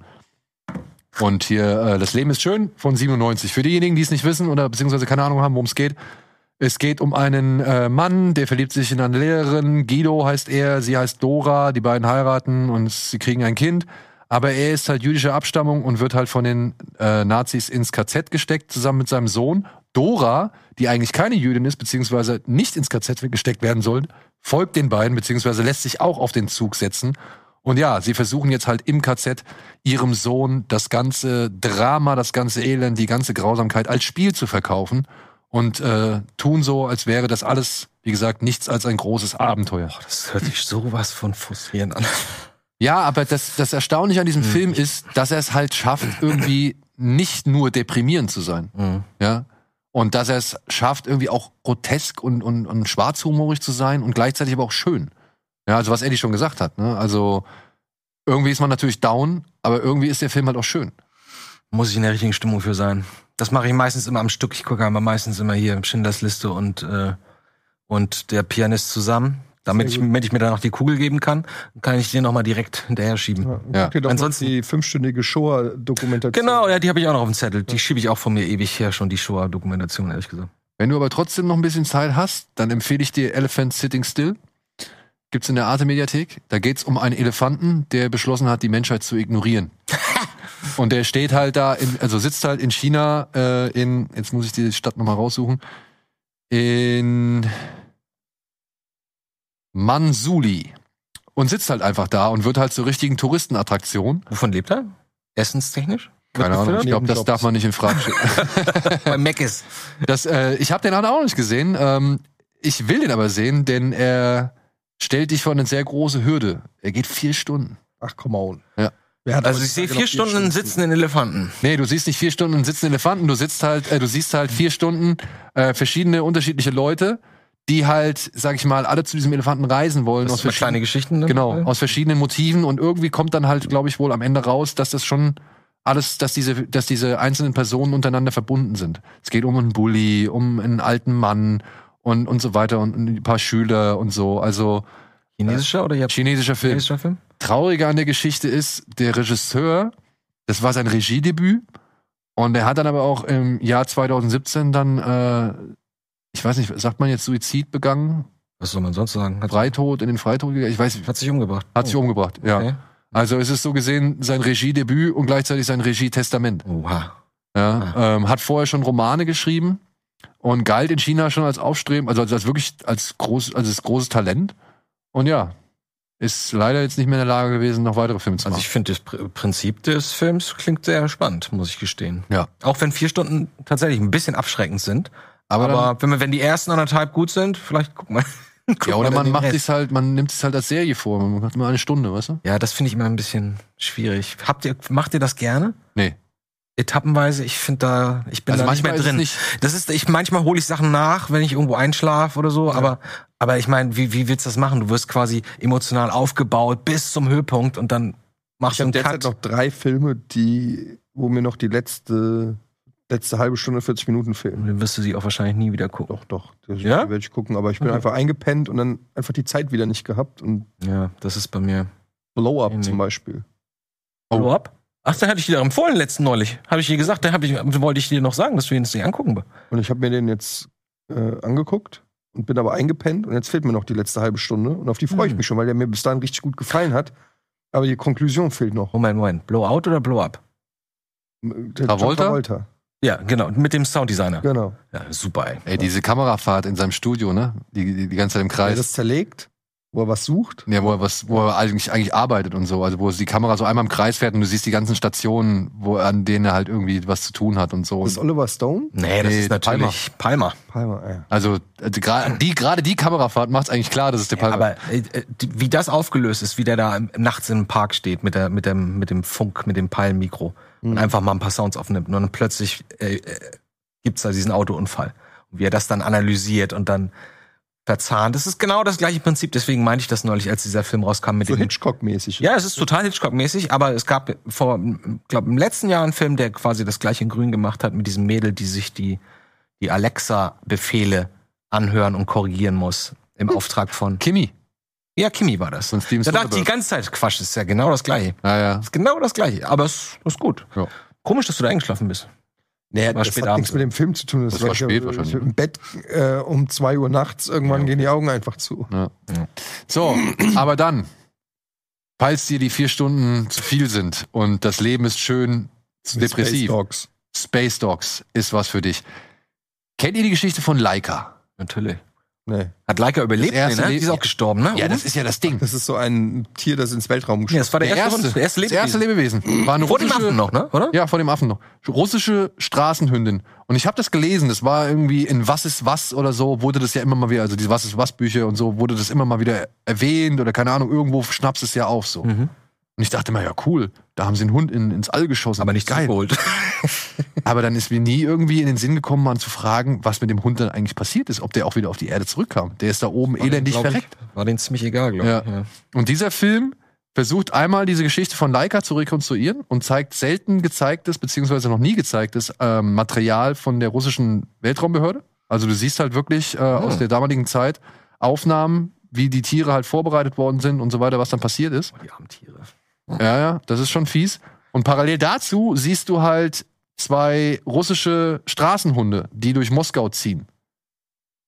Speaker 1: Und hier, äh, Das Leben ist schön von 97. Für diejenigen, die es nicht wissen oder beziehungsweise keine Ahnung haben, worum es geht. Es geht um einen äh, Mann, der verliebt sich in eine Lehrerin. Guido heißt er, sie heißt Dora. Die beiden heiraten und sie kriegen ein Kind. Aber er ist halt jüdischer Abstammung und wird halt von den äh, Nazis ins KZ gesteckt, zusammen mit seinem Sohn. Dora, die eigentlich keine Jüdin ist, beziehungsweise nicht ins KZ gesteckt werden soll, folgt den beiden, beziehungsweise lässt sich auch auf den Zug setzen. Und ja, sie versuchen jetzt halt im KZ ihrem Sohn das ganze Drama, das ganze Elend, die ganze Grausamkeit als Spiel zu verkaufen und äh, tun so, als wäre das alles, wie gesagt, nichts als ein großes Abenteuer.
Speaker 2: Das hört sich sowas von frustrierend an.
Speaker 1: Ja, aber das, das Erstaunliche an diesem Film ist, dass er es halt schafft, irgendwie nicht nur deprimierend zu sein.
Speaker 2: Mhm.
Speaker 1: Ja. Und dass er es schafft, irgendwie auch grotesk und, und, und schwarzhumorig zu sein und gleichzeitig aber auch schön. Ja, also was Eddie schon gesagt hat, ne? Also irgendwie ist man natürlich down, aber irgendwie ist der Film halt auch schön.
Speaker 2: Muss ich in der richtigen Stimmung für sein. Das mache ich meistens immer am Stück. Ich gucke aber meistens immer hier Schindlers Liste und, äh, und der Pianist zusammen. Damit ich, damit ich mir danach die Kugel geben kann, kann ich dir nochmal direkt hinterher schieben.
Speaker 1: Ja.
Speaker 3: Guck dir doch
Speaker 2: Ansonsten-
Speaker 3: Ansonsten die fünfstündige Shoah-Dokumentation.
Speaker 2: Genau, ja, die habe ich auch noch auf dem Zettel. Die schiebe ich auch von mir ewig her, schon die Shoah-Dokumentation, ehrlich gesagt.
Speaker 1: Wenn du aber trotzdem noch ein bisschen Zeit hast, dann empfehle ich dir Elephant Sitting Still. Gibt's in der Arte Mediathek. Da geht's um einen Elefanten, der beschlossen hat, die Menschheit zu ignorieren. Und der steht halt da, in, also sitzt halt in China, äh, in, jetzt muss ich die Stadt nochmal raussuchen, in Mansuli. Und sitzt halt einfach da und wird halt zur richtigen Touristenattraktion.
Speaker 2: Wovon lebt er? Essenstechnisch?
Speaker 1: Keine Ahnung, ich glaube, das
Speaker 3: Nebenjobs.
Speaker 1: darf man nicht in Frage stellen.
Speaker 2: Bei Mac ist.
Speaker 1: Das, äh, ich habe den anderen auch nicht gesehen. Ähm, ich will den aber sehen, denn er stellt dich vor eine sehr große Hürde. Er geht vier Stunden.
Speaker 3: Ach, come on.
Speaker 1: Ja.
Speaker 3: Wer hat
Speaker 2: Also
Speaker 3: heutzutage
Speaker 2: ich sehe
Speaker 1: genau
Speaker 3: noch
Speaker 2: vier Stunden sitzen in Elefanten.
Speaker 1: Nee, du siehst nicht vier Stunden einen sitzenden Elefanten, du sitzt halt, äh, du siehst halt vier Stunden äh, verschiedene unterschiedliche Leute, die halt, sag ich mal, alle zu diesem Elefanten reisen wollen.
Speaker 2: Das sind mal kleine
Speaker 1: verschiedenen-
Speaker 2: Geschichten. Ne?
Speaker 1: Genau,
Speaker 2: Ja.
Speaker 1: aus verschiedenen Motiven und irgendwie kommt dann halt, glaube ich, wohl am Ende raus, dass das schon alles, dass diese, dass diese einzelnen Personen untereinander verbunden sind. Es geht um einen Bully, um einen alten Mann und, und so weiter und ein paar Schüler und so. Also
Speaker 2: Chinesischer oder japanischer
Speaker 1: chinesischer Film.
Speaker 2: Film?
Speaker 1: Trauriger an der Geschichte ist, der Regisseur, das war sein Regiedebüt und er hat dann aber auch im Jahr 2017 dann, äh, ich weiß nicht, sagt man jetzt Suizid begangen?
Speaker 2: Was soll man sonst sagen? Hat,
Speaker 1: Freitod, in den Freitod gegangen? Ich weiß,
Speaker 2: hat sich umgebracht. Oh,
Speaker 1: hat sich umgebracht, ja.
Speaker 2: Okay.
Speaker 1: Also es ist so gesehen sein Regiedebüt und gleichzeitig sein Regietestament.
Speaker 2: Oha.
Speaker 1: Ja, ähm, hat vorher schon Romane geschrieben und galt in China schon als Aufstreben, also als, als wirklich als groß, also als großes Talent. Und ja, ist leider jetzt nicht mehr in der Lage gewesen, noch weitere Filme zu
Speaker 2: Also
Speaker 1: machen.
Speaker 2: ich finde das Pr Prinzip des Films klingt sehr spannend, muss ich gestehen.
Speaker 1: Ja.
Speaker 2: Auch wenn vier Stunden tatsächlich ein bisschen abschreckend sind.
Speaker 1: aber
Speaker 2: Aber,
Speaker 1: dann,
Speaker 2: wenn, wir, wenn die ersten anderthalb gut sind, vielleicht guck mal. [laughs] guck
Speaker 1: ja, oder
Speaker 2: mal
Speaker 1: man
Speaker 2: den
Speaker 1: macht
Speaker 2: Rest.
Speaker 1: sich's halt, man nimmt es halt als Serie vor. Man macht mal eine Stunde, weißt du?
Speaker 2: Ja, das finde ich immer ein bisschen schwierig. Habt ihr, macht ihr das gerne?
Speaker 1: Nee.
Speaker 2: Etappenweise, ich finde da, ich bin
Speaker 1: Also
Speaker 2: da nicht
Speaker 1: manchmal
Speaker 2: mehr
Speaker 1: ist es
Speaker 2: drin.
Speaker 1: nicht-
Speaker 2: Das ist, ich manchmal hole ich Sachen nach, wenn ich irgendwo einschlafe oder so, aber, aber ich meine, wie, wie willst du das machen? Du wirst quasi emotional aufgebaut bis zum Höhepunkt und dann machst
Speaker 3: Ich
Speaker 2: du
Speaker 3: habe
Speaker 2: einen Cut.
Speaker 3: derzeit noch drei Filme, die, wo mir noch die letzte
Speaker 7: letzte halbe Stunde, 40 Minuten Film.
Speaker 2: Dann wirst du sie auch wahrscheinlich nie wieder gucken.
Speaker 7: Doch, doch. Das
Speaker 2: Ja?
Speaker 7: werde ich gucken. Aber ich bin
Speaker 2: Mhm.
Speaker 7: einfach eingepennt und dann einfach die Zeit wieder nicht gehabt. Und
Speaker 2: Ja, das ist bei mir.
Speaker 7: Blow Up
Speaker 2: Ähnlich.
Speaker 7: zum Beispiel.
Speaker 2: Follow up? Ach, dann hatte ich dir doch empfohlen letzten neulich. Habe ich dir gesagt, da hab ich, wollte ich dir noch sagen, dass wir ihn nicht angucken.
Speaker 7: Und ich habe mir den jetzt äh, angeguckt und bin aber eingepennt. Und jetzt fehlt mir noch die letzte halbe Stunde. Und auf die freue ich
Speaker 2: Mhm.
Speaker 7: mich schon, weil der mir bis dahin richtig gut gefallen hat. Aber die Konklusion fehlt noch.
Speaker 2: Moment, Moment. Blowout oder Blow up?
Speaker 7: Der
Speaker 1: Travolta?
Speaker 7: John Travolta.
Speaker 2: Ja, genau. Mit dem Sounddesigner.
Speaker 7: Genau.
Speaker 2: Ja, super, ey.
Speaker 1: Ey, diese Kamerafahrt in seinem Studio, ne? Die, die, die ganze Zeit im
Speaker 7: Der
Speaker 1: Kreis.
Speaker 7: das zerlegt, wo er was sucht.
Speaker 1: Ja, wo er was, wo er eigentlich, eigentlich arbeitet und so. Also wo die Kamera so einmal im Kreis fährt und du siehst die ganzen Stationen, wo an denen er halt irgendwie was zu tun hat und so.
Speaker 7: Das ist Oliver Stone.
Speaker 2: Nee, das
Speaker 1: Nee,
Speaker 2: ist natürlich Palmer.
Speaker 7: Palmer, ah ja.
Speaker 1: also äh, gra- die gerade die Kamerafahrt macht's eigentlich klar, dass es der Palmer.
Speaker 2: Aber äh, äh, die- wie das aufgelöst ist, wie der da im- nachts im Park steht mit, der, mit, dem, mit dem Funk, mit dem Palmmikro und einfach mal ein paar Sounds aufnimmt. Und dann plötzlich äh, äh, gibt's da diesen Autounfall. Und wie er das dann analysiert und dann verzahnt. Das ist genau das gleiche Prinzip. Deswegen meinte ich das neulich, als dieser Film rauskam mit
Speaker 7: So
Speaker 2: dem
Speaker 7: Hitchcock-mäßig.
Speaker 2: Ja, es ist total Hitchcock-mäßig, aber es gab vor, glaube im letzten Jahr einen Film, der quasi das gleiche in Grün gemacht hat mit diesem Mädel, die sich die, die Alexa-Befehle anhören und korrigieren muss im Auftrag von.
Speaker 1: Kimi
Speaker 2: Ja, Kimi war das.
Speaker 1: von Steven
Speaker 2: Da dachte ich die
Speaker 1: Soderbergh.
Speaker 2: ganze Zeit, Quatsch, das ist ja genau das gleiche.
Speaker 1: Ja, ja.
Speaker 2: Das ist genau das gleiche, aber es ist gut.
Speaker 1: Ja.
Speaker 2: Komisch, dass du da eingeschlafen bist.
Speaker 7: Naja,
Speaker 2: War
Speaker 7: das
Speaker 2: spät
Speaker 7: hat
Speaker 2: abends.
Speaker 7: nichts mit dem Film zu tun.
Speaker 1: Das war spät wahrscheinlich.
Speaker 7: Im Bett äh, um 2 Uhr nachts, irgendwann
Speaker 2: Ja.
Speaker 7: gehen die Augen einfach zu. [clears throat]
Speaker 1: So, aber dann, falls dir die vier Stunden zu viel sind und das Leben ist schön zu
Speaker 7: Mit Space
Speaker 1: depressiv,
Speaker 7: Dogs.
Speaker 1: Space Dogs ist was für dich. Kennt ihr die Geschichte von Laika?
Speaker 2: Natürlich.
Speaker 7: Nee.
Speaker 2: Hat Leica überlebt,
Speaker 1: Das erste
Speaker 2: ne? Die ist
Speaker 1: Leben-
Speaker 2: auch gestorben, ne?
Speaker 1: Ja, das ist ja das Ding.
Speaker 7: Das ist so ein Tier, das ins Weltraum
Speaker 2: ja,
Speaker 7: geschickt
Speaker 2: das war der, erste, das erste
Speaker 1: das
Speaker 2: Leben.
Speaker 1: erste Lebewesen. War eine
Speaker 2: Vor dem
Speaker 1: russische-
Speaker 2: Affen noch, ne? Oder?
Speaker 1: Ja, vor dem Affen noch. Russische Straßenhündin. Und ich habe das gelesen, das war irgendwie in Was ist was oder so, wurde das ja immer mal wieder, also diese Was ist was Bücher und so, wurde das immer mal wieder erwähnt oder keine Ahnung, irgendwo schnappst es ja auf so.
Speaker 2: Mhm.
Speaker 1: Und ich dachte mal, ja cool, da haben sie einen Hund in, ins All geschossen.
Speaker 2: Aber nicht
Speaker 1: geil.
Speaker 2: geholt.
Speaker 1: Aber dann ist mir nie irgendwie in den Sinn gekommen, mal zu fragen, was mit dem Hund dann eigentlich passiert ist, ob der auch wieder auf die Erde zurückkam. Der ist da oben elendig
Speaker 2: Glaub ich,
Speaker 1: verreckt.
Speaker 2: War denen ziemlich egal, glaube ich. Ja.
Speaker 1: Und dieser Film versucht einmal diese Geschichte von Leica zu rekonstruieren und zeigt selten gezeigtes, beziehungsweise noch nie gezeigtes ähm, Material von der russischen Weltraumbehörde. Also du siehst halt wirklich äh, aus der damaligen Zeit Aufnahmen, wie die Tiere halt vorbereitet worden sind und so weiter, was dann passiert ist.
Speaker 2: Die armen Tiere.
Speaker 1: Ja, ja, das ist schon fies. Und parallel dazu siehst du halt zwei russische Straßenhunde, die durch Moskau ziehen.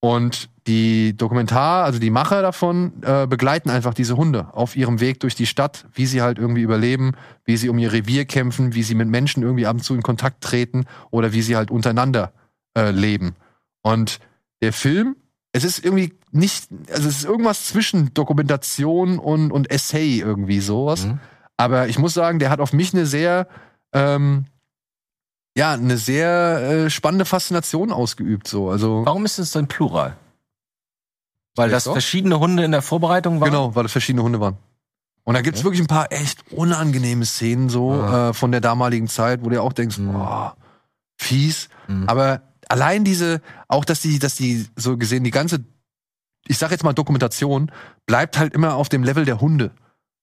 Speaker 1: Und die Dokumentar, also die Macher davon, äh, begleiten einfach diese Hunde auf ihrem Weg durch die Stadt, wie sie halt irgendwie überleben, wie sie um ihr Revier kämpfen, wie sie mit Menschen irgendwie ab und zu in Kontakt treten oder wie sie halt untereinander äh, leben. Und der Film, es ist irgendwie nicht, also es ist irgendwas zwischen Dokumentation und, und Essay irgendwie sowas.
Speaker 2: Mhm.
Speaker 1: Aber ich muss sagen, der hat auf mich eine sehr, ähm, ja, eine sehr äh, spannende Faszination ausgeübt. So, also
Speaker 2: Warum ist es denn Plural? Weil das
Speaker 1: doch.
Speaker 2: verschiedene Hunde in der Vorbereitung waren.
Speaker 1: genau, weil es verschiedene Hunde waren. Und da gibt's
Speaker 2: Okay.
Speaker 1: wirklich ein paar echt unangenehme Szenen so
Speaker 2: Ah.
Speaker 1: äh, von der damaligen Zeit, wo du auch denkst,
Speaker 2: Mhm.
Speaker 1: boah, fies.
Speaker 2: Mhm.
Speaker 1: Aber allein diese, auch dass die, dass die so gesehen die ganze, ich sag jetzt mal Dokumentation, bleibt halt immer auf dem Level der Hunde.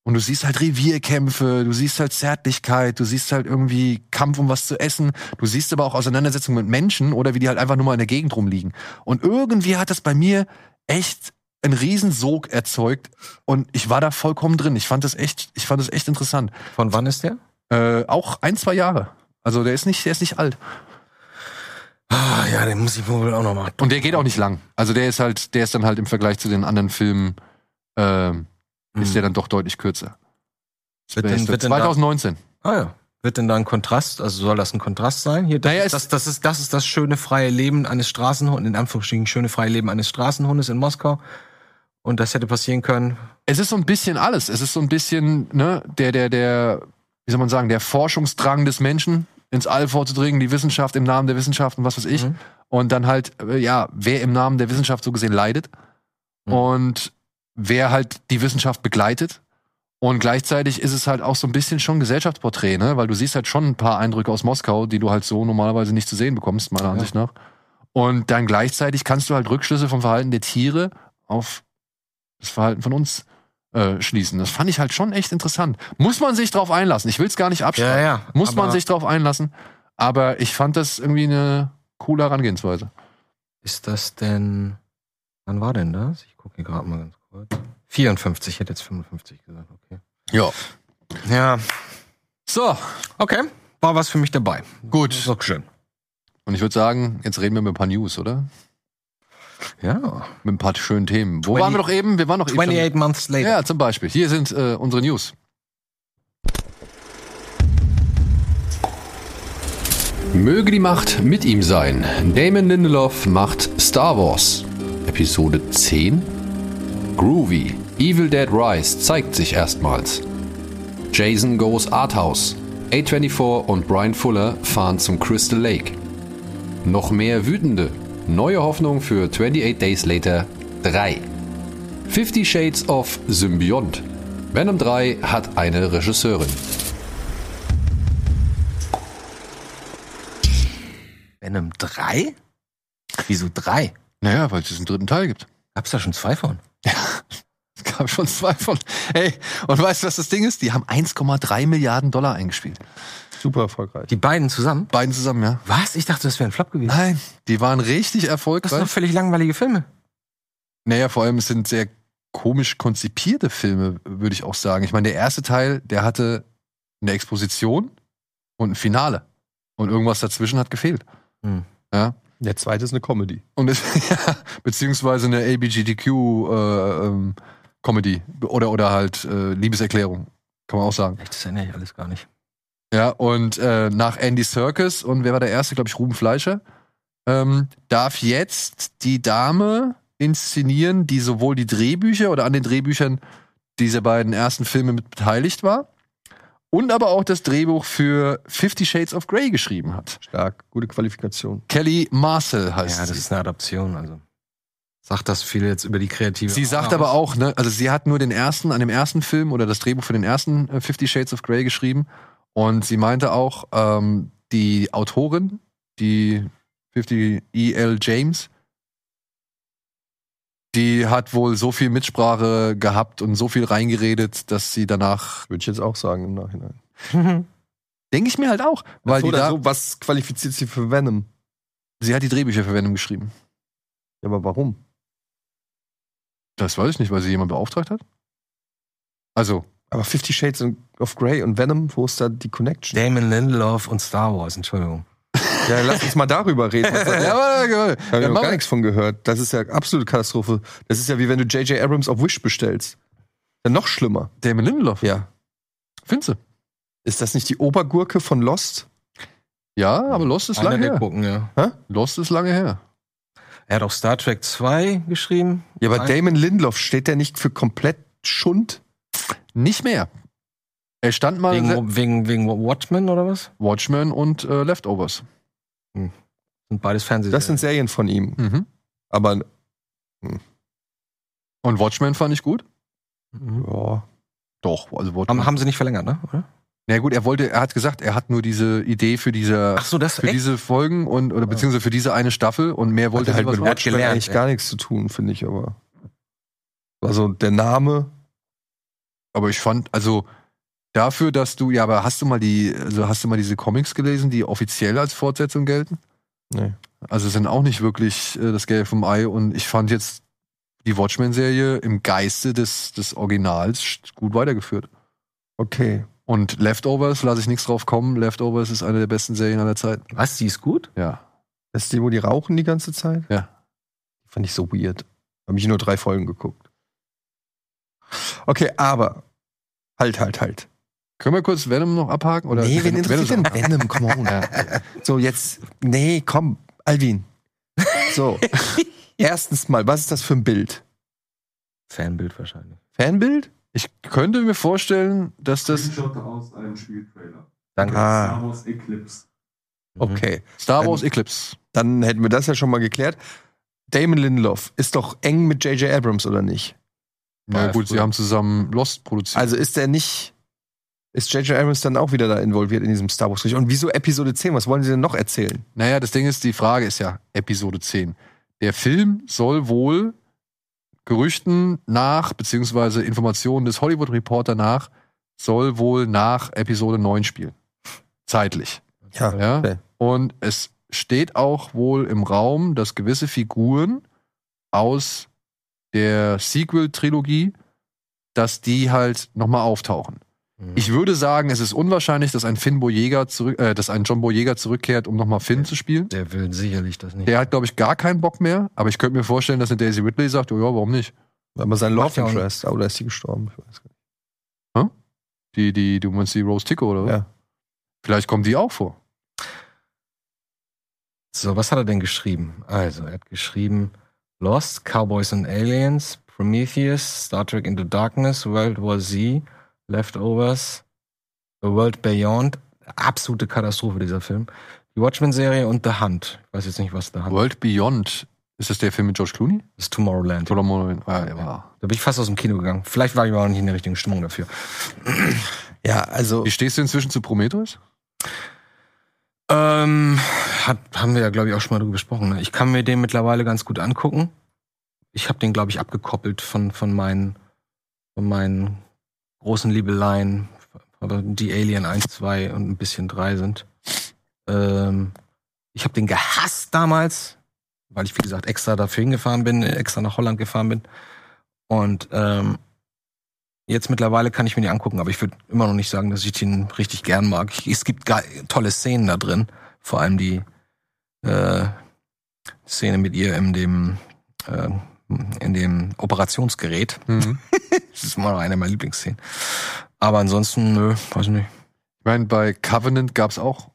Speaker 1: Und du siehst halt Revierkämpfe, du siehst halt Zärtlichkeit, du siehst halt irgendwie Kampf um was zu essen, du siehst aber auch Auseinandersetzungen mit Menschen oder wie die halt einfach nur mal in der Gegend rumliegen. Und irgendwie hat das bei mir echt einen Riesensog erzeugt und ich war da vollkommen drin. Ich fand das echt, ich fand das echt interessant.
Speaker 2: Von wann ist der?
Speaker 1: Äh, auch ein, zwei Jahre. Also der ist nicht, der ist nicht alt.
Speaker 2: Ah ja, den muss ich wohl auch noch machen.
Speaker 1: Und der geht auch nicht lang. Also der ist halt, der ist dann halt im Vergleich zu den anderen Filmen, ähm, ist der dann doch deutlich kürzer.
Speaker 2: Mhm. Wird
Speaker 1: Der
Speaker 2: denn,
Speaker 1: ist
Speaker 2: wird denn da,
Speaker 1: 2019.
Speaker 2: ah, ja. wird denn da ein Kontrast? Also soll das ein Kontrast sein? Hier, das,
Speaker 1: Naja,
Speaker 2: ist,
Speaker 1: es-
Speaker 2: das, das, ist, das ist das schöne freie Leben eines Straßenhundes, in Anführungsstrichen schöne freie Leben eines Straßenhundes in Moskau. Und das hätte passieren können.
Speaker 1: es ist so ein bisschen alles. Es ist so ein bisschen, ne, der, der, der, wie soll man sagen, der Forschungsdrang des Menschen, ins All vorzudringen, die Wissenschaft im Namen der Wissenschaft und was weiß ich.
Speaker 2: Mhm.
Speaker 1: Und dann halt, äh, ja, wer im Namen der Wissenschaft so gesehen leidet
Speaker 2: Mhm.
Speaker 1: und wer halt die Wissenschaft begleitet. Und gleichzeitig ist es halt auch so ein bisschen schon Gesellschaftsporträt, ne? Weil du siehst halt schon ein paar Eindrücke aus Moskau, die du halt so normalerweise nicht zu sehen bekommst, meiner Ansicht nach. Und dann gleichzeitig kannst du halt Rückschlüsse vom Verhalten der Tiere auf das Verhalten von uns äh, schließen. Das fand ich halt schon echt interessant. Muss man sich drauf einlassen. Ich will es gar nicht abschreiben.
Speaker 2: Ja, ja,
Speaker 1: Muss man
Speaker 2: aber-
Speaker 1: sich drauf einlassen. Aber ich fand das irgendwie eine coole Herangehensweise.
Speaker 2: Ist das denn. Wann war denn das? Ich gucke hier gerade mal ganz kurz. 54, ich hätte jetzt 55 gesagt, okay.
Speaker 1: Ja.
Speaker 2: Ja,
Speaker 1: So,
Speaker 2: okay. War was für mich dabei. Ist
Speaker 1: gut.
Speaker 2: doch schön.
Speaker 1: Und ich würde sagen, jetzt reden wir mit ein paar News, oder?
Speaker 2: Ja.
Speaker 1: Mit ein paar schönen Themen. Wo
Speaker 2: 20
Speaker 1: waren wir doch eben? Wir waren doch eben.
Speaker 2: 28 Months
Speaker 1: schon-
Speaker 2: later.
Speaker 1: Ja, zum Beispiel. Hier sind äh, unsere News. Möge die Macht mit ihm sein. Damon Lindelof macht Star Wars. Episode 10? Groovy. Evil Dead Rise zeigt sich erstmals. Jason Goes Arthouse. A24 und Brian Fuller fahren zum Crystal Lake. Noch mehr Wütende. Neue Hoffnung für 28 Days Later 3. 50 Shades of Symbiont. Venom 3 hat eine Regisseurin.
Speaker 2: Venom 3? Wieso 3?
Speaker 1: Naja, weil es diesen dritten Teil gibt.
Speaker 2: Gab's da schon zwei von?
Speaker 1: Es gab schon zwei von. Hey, und weißt du, was das Ding ist? Die haben 1,3 Milliarden Dollar eingespielt.
Speaker 3: Super erfolgreich.
Speaker 2: Die beiden zusammen?
Speaker 1: Beiden zusammen, ja?
Speaker 2: Was? Ich dachte, das wäre ein Flop gewesen.
Speaker 1: Nein, die waren richtig
Speaker 2: Das sind doch
Speaker 1: erfolgreich.
Speaker 2: völlig langweilige Filme.
Speaker 1: Naja, vor allem es sind sehr komisch konzipierte Filme, würde ich auch sagen. Ich meine, der erste Teil, der hatte eine Exposition und ein Finale. Und irgendwas dazwischen hat gefehlt.
Speaker 2: Hm.
Speaker 1: Ja.
Speaker 3: Der zweite ist eine Comedy.
Speaker 1: Und es, [laughs] ja, beziehungsweise eine ABGDQ äh, ähm, Comedy oder, oder halt äh, Liebeserklärung, kann man auch sagen.
Speaker 2: Echt, das erinnere ich alles gar nicht.
Speaker 1: Ja, und äh, nach Andy Serkis und wer war der erste, glaube ich, Ruben Fleischer, ähm, darf jetzt die Dame inszenieren, die sowohl die Drehbücher oder an den Drehbüchern dieser beiden ersten Filme mit beteiligt war und aber auch das Drehbuch für Fifty Shades of Grey geschrieben hat.
Speaker 3: Stark. Gute Qualifikation.
Speaker 1: Kelly Marcel heißt
Speaker 2: ja, das
Speaker 1: sie.
Speaker 2: ist eine Adaption, also. Sagt das viel jetzt über die kreative.
Speaker 1: Sie sagt
Speaker 3: genau.
Speaker 1: aber
Speaker 2: [laughs]
Speaker 1: auch, ne, also sie hat nur den ersten, an dem ersten Film oder das Drehbuch für den ersten äh, Fifty Shades of Grey geschrieben. Und sie meinte auch, ähm, die Autorin, die 50 E.L. James, die hat wohl so viel Mitsprache gehabt und so viel reingeredet, dass sie danach,
Speaker 3: Würde ich jetzt auch sagen im Nachhinein.
Speaker 1: denke ich mir halt auch, weil
Speaker 3: so
Speaker 1: die da,
Speaker 3: so, was qualifiziert sie für Venom?
Speaker 1: sie hat die Drehbücher für Venom geschrieben.
Speaker 3: Ja, aber warum?
Speaker 1: Das weiß ich nicht, weil sie jemand beauftragt hat.
Speaker 3: [laughs]
Speaker 1: Also, [laughs]
Speaker 3: Aber Fifty Shades of Grey und Venom, wo ist da die Connection?
Speaker 2: Damon Lindelof und Star Wars, Entschuldigung.
Speaker 3: Ja, lass uns mal darüber
Speaker 7: [laughs]
Speaker 3: reden.
Speaker 1: ja,
Speaker 3: Da
Speaker 1: aber, äh, aber,
Speaker 3: hab ich
Speaker 1: ja,
Speaker 3: noch
Speaker 1: mach-
Speaker 3: gar nichts von gehört. Das ist ja absolute Katastrophe. Das ist ja wie wenn du J.J. Abrams auf Wish bestellst. Dann noch schlimmer.
Speaker 1: Damon Lindelof,
Speaker 3: Ja.
Speaker 1: findest du?
Speaker 3: Ist das nicht die Obergurke von Lost?
Speaker 1: Ja, aber Lost ist lange her.
Speaker 2: gucken, ja.
Speaker 1: Lost ist lange her.
Speaker 2: Er hat auch Star Trek 2 geschrieben.
Speaker 3: Ja, aber
Speaker 2: Nein.
Speaker 3: Damon Lindelof steht der nicht für komplett Schund?
Speaker 1: Nicht mehr. Er stand mal Le-
Speaker 2: Wegen, wegen, wegen Watchmen oder was?
Speaker 1: Watchmen und äh, Leftovers.
Speaker 2: Sind beides Fernsehserien.
Speaker 3: Das sind Serien von ihm.
Speaker 1: Mhm.
Speaker 3: Aber
Speaker 1: Und Watchmen fand ich gut.
Speaker 2: Mhm.
Speaker 3: ja, halt
Speaker 1: Doch, also Watchmen.
Speaker 2: haben, haben sie nicht verlängert, ne? Oder?
Speaker 1: Na gut, er wollte, er hat gesagt, er hat nur diese Idee für diese,
Speaker 2: Ach so, das
Speaker 1: für diese Folgen und oder beziehungsweise für diese eine Staffel und mehr wollte
Speaker 3: hat halt
Speaker 1: was
Speaker 3: mit
Speaker 2: was
Speaker 1: machen.
Speaker 3: Watchmen
Speaker 2: gelernt,
Speaker 3: eigentlich
Speaker 2: ey.
Speaker 3: gar nichts zu tun, finde ich aber. Also der Name,
Speaker 1: Aber ich fand, also dafür, dass du, ja, aber hast du mal die, also hast du mal diese Comics gelesen, die offiziell als Fortsetzung gelten?
Speaker 3: Nee.
Speaker 1: Also sind auch nicht wirklich äh, das Gelbe vom Ei und ich fand jetzt die Watchmen-Serie im Geiste des, des Originals sch- gut weitergeführt.
Speaker 3: okay.
Speaker 1: Und Leftovers lasse ich nichts drauf kommen. Leftovers ist eine der besten Serien aller Zeiten.
Speaker 2: Was, die ist gut?
Speaker 1: Ja.
Speaker 3: Das ist die, wo die rauchen die ganze Zeit?
Speaker 1: Ja.
Speaker 3: Die fand ich so weird. Habe ich nur drei Folgen geguckt. Okay, aber halt, halt, halt.
Speaker 1: Können wir kurz Venom noch abhaken? Oder Venom- Venom-
Speaker 3: Venom? Come on. So, jetzt, nee, komm, Alvin.
Speaker 2: [laughs]
Speaker 3: So. Erstens mal, was ist das für ein Bild?
Speaker 2: Fanbild wahrscheinlich.
Speaker 3: Fanbild?
Speaker 1: Ich könnte mir vorstellen, dass das
Speaker 7: Screenshot aus einem Spieltrailer.
Speaker 2: Danke.
Speaker 7: Star Wars Eclipse.
Speaker 3: Ah,
Speaker 2: Mhm.
Speaker 3: Okay.
Speaker 1: Star Wars Eclipse.
Speaker 3: Dann hätten wir das ja schon mal geklärt. Damon Lindelof ist doch eng mit J.J. Abrams, oder nicht?
Speaker 1: Na
Speaker 2: Ja,
Speaker 1: gut, sie
Speaker 2: früher.
Speaker 1: haben zusammen Lost produziert.
Speaker 3: Also ist er nicht. Ist J.J. Abrams dann auch wieder da involviert in diesem Star Wars? Und wieso Episode 10? Was wollen sie denn noch erzählen?
Speaker 1: Naja, das Ding ist, die Frage ist ja Episode 10. Der Film soll wohl Gerüchten nach, beziehungsweise Informationen des Hollywood Reporter nach, soll wohl nach Episode 9 spielen. Zeitlich.
Speaker 7: Ja.
Speaker 1: Ja?
Speaker 7: Okay.
Speaker 1: Und es steht auch wohl im Raum, dass gewisse Figuren aus der Sequel-Trilogie, dass die halt nochmal auftauchen.
Speaker 2: Mhm.
Speaker 1: Ich würde sagen, es ist unwahrscheinlich, dass ein Finn Boyega zurück, äh, dass ein John Boyega zurückkehrt, um nochmal Finn zu spielen.
Speaker 2: Der will sicherlich das nicht.
Speaker 1: Der hat, glaube ich, gar keinen Bock mehr, aber ich könnte mir vorstellen, dass eine Daisy Ridley sagt, oh ja, warum nicht?
Speaker 7: Aber sein
Speaker 2: Macht
Speaker 7: Love
Speaker 2: ja auch
Speaker 7: Interest, oder ist die gestorben? Ich weiß gar nicht.
Speaker 1: Die, die, du meinst die Rose Tico oder was?
Speaker 7: Ja.
Speaker 1: Vielleicht kommt die auch vor.
Speaker 2: So, was hat er denn geschrieben? Also, er hat geschrieben Lost, Cowboys and Aliens, Prometheus, Star Trek Into Darkness, World War Z, Leftovers, The World Beyond. Absolute Katastrophe, dieser Film. Die Watchmen-Serie und The Hunt. Ich weiß jetzt nicht, was The Hunt
Speaker 1: World Beyond. Ist das der Film mit George Clooney?
Speaker 2: ist. Tomorrowland.
Speaker 1: Oder Monoin? Ah, der war.
Speaker 2: Da bin ich fast aus dem Kino gegangen. Vielleicht war ich aber auch nicht in der richtigen Stimmung dafür.
Speaker 7: Ja, also
Speaker 1: Wie stehst du inzwischen zu Prometheus?
Speaker 2: Ähm, hat, haben wir ja, glaube ich, auch schon mal drüber gesprochen. Ne? Ich kann mir den mittlerweile ganz gut angucken. Ich habe den, glaube ich, abgekoppelt von, von, meinen, von meinen großen Liebeleien, aber die Alien 1, 2 und ein bisschen 3 sind. Ähm, ich habe den gehasst damals, weil ich, wie gesagt, extra dafür hingefahren bin, extra nach Holland gefahren bin. Und ähm, Jetzt mittlerweile kann ich mir die angucken, aber ich würde immer noch nicht sagen, dass ich den richtig gern mag. Ich, es gibt ge- tolle Szenen da drin. Vor allem die äh, Szene mit ihr in dem, äh, in dem Operationsgerät.
Speaker 1: Mhm.
Speaker 2: Das ist immer noch eine meiner Lieblingsszenen. Aber ansonsten, nö, weiß nicht.
Speaker 1: Ich meine, bei Covenant gab es auch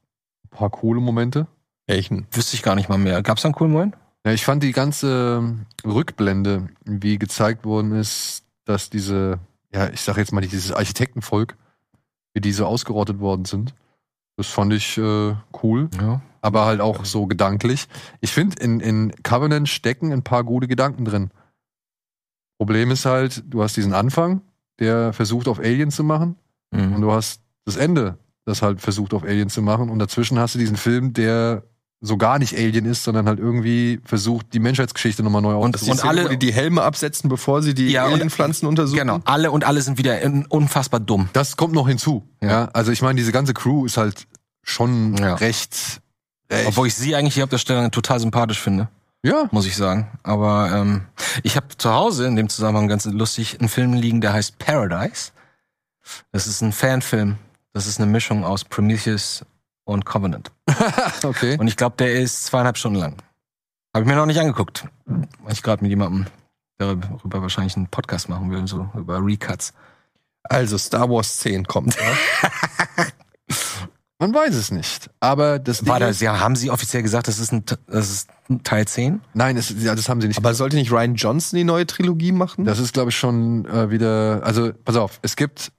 Speaker 1: ein paar coole Momente.
Speaker 7: welchen?
Speaker 2: Wüsste ich gar nicht mal mehr. Gab's da einen coolen Moment?
Speaker 1: Ja, ich fand die ganze ähm, Rückblende, wie gezeigt worden ist, dass diese, ja, ich sag jetzt mal nicht dieses Architektenvolk, wie die so ausgerottet worden sind. Das fand ich äh, cool,
Speaker 2: Ja.
Speaker 1: aber halt auch so gedanklich. Ich finde, in, in Covenant stecken ein paar gute Gedanken drin. Problem ist halt, du hast diesen Anfang, der versucht auf Alien zu machen, und
Speaker 2: Mhm.
Speaker 1: du hast das Ende, das halt versucht auf Alien zu machen. Und dazwischen hast du diesen Film, der so gar nicht Alien ist, sondern halt irgendwie versucht, die Menschheitsgeschichte nochmal neu
Speaker 2: Und-
Speaker 1: aufzuziehen.
Speaker 2: und alle-
Speaker 7: wo die die Helme absetzen, bevor sie die
Speaker 2: Ja, und-
Speaker 7: Alienpflanzen untersuchen?
Speaker 2: Genau. Alle und alle sind wieder in, unfassbar dumm.
Speaker 1: Das kommt noch hinzu.
Speaker 2: Ja.
Speaker 1: Ja. Also ich meine, diese ganze Crew ist halt schon
Speaker 2: Ja.
Speaker 1: recht, recht.
Speaker 2: Obwohl ich sie eigentlich hier auf der Stelle total sympathisch finde.
Speaker 1: ja.
Speaker 2: muss ich sagen. Aber ähm, ich habe zu Hause in dem Zusammenhang ganz lustig einen Film liegen, der heißt Paradise. Das ist ein Fanfilm. Das ist eine Mischung aus Prometheus und
Speaker 7: [laughs]
Speaker 2: Covenant.
Speaker 1: Okay.
Speaker 2: Und ich glaube, der ist zweieinhalb Stunden lang. Habe ich mir noch nicht angeguckt. Weil ich gerade mit jemandem darüber wahrscheinlich einen Podcast machen will, so über Recuts.
Speaker 7: Also Star Wars 10 kommt. ja?
Speaker 1: Man weiß es nicht. Aber das
Speaker 2: War
Speaker 1: Ding
Speaker 2: das, ja, haben sie offiziell gesagt, das ist, ein, das ist ein Teil 10?
Speaker 1: ist- Nein, es, ja, das haben sie nicht.
Speaker 7: [laughs] Aber sollte nicht Ryan Johnson die neue Trilogie machen?
Speaker 1: Das ist, glaube ich, schon äh, wieder. Also, pass auf, es gibt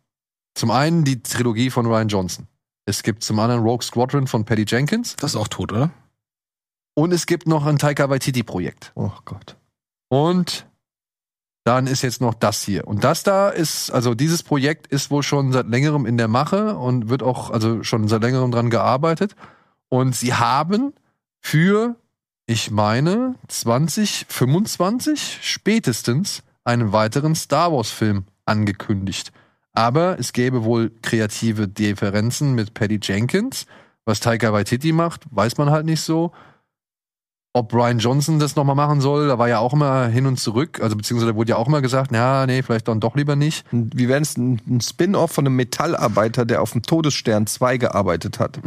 Speaker 1: zum einen die Trilogie von Ryan Johnson. Es gibt zum anderen Rogue Squadron von Patty Jenkins.
Speaker 2: Das ist auch tot, oder?
Speaker 1: Und es gibt noch ein Taika Waititi-Projekt.
Speaker 7: oh Gott.
Speaker 1: Und dann ist jetzt noch das hier. Und das da ist, also dieses Projekt ist wohl schon seit längerem in der Mache und wird auch, also schon seit längerem dran gearbeitet. Und sie haben für, ich meine, 2025 spätestens einen weiteren Star Wars-Film angekündigt. Aber es gäbe wohl kreative Differenzen mit Patty Jenkins. Was Taika Waititi macht, weiß man halt nicht so ob Brian Johnson das nochmal machen soll, da war ja auch immer hin und zurück, also beziehungsweise wurde ja auch immer gesagt, na, nee, vielleicht dann doch lieber nicht.
Speaker 7: Und Wie wäre es ein, ein Spin-off von einem Metallarbeiter, der auf dem Todesstern 2 gearbeitet hat?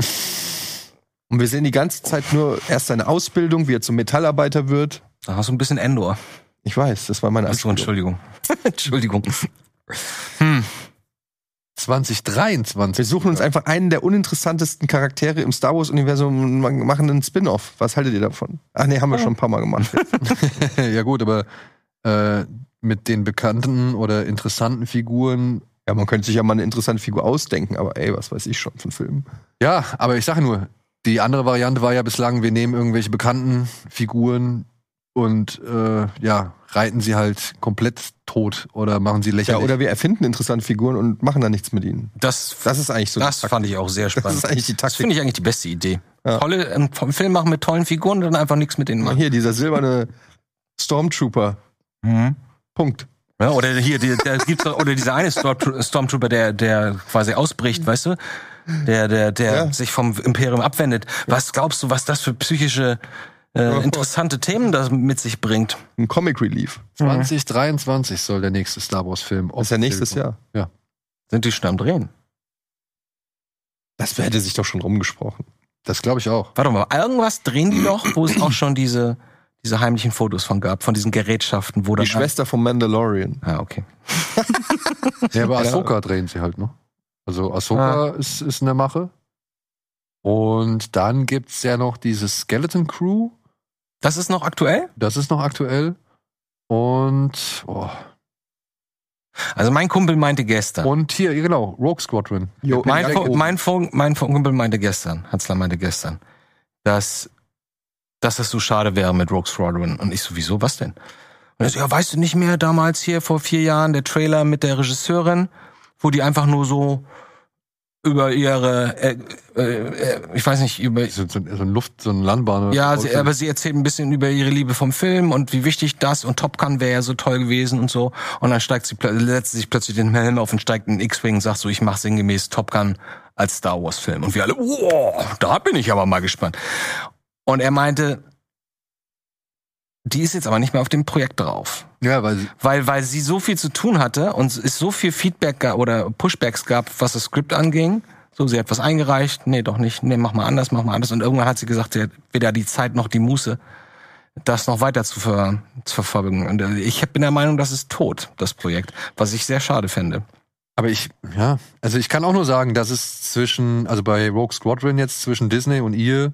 Speaker 7: Und wir sehen die ganze Zeit nur erst seine Ausbildung, wie er zum Metallarbeiter wird.
Speaker 2: Da hast du ein bisschen Endor.
Speaker 7: Ich weiß, das war meine
Speaker 2: Achso,
Speaker 7: Anspielung.
Speaker 2: Entschuldigung. [laughs] Entschuldigung.
Speaker 1: 2023.
Speaker 3: [laughs]
Speaker 7: Wir suchen uns einfach einen der uninteressantesten Charaktere im Star Wars-Universum und ma- machen einen Spin-off. Was haltet ihr davon? Ach nee, haben wir schon ein paar Mal gemacht. [laughs]
Speaker 1: ja gut, aber äh, mit den bekannten oder interessanten Figuren,
Speaker 7: Ja, man könnte sich ja mal eine interessante Figur ausdenken, aber ey, was weiß ich schon von Filmen.
Speaker 1: ja, aber ich sage nur, die andere Variante war ja bislang, wir nehmen irgendwelche bekannten Figuren und äh, ja, reiten sie halt komplett tot oder machen sie
Speaker 7: Ja,
Speaker 1: lächerlich.
Speaker 7: oder wir erfinden interessante Figuren und machen dann nichts mit ihnen.
Speaker 2: Das,
Speaker 7: Das ist eigentlich so. die
Speaker 2: das
Speaker 7: Taktik.
Speaker 2: fand ich auch sehr spannend.
Speaker 7: das ist eigentlich die
Speaker 2: Das
Speaker 7: Taktik.
Speaker 2: finde ich eigentlich die beste Idee.
Speaker 7: Ja.
Speaker 2: Tolle, einen F- Film machen mit tollen Figuren und dann einfach nichts mit denen
Speaker 7: Guck mal
Speaker 2: machen.
Speaker 7: hier, dieser silberne Stormtrooper.
Speaker 3: Mhm.
Speaker 7: Punkt.
Speaker 2: Ja, [laughs] oder hier, die, da gibt's, doch- oder dieser eine Stormtro- Stormtrooper, der, der quasi ausbricht, weißt du? der, der, der
Speaker 3: Ja.
Speaker 2: sich vom Imperium abwendet. Was glaubst du, was das für psychische äh, interessante Themen das mit sich bringt?
Speaker 3: Ein Comic Relief.
Speaker 2: Mhm.
Speaker 1: 2023 soll der nächste Star Wars-Film
Speaker 3: Das ist ja nächstes Jahr.
Speaker 2: Sind die schon am Drehen?
Speaker 3: Das hätte sich doch schon rumgesprochen.
Speaker 1: Das glaube ich auch.
Speaker 2: Warte mal, irgendwas drehen die doch, wo es auch schon diese, diese heimlichen Fotos von gab, von diesen Gerätschaften, wo
Speaker 3: Die
Speaker 2: dann.
Speaker 3: Schwester vom Mandalorian.
Speaker 2: Ah, okay.
Speaker 1: Ja, aber Ahsoka drehen sie halt noch. Also Ahsoka ist, ist in der Mache. Und dann gibt's ja noch diese Skeleton Crew.
Speaker 2: Das ist noch aktuell?
Speaker 1: Das ist noch aktuell. Und, oh.
Speaker 2: Also mein Kumpel meinte gestern.
Speaker 1: und hier, ja, genau, Rogue Squadron.
Speaker 3: Jo,
Speaker 2: mein,
Speaker 3: ja,
Speaker 2: Fu-
Speaker 3: oben.
Speaker 2: mein, Fu- mein Fu- Kumpel meinte gestern, Hatzler meinte gestern, dass, dass das so schade wäre mit Rogue Squadron. Und ich so, wieso, was denn? Und er so, ja, weißt du nicht mehr, damals hier vor vier Jahren der Trailer mit der Regisseurin, wo die einfach nur so über ihre, äh, äh, äh, ich weiß nicht, über,
Speaker 1: So, so, so ein Luft, so ein Landbahn.
Speaker 2: ja, sie, aber sie erzählt ein bisschen über ihre Liebe vom Film und wie wichtig das und Top Gun wäre ja so toll gewesen und so. Und dann steigt sie, plö- setzt sie sich plötzlich den Helm auf und steigt in den X-Wing und sagt so, ich mache sinngemäß Top Gun als Star Wars Film. Und wir alle, oh, da bin ich aber mal gespannt. Und er meinte, die ist jetzt aber nicht mehr auf dem Projekt drauf
Speaker 1: ja, weil sie,
Speaker 2: weil, weil sie so viel zu tun hatte und es so viel Feedback gab oder Pushbacks gab, was das Skript anging. So, sie hat was eingereicht, nee, doch nicht, nee, mach mal anders, mach mal anders. Und irgendwann hat sie gesagt, sie hat weder die Zeit noch die Muße, das noch weiter zu, ver zu verfolgen. Und äh, ich hab- bin der Meinung, das ist tot, das Projekt, was ich sehr schade fände.
Speaker 1: aber ich, ja, also ich kann auch nur sagen, dass es zwischen, also bei Rogue Squadron jetzt zwischen Disney und ihr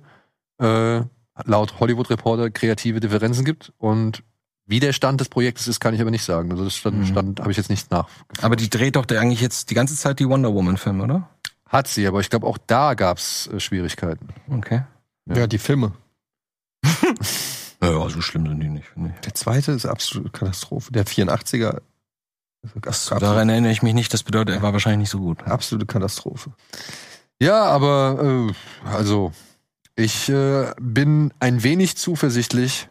Speaker 1: äh, laut Hollywood Reporter kreative Differenzen gibt und wie der Stand des Projektes ist, kann ich aber nicht sagen. Also das Stand,
Speaker 2: Mhm.
Speaker 1: Stand habe ich jetzt nicht nach.
Speaker 2: Aber die dreht doch der eigentlich jetzt die ganze Zeit die Wonder Woman-Filme, oder?
Speaker 1: Hat sie, aber ich glaube auch da gab's äh, Schwierigkeiten.
Speaker 2: Okay.
Speaker 3: ja, die Filme.
Speaker 2: Ja, so schlimm sind die nicht, finde ich.
Speaker 3: Der zweite ist absolute Katastrophe. Der 84er. ist absolute,
Speaker 2: Daran erinnere ich mich nicht, das bedeutet, er war wahrscheinlich nicht so gut.
Speaker 3: absolute Katastrophe.
Speaker 1: Ja, aber äh, also ich äh, bin ein wenig zuversichtlich,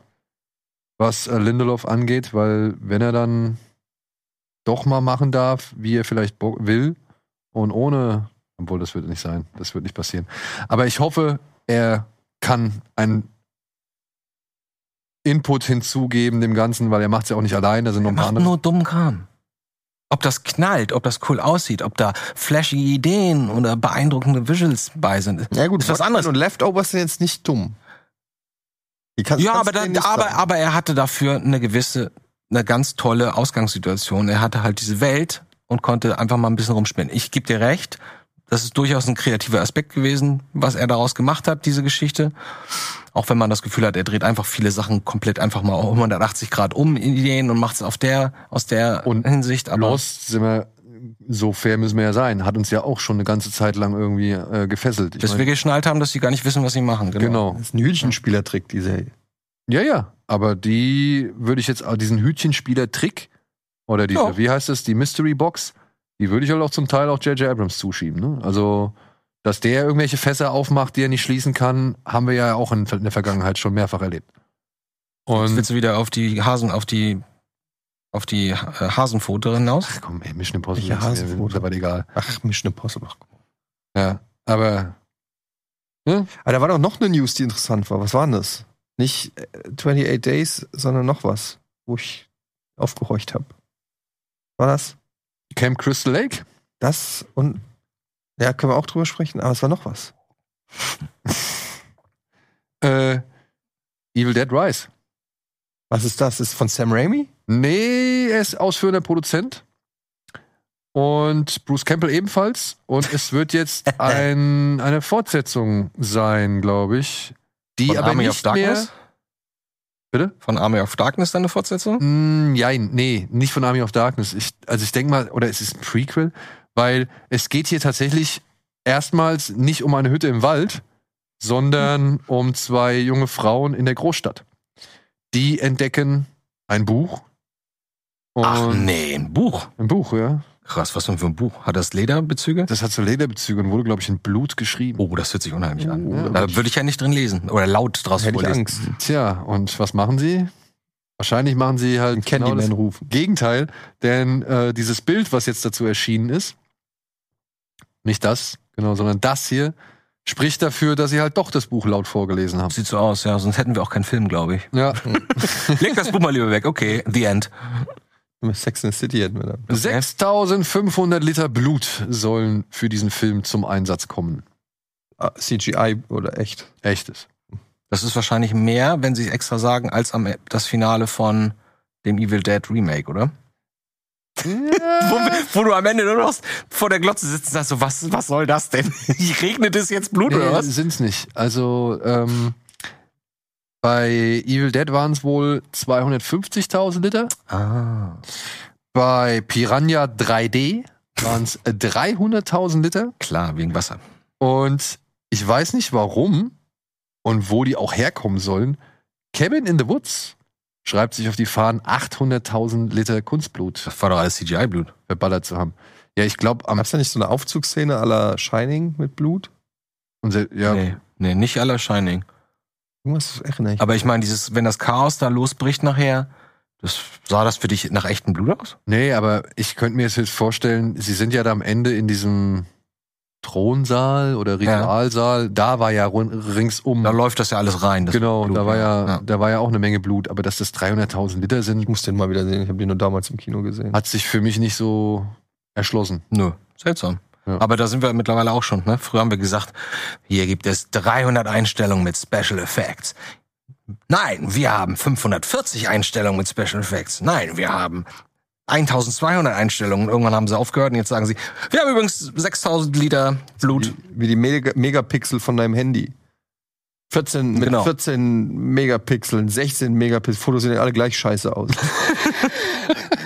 Speaker 1: was äh, Lindelof angeht, weil wenn er dann doch mal machen darf, wie er vielleicht Bock will und ohne, obwohl das wird nicht sein, das wird nicht passieren. Aber ich hoffe, er kann einen Input hinzugeben dem Ganzen, weil er macht es ja auch nicht allein, da sind noch
Speaker 2: Er
Speaker 1: ein paar
Speaker 2: macht
Speaker 1: andere.
Speaker 2: nur dummen Kram. Ob das knallt, ob das cool aussieht, ob da flashy Ideen oder beeindruckende Visuals bei sind.
Speaker 3: Ja gut,
Speaker 2: Ist was
Speaker 3: Watchmen
Speaker 2: anderes.
Speaker 3: Und Leftovers sind jetzt nicht dumm. Die kannst-
Speaker 2: ja,
Speaker 3: kannst
Speaker 2: aber,
Speaker 3: du denen
Speaker 2: dann,
Speaker 3: nicht
Speaker 2: aber,
Speaker 3: sagen.
Speaker 2: aber er hatte dafür eine gewisse, eine ganz tolle Ausgangssituation. Er hatte halt diese Welt und konnte einfach mal ein bisschen rumspinnen. Ich geb dir recht, das ist durchaus ein kreativer Aspekt gewesen, was er daraus gemacht hat, diese Geschichte. Auch wenn man das Gefühl hat, er dreht einfach viele Sachen komplett einfach mal um 180 Grad um in Ideen und macht es auf der, aus der
Speaker 1: Und
Speaker 2: Hinsicht. Aber
Speaker 1: Lost sind wir, so fair müssen wir ja sein, hat uns ja auch schon eine ganze Zeit lang irgendwie äh, gefesselt. Ich
Speaker 2: dass wir geschnallt haben, dass sie gar nicht wissen, was sie machen.
Speaker 1: mein, genau.
Speaker 3: Das ist ein Hühnchenspielertrick, die Serie.
Speaker 1: Ja, ja. Aber die würde ich jetzt, diesen Hütchenspieler-Trick oder diese,
Speaker 2: Ja.
Speaker 1: wie heißt das, die Mystery Box, die würde ich halt auch zum Teil auch J.J. Abrams zuschieben. Ne? Also, dass der irgendwelche Fässer aufmacht, die er nicht schließen kann, haben wir ja auch in, in der Vergangenheit schon mehrfach erlebt.
Speaker 2: Jetzt
Speaker 1: Und
Speaker 2: willst du wieder auf die Hasen, auf die, auf die äh, Hasenpfote hinaus?
Speaker 1: ach komm, ey, Mission Impossible
Speaker 3: Ja,
Speaker 1: ist
Speaker 3: ist
Speaker 1: mir
Speaker 3: gut.
Speaker 1: dabei egal.
Speaker 3: Ach, Mission Impossible. Ach, guck mal.
Speaker 1: Ja, aber
Speaker 3: Aber da war doch noch eine News, die interessant war. Was war denn das? Nicht äh, 28 Days, sondern noch was, wo ich aufgehorcht habe. War das?
Speaker 1: Camp Crystal Lake?
Speaker 3: Das und ja, können wir auch drüber sprechen, aber es war noch was.
Speaker 1: Äh, Evil Dead Rise.
Speaker 3: Was ist das? Ist von Sam Raimi?
Speaker 1: Nee, er ist ausführender Produzent. Und Bruce Campbell ebenfalls. Und es wird
Speaker 2: [laughs]
Speaker 1: jetzt ein, eine Fortsetzung sein, glaube ich. Die
Speaker 2: Von
Speaker 1: aber
Speaker 2: Army of
Speaker 1: nicht mehr.
Speaker 2: Darkness?
Speaker 1: Bitte?
Speaker 2: Von Army of Darkness dann eine Fortsetzung?
Speaker 1: Mm, jein, nee, nicht von Army of Darkness. Ich, also ich denke mal, oder es ist ein Prequel, weil es geht hier tatsächlich erstmals nicht um eine Hütte im Wald, sondern um zwei junge Frauen in der Großstadt. Die entdecken ein Buch. Und
Speaker 2: Ach nee, ein Buch.
Speaker 1: Ein Buch, ja.
Speaker 2: Krass, was denn für ein Buch? Hat das Lederbezüge?
Speaker 1: Das hat so Lederbezüge und wurde, glaube ich, in Blut geschrieben.
Speaker 2: Oh, das hört sich unheimlich an.
Speaker 1: Ja.
Speaker 2: Da würde ich ja nicht drin lesen. Oder laut draus
Speaker 3: Hätte ich
Speaker 2: vorlesen.
Speaker 3: Angst.
Speaker 1: Tja, und was machen sie? Wahrscheinlich machen sie halt genau
Speaker 3: Candyman
Speaker 1: das
Speaker 3: rufen.
Speaker 1: Gegenteil, denn äh, dieses Bild, was jetzt dazu erschienen ist, nicht das Genau, sondern das hier spricht dafür, dass sie halt doch das Buch laut vorgelesen haben.
Speaker 2: Sieht so aus, ja. Sonst hätten wir auch keinen Film, glaube [laughs] ich.
Speaker 1: Ja.
Speaker 2: Leg das Buch mal lieber weg. Okay, The End.
Speaker 7: Sex in the City hätten wir da.
Speaker 1: 6500 Liter Blut sollen für diesen Film zum Einsatz kommen.
Speaker 7: Ah, CGI oder echt.
Speaker 1: Echtes.
Speaker 2: Das ist wahrscheinlich mehr, wenn sie es extra sagen, als am, E- das Finale von dem Evil Dead Remake, oder? [laughs] wo, wo du am Ende nur noch vor der Glotze sitzt und sagst so, was, was soll das denn? [laughs] Regnet es jetzt Blut oder
Speaker 1: Nee,
Speaker 2: was?
Speaker 1: sind's nicht. Also ähm, bei Evil Dead waren es wohl 250.000 Liter.
Speaker 2: Ah,
Speaker 1: Bei Piranha 3D waren es 300.000 äh, Liter.
Speaker 2: klar, wegen Wasser.
Speaker 1: Und ich weiß nicht warum und wo die auch herkommen sollen. Cabin in the Woods schreibt sich auf die Fahnen 800.000 Liter Kunstblut
Speaker 2: Das war doch alles CGI-Blut.
Speaker 1: verballert zu haben. Ja, ich glaube, am
Speaker 7: Gab's da nicht so eine Aufzugsszene aller Shining mit Blut?
Speaker 1: unser, ja,
Speaker 2: Nee, nee, nicht aller Shining.
Speaker 7: Irgendwas erinnere ich.
Speaker 2: Aber ich meine, dieses, wenn das Chaos da losbricht nachher, das, sah das für dich nach echtem Blut aus?
Speaker 1: nee, aber ich könnte mir jetzt jetzt vorstellen, sie sind ja da am Ende in diesem Thronsaal oder Ritualsaal, da war ja rund, ringsum.
Speaker 2: Da läuft das ja alles rein. Das
Speaker 1: Mhm. genau,
Speaker 2: Blut,
Speaker 1: da war ja,
Speaker 2: ja.
Speaker 1: da war ja auch eine Menge Blut, aber dass das 300.000 Liter
Speaker 7: Ich
Speaker 1: sind,
Speaker 7: muss den mal wieder sehen. Ich habe den nur damals im Kino gesehen.
Speaker 1: hat sich für mich nicht so erschlossen.
Speaker 2: Nö, seltsam.
Speaker 1: Ja.
Speaker 2: Aber da sind wir mittlerweile auch schon. Ne? Früher haben wir gesagt, hier gibt es 300 Einstellungen mit Special Effects. Nein, wir haben 540 Einstellungen mit Special Effects. Nein, wir haben 1200 Einstellungen. Irgendwann haben sie aufgehört und jetzt sagen sie, wir haben übrigens 6000 Liter Blut.
Speaker 7: Wie, wie die Mega Megapixel von deinem Handy. 14, mit
Speaker 2: Genau.
Speaker 7: 14 Megapixeln, 16 Megapixel, Fotos sehen alle gleich
Speaker 2: [laughs]
Speaker 7: scheiße aus.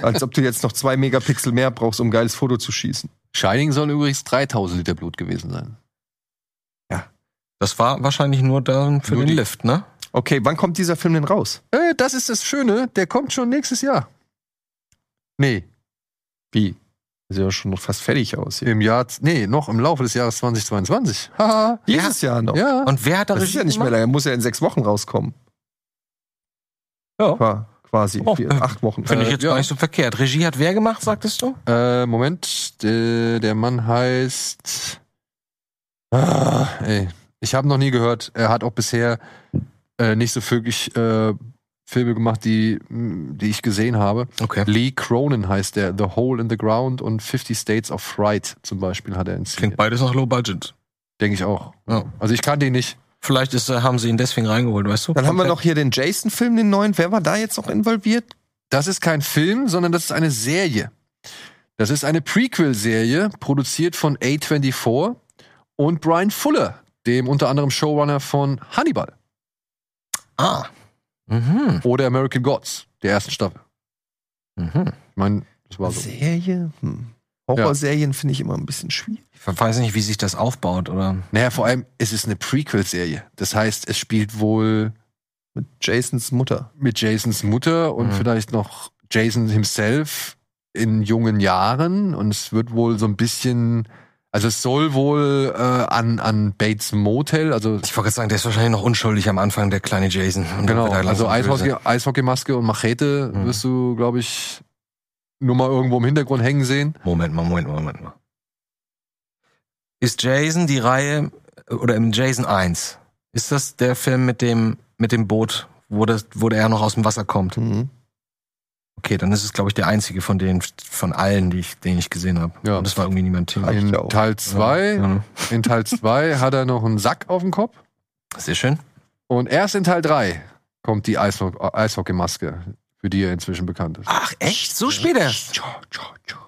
Speaker 7: Als ob du jetzt noch zwei Megapixel mehr brauchst, um ein geiles Foto zu schießen.
Speaker 1: Shining soll übrigens 3.000 Liter Blut gewesen sein.
Speaker 2: Das war wahrscheinlich nur dann für
Speaker 1: Nur
Speaker 2: den
Speaker 1: die-
Speaker 2: Lift, ne?
Speaker 7: Okay, wann kommt dieser Film denn raus?
Speaker 1: Äh, das ist das Schöne, der kommt schon nächstes Jahr. Nee,
Speaker 7: Wie? Sieht ja schon fast fertig aus hier.
Speaker 1: im Jahr, nee, noch im Laufe des Jahres 2022. Haha.
Speaker 7: Dieses Jahr noch.
Speaker 1: ja.
Speaker 2: Und wer hat da
Speaker 7: Das ist
Speaker 2: Regie
Speaker 7: ja nicht mehr
Speaker 2: gemacht?
Speaker 7: lange. Er muss ja in sechs Wochen rauskommen.
Speaker 2: Ja.
Speaker 7: Qua- Quasi.
Speaker 2: Oh,
Speaker 7: Vier,
Speaker 2: äh,
Speaker 7: acht Wochen.
Speaker 2: Finde ich
Speaker 1: Äh,
Speaker 2: jetzt
Speaker 1: ja.
Speaker 2: gar nicht so verkehrt. Regie hat wer gemacht, sagtest du?
Speaker 1: Äh, Moment, der, der Mann heißt. Ah, ey, ich habe noch nie gehört. Er hat auch bisher äh, nicht so wirklich äh, Filme gemacht, die, mh, die ich gesehen habe.
Speaker 2: Okay.
Speaker 1: Lee Cronin heißt der. The Hole in the Ground und 50 States of Fright zum Beispiel hat er
Speaker 2: Klingt
Speaker 1: inszeniert.
Speaker 2: beides nach Low Budget.
Speaker 1: Denke ich auch.
Speaker 2: Ja.
Speaker 1: Also ich kannte ihn nicht.
Speaker 2: Vielleicht ist, äh, haben sie ihn deswegen reingeholt, weißt du?
Speaker 7: Dann haben wir noch hier den Jason-Film, den neuen. Wer war da jetzt noch involviert?
Speaker 1: Das ist kein Film, sondern das ist eine Serie. Das ist eine Prequel-Serie, produziert von A24 und Brian Fuller, dem unter anderem Showrunner von Hannibal
Speaker 2: Ah. Mhm.
Speaker 1: oder American Gods, der ersten Staffel.
Speaker 2: Mhm.
Speaker 1: Ich meine, das war so.
Speaker 7: Serie? Hm. Horrorserien finde ich immer ein bisschen schwierig.
Speaker 2: Ich weiß nicht, wie sich das aufbaut, oder?
Speaker 1: Naja, vor allem, es ist eine Prequel-Serie. Das heißt, es spielt wohl
Speaker 7: Mit Jasons Mutter.
Speaker 1: mit Jasons Mutter und
Speaker 2: Mhm.
Speaker 1: vielleicht noch Jason himself in jungen Jahren. Und es wird wohl so ein bisschen, also es soll wohl äh, an, an Bates Motel, also
Speaker 2: Ich wollte gerade sagen, der ist wahrscheinlich noch unschuldig am Anfang, der kleine Jason. Und dann
Speaker 1: Genau,
Speaker 2: wird er
Speaker 1: also
Speaker 2: langsam
Speaker 1: Eishockey,
Speaker 2: böse.
Speaker 1: Eishockeymaske und Machete
Speaker 2: Mhm.
Speaker 1: wirst du, glaube ich, nur mal irgendwo im Hintergrund hängen sehen.
Speaker 2: Moment mal, Moment mal, Moment mal. Ist Jason die Reihe, äh, oder im Jason 1, ist das der Film mit dem, mit dem Boot, wo, das, wo der noch aus dem Wasser kommt? Okay, dann ist es, glaube ich, der einzige von denen, von allen, die ich, den ich gesehen habe.
Speaker 1: Ja.
Speaker 2: Und das war irgendwie niemand Thema.
Speaker 1: In
Speaker 7: glaub.
Speaker 1: Teil 2,
Speaker 2: Ja.
Speaker 1: in Teil
Speaker 2: [laughs]
Speaker 1: 2 hat er noch einen Sack auf dem Kopf
Speaker 2: Sehr schön.
Speaker 1: und erst in Teil 3 kommt die Eisho Eishockeymaske, für die er inzwischen bekannt ist.
Speaker 2: Ach, Ah, echt? So spät erst?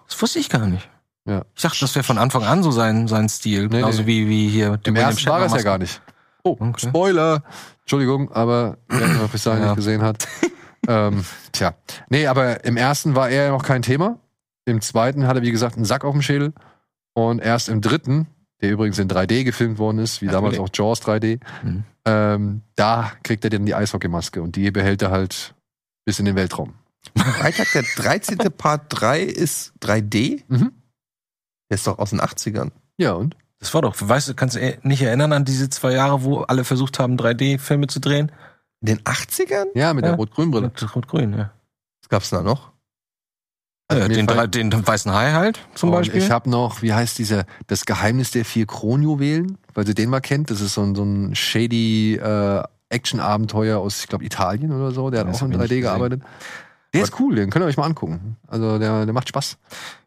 Speaker 2: Das wusste ich gar nicht.
Speaker 1: Ja.
Speaker 2: Ich dachte, das wäre von Anfang an so sein, sein Stil.
Speaker 1: Nee,
Speaker 2: Genauso
Speaker 1: nee.
Speaker 2: wie, wie hier
Speaker 1: Im ersten war es ja gar nicht. Oh,
Speaker 2: Okay.
Speaker 1: Spoiler! Entschuldigung, aber wer ihn noch bis dahin
Speaker 2: Ja.
Speaker 1: nicht gesehen hat. ähm, tja. Nee, aber im ersten war er ja noch kein Thema. Im zweiten hat er, wie gesagt, einen Sack auf dem Schädel. Und erst im dritten, der übrigens in 3D gefilmt worden ist, wie damals auch Jaws 3D,
Speaker 2: Mhm.
Speaker 1: ähm, da kriegt er dann die Eishockeymaske und die behält er halt bis in den Weltraum.
Speaker 7: Freitag der 13. Part 3 ist 3D.
Speaker 1: Mhm.
Speaker 7: Der ist doch aus den 80ern.
Speaker 1: Ja, und?
Speaker 2: Das war doch, weißt du, kannst du eh nicht erinnern an diese zwei Jahre, wo alle versucht haben, 3D-Filme zu drehen?
Speaker 7: In den 80ern?
Speaker 1: Ja, mit
Speaker 2: Ja.
Speaker 1: der rot-grünen Brille.
Speaker 2: Mit Rot-Grün, ja.
Speaker 7: Was gab's da noch?
Speaker 2: Ja,
Speaker 1: mir
Speaker 2: den,
Speaker 1: fall-
Speaker 2: drei- den weißen Hai halt zum
Speaker 1: Und
Speaker 2: Beispiel.
Speaker 1: Ich habe noch, wie heißt dieser, das Geheimnis der vier Kronjuwelen, weil ihr den mal kennt. Das ist so ein, so ein shady äh, Action-Abenteuer aus, ich glaube, Italien oder so. Der hat
Speaker 2: Das
Speaker 1: auch in
Speaker 2: hab ich nicht
Speaker 1: 3D
Speaker 2: gesehen.
Speaker 1: gearbeitet. Der ist cool, den könnt ihr euch mal angucken. Also der, der macht Spaß.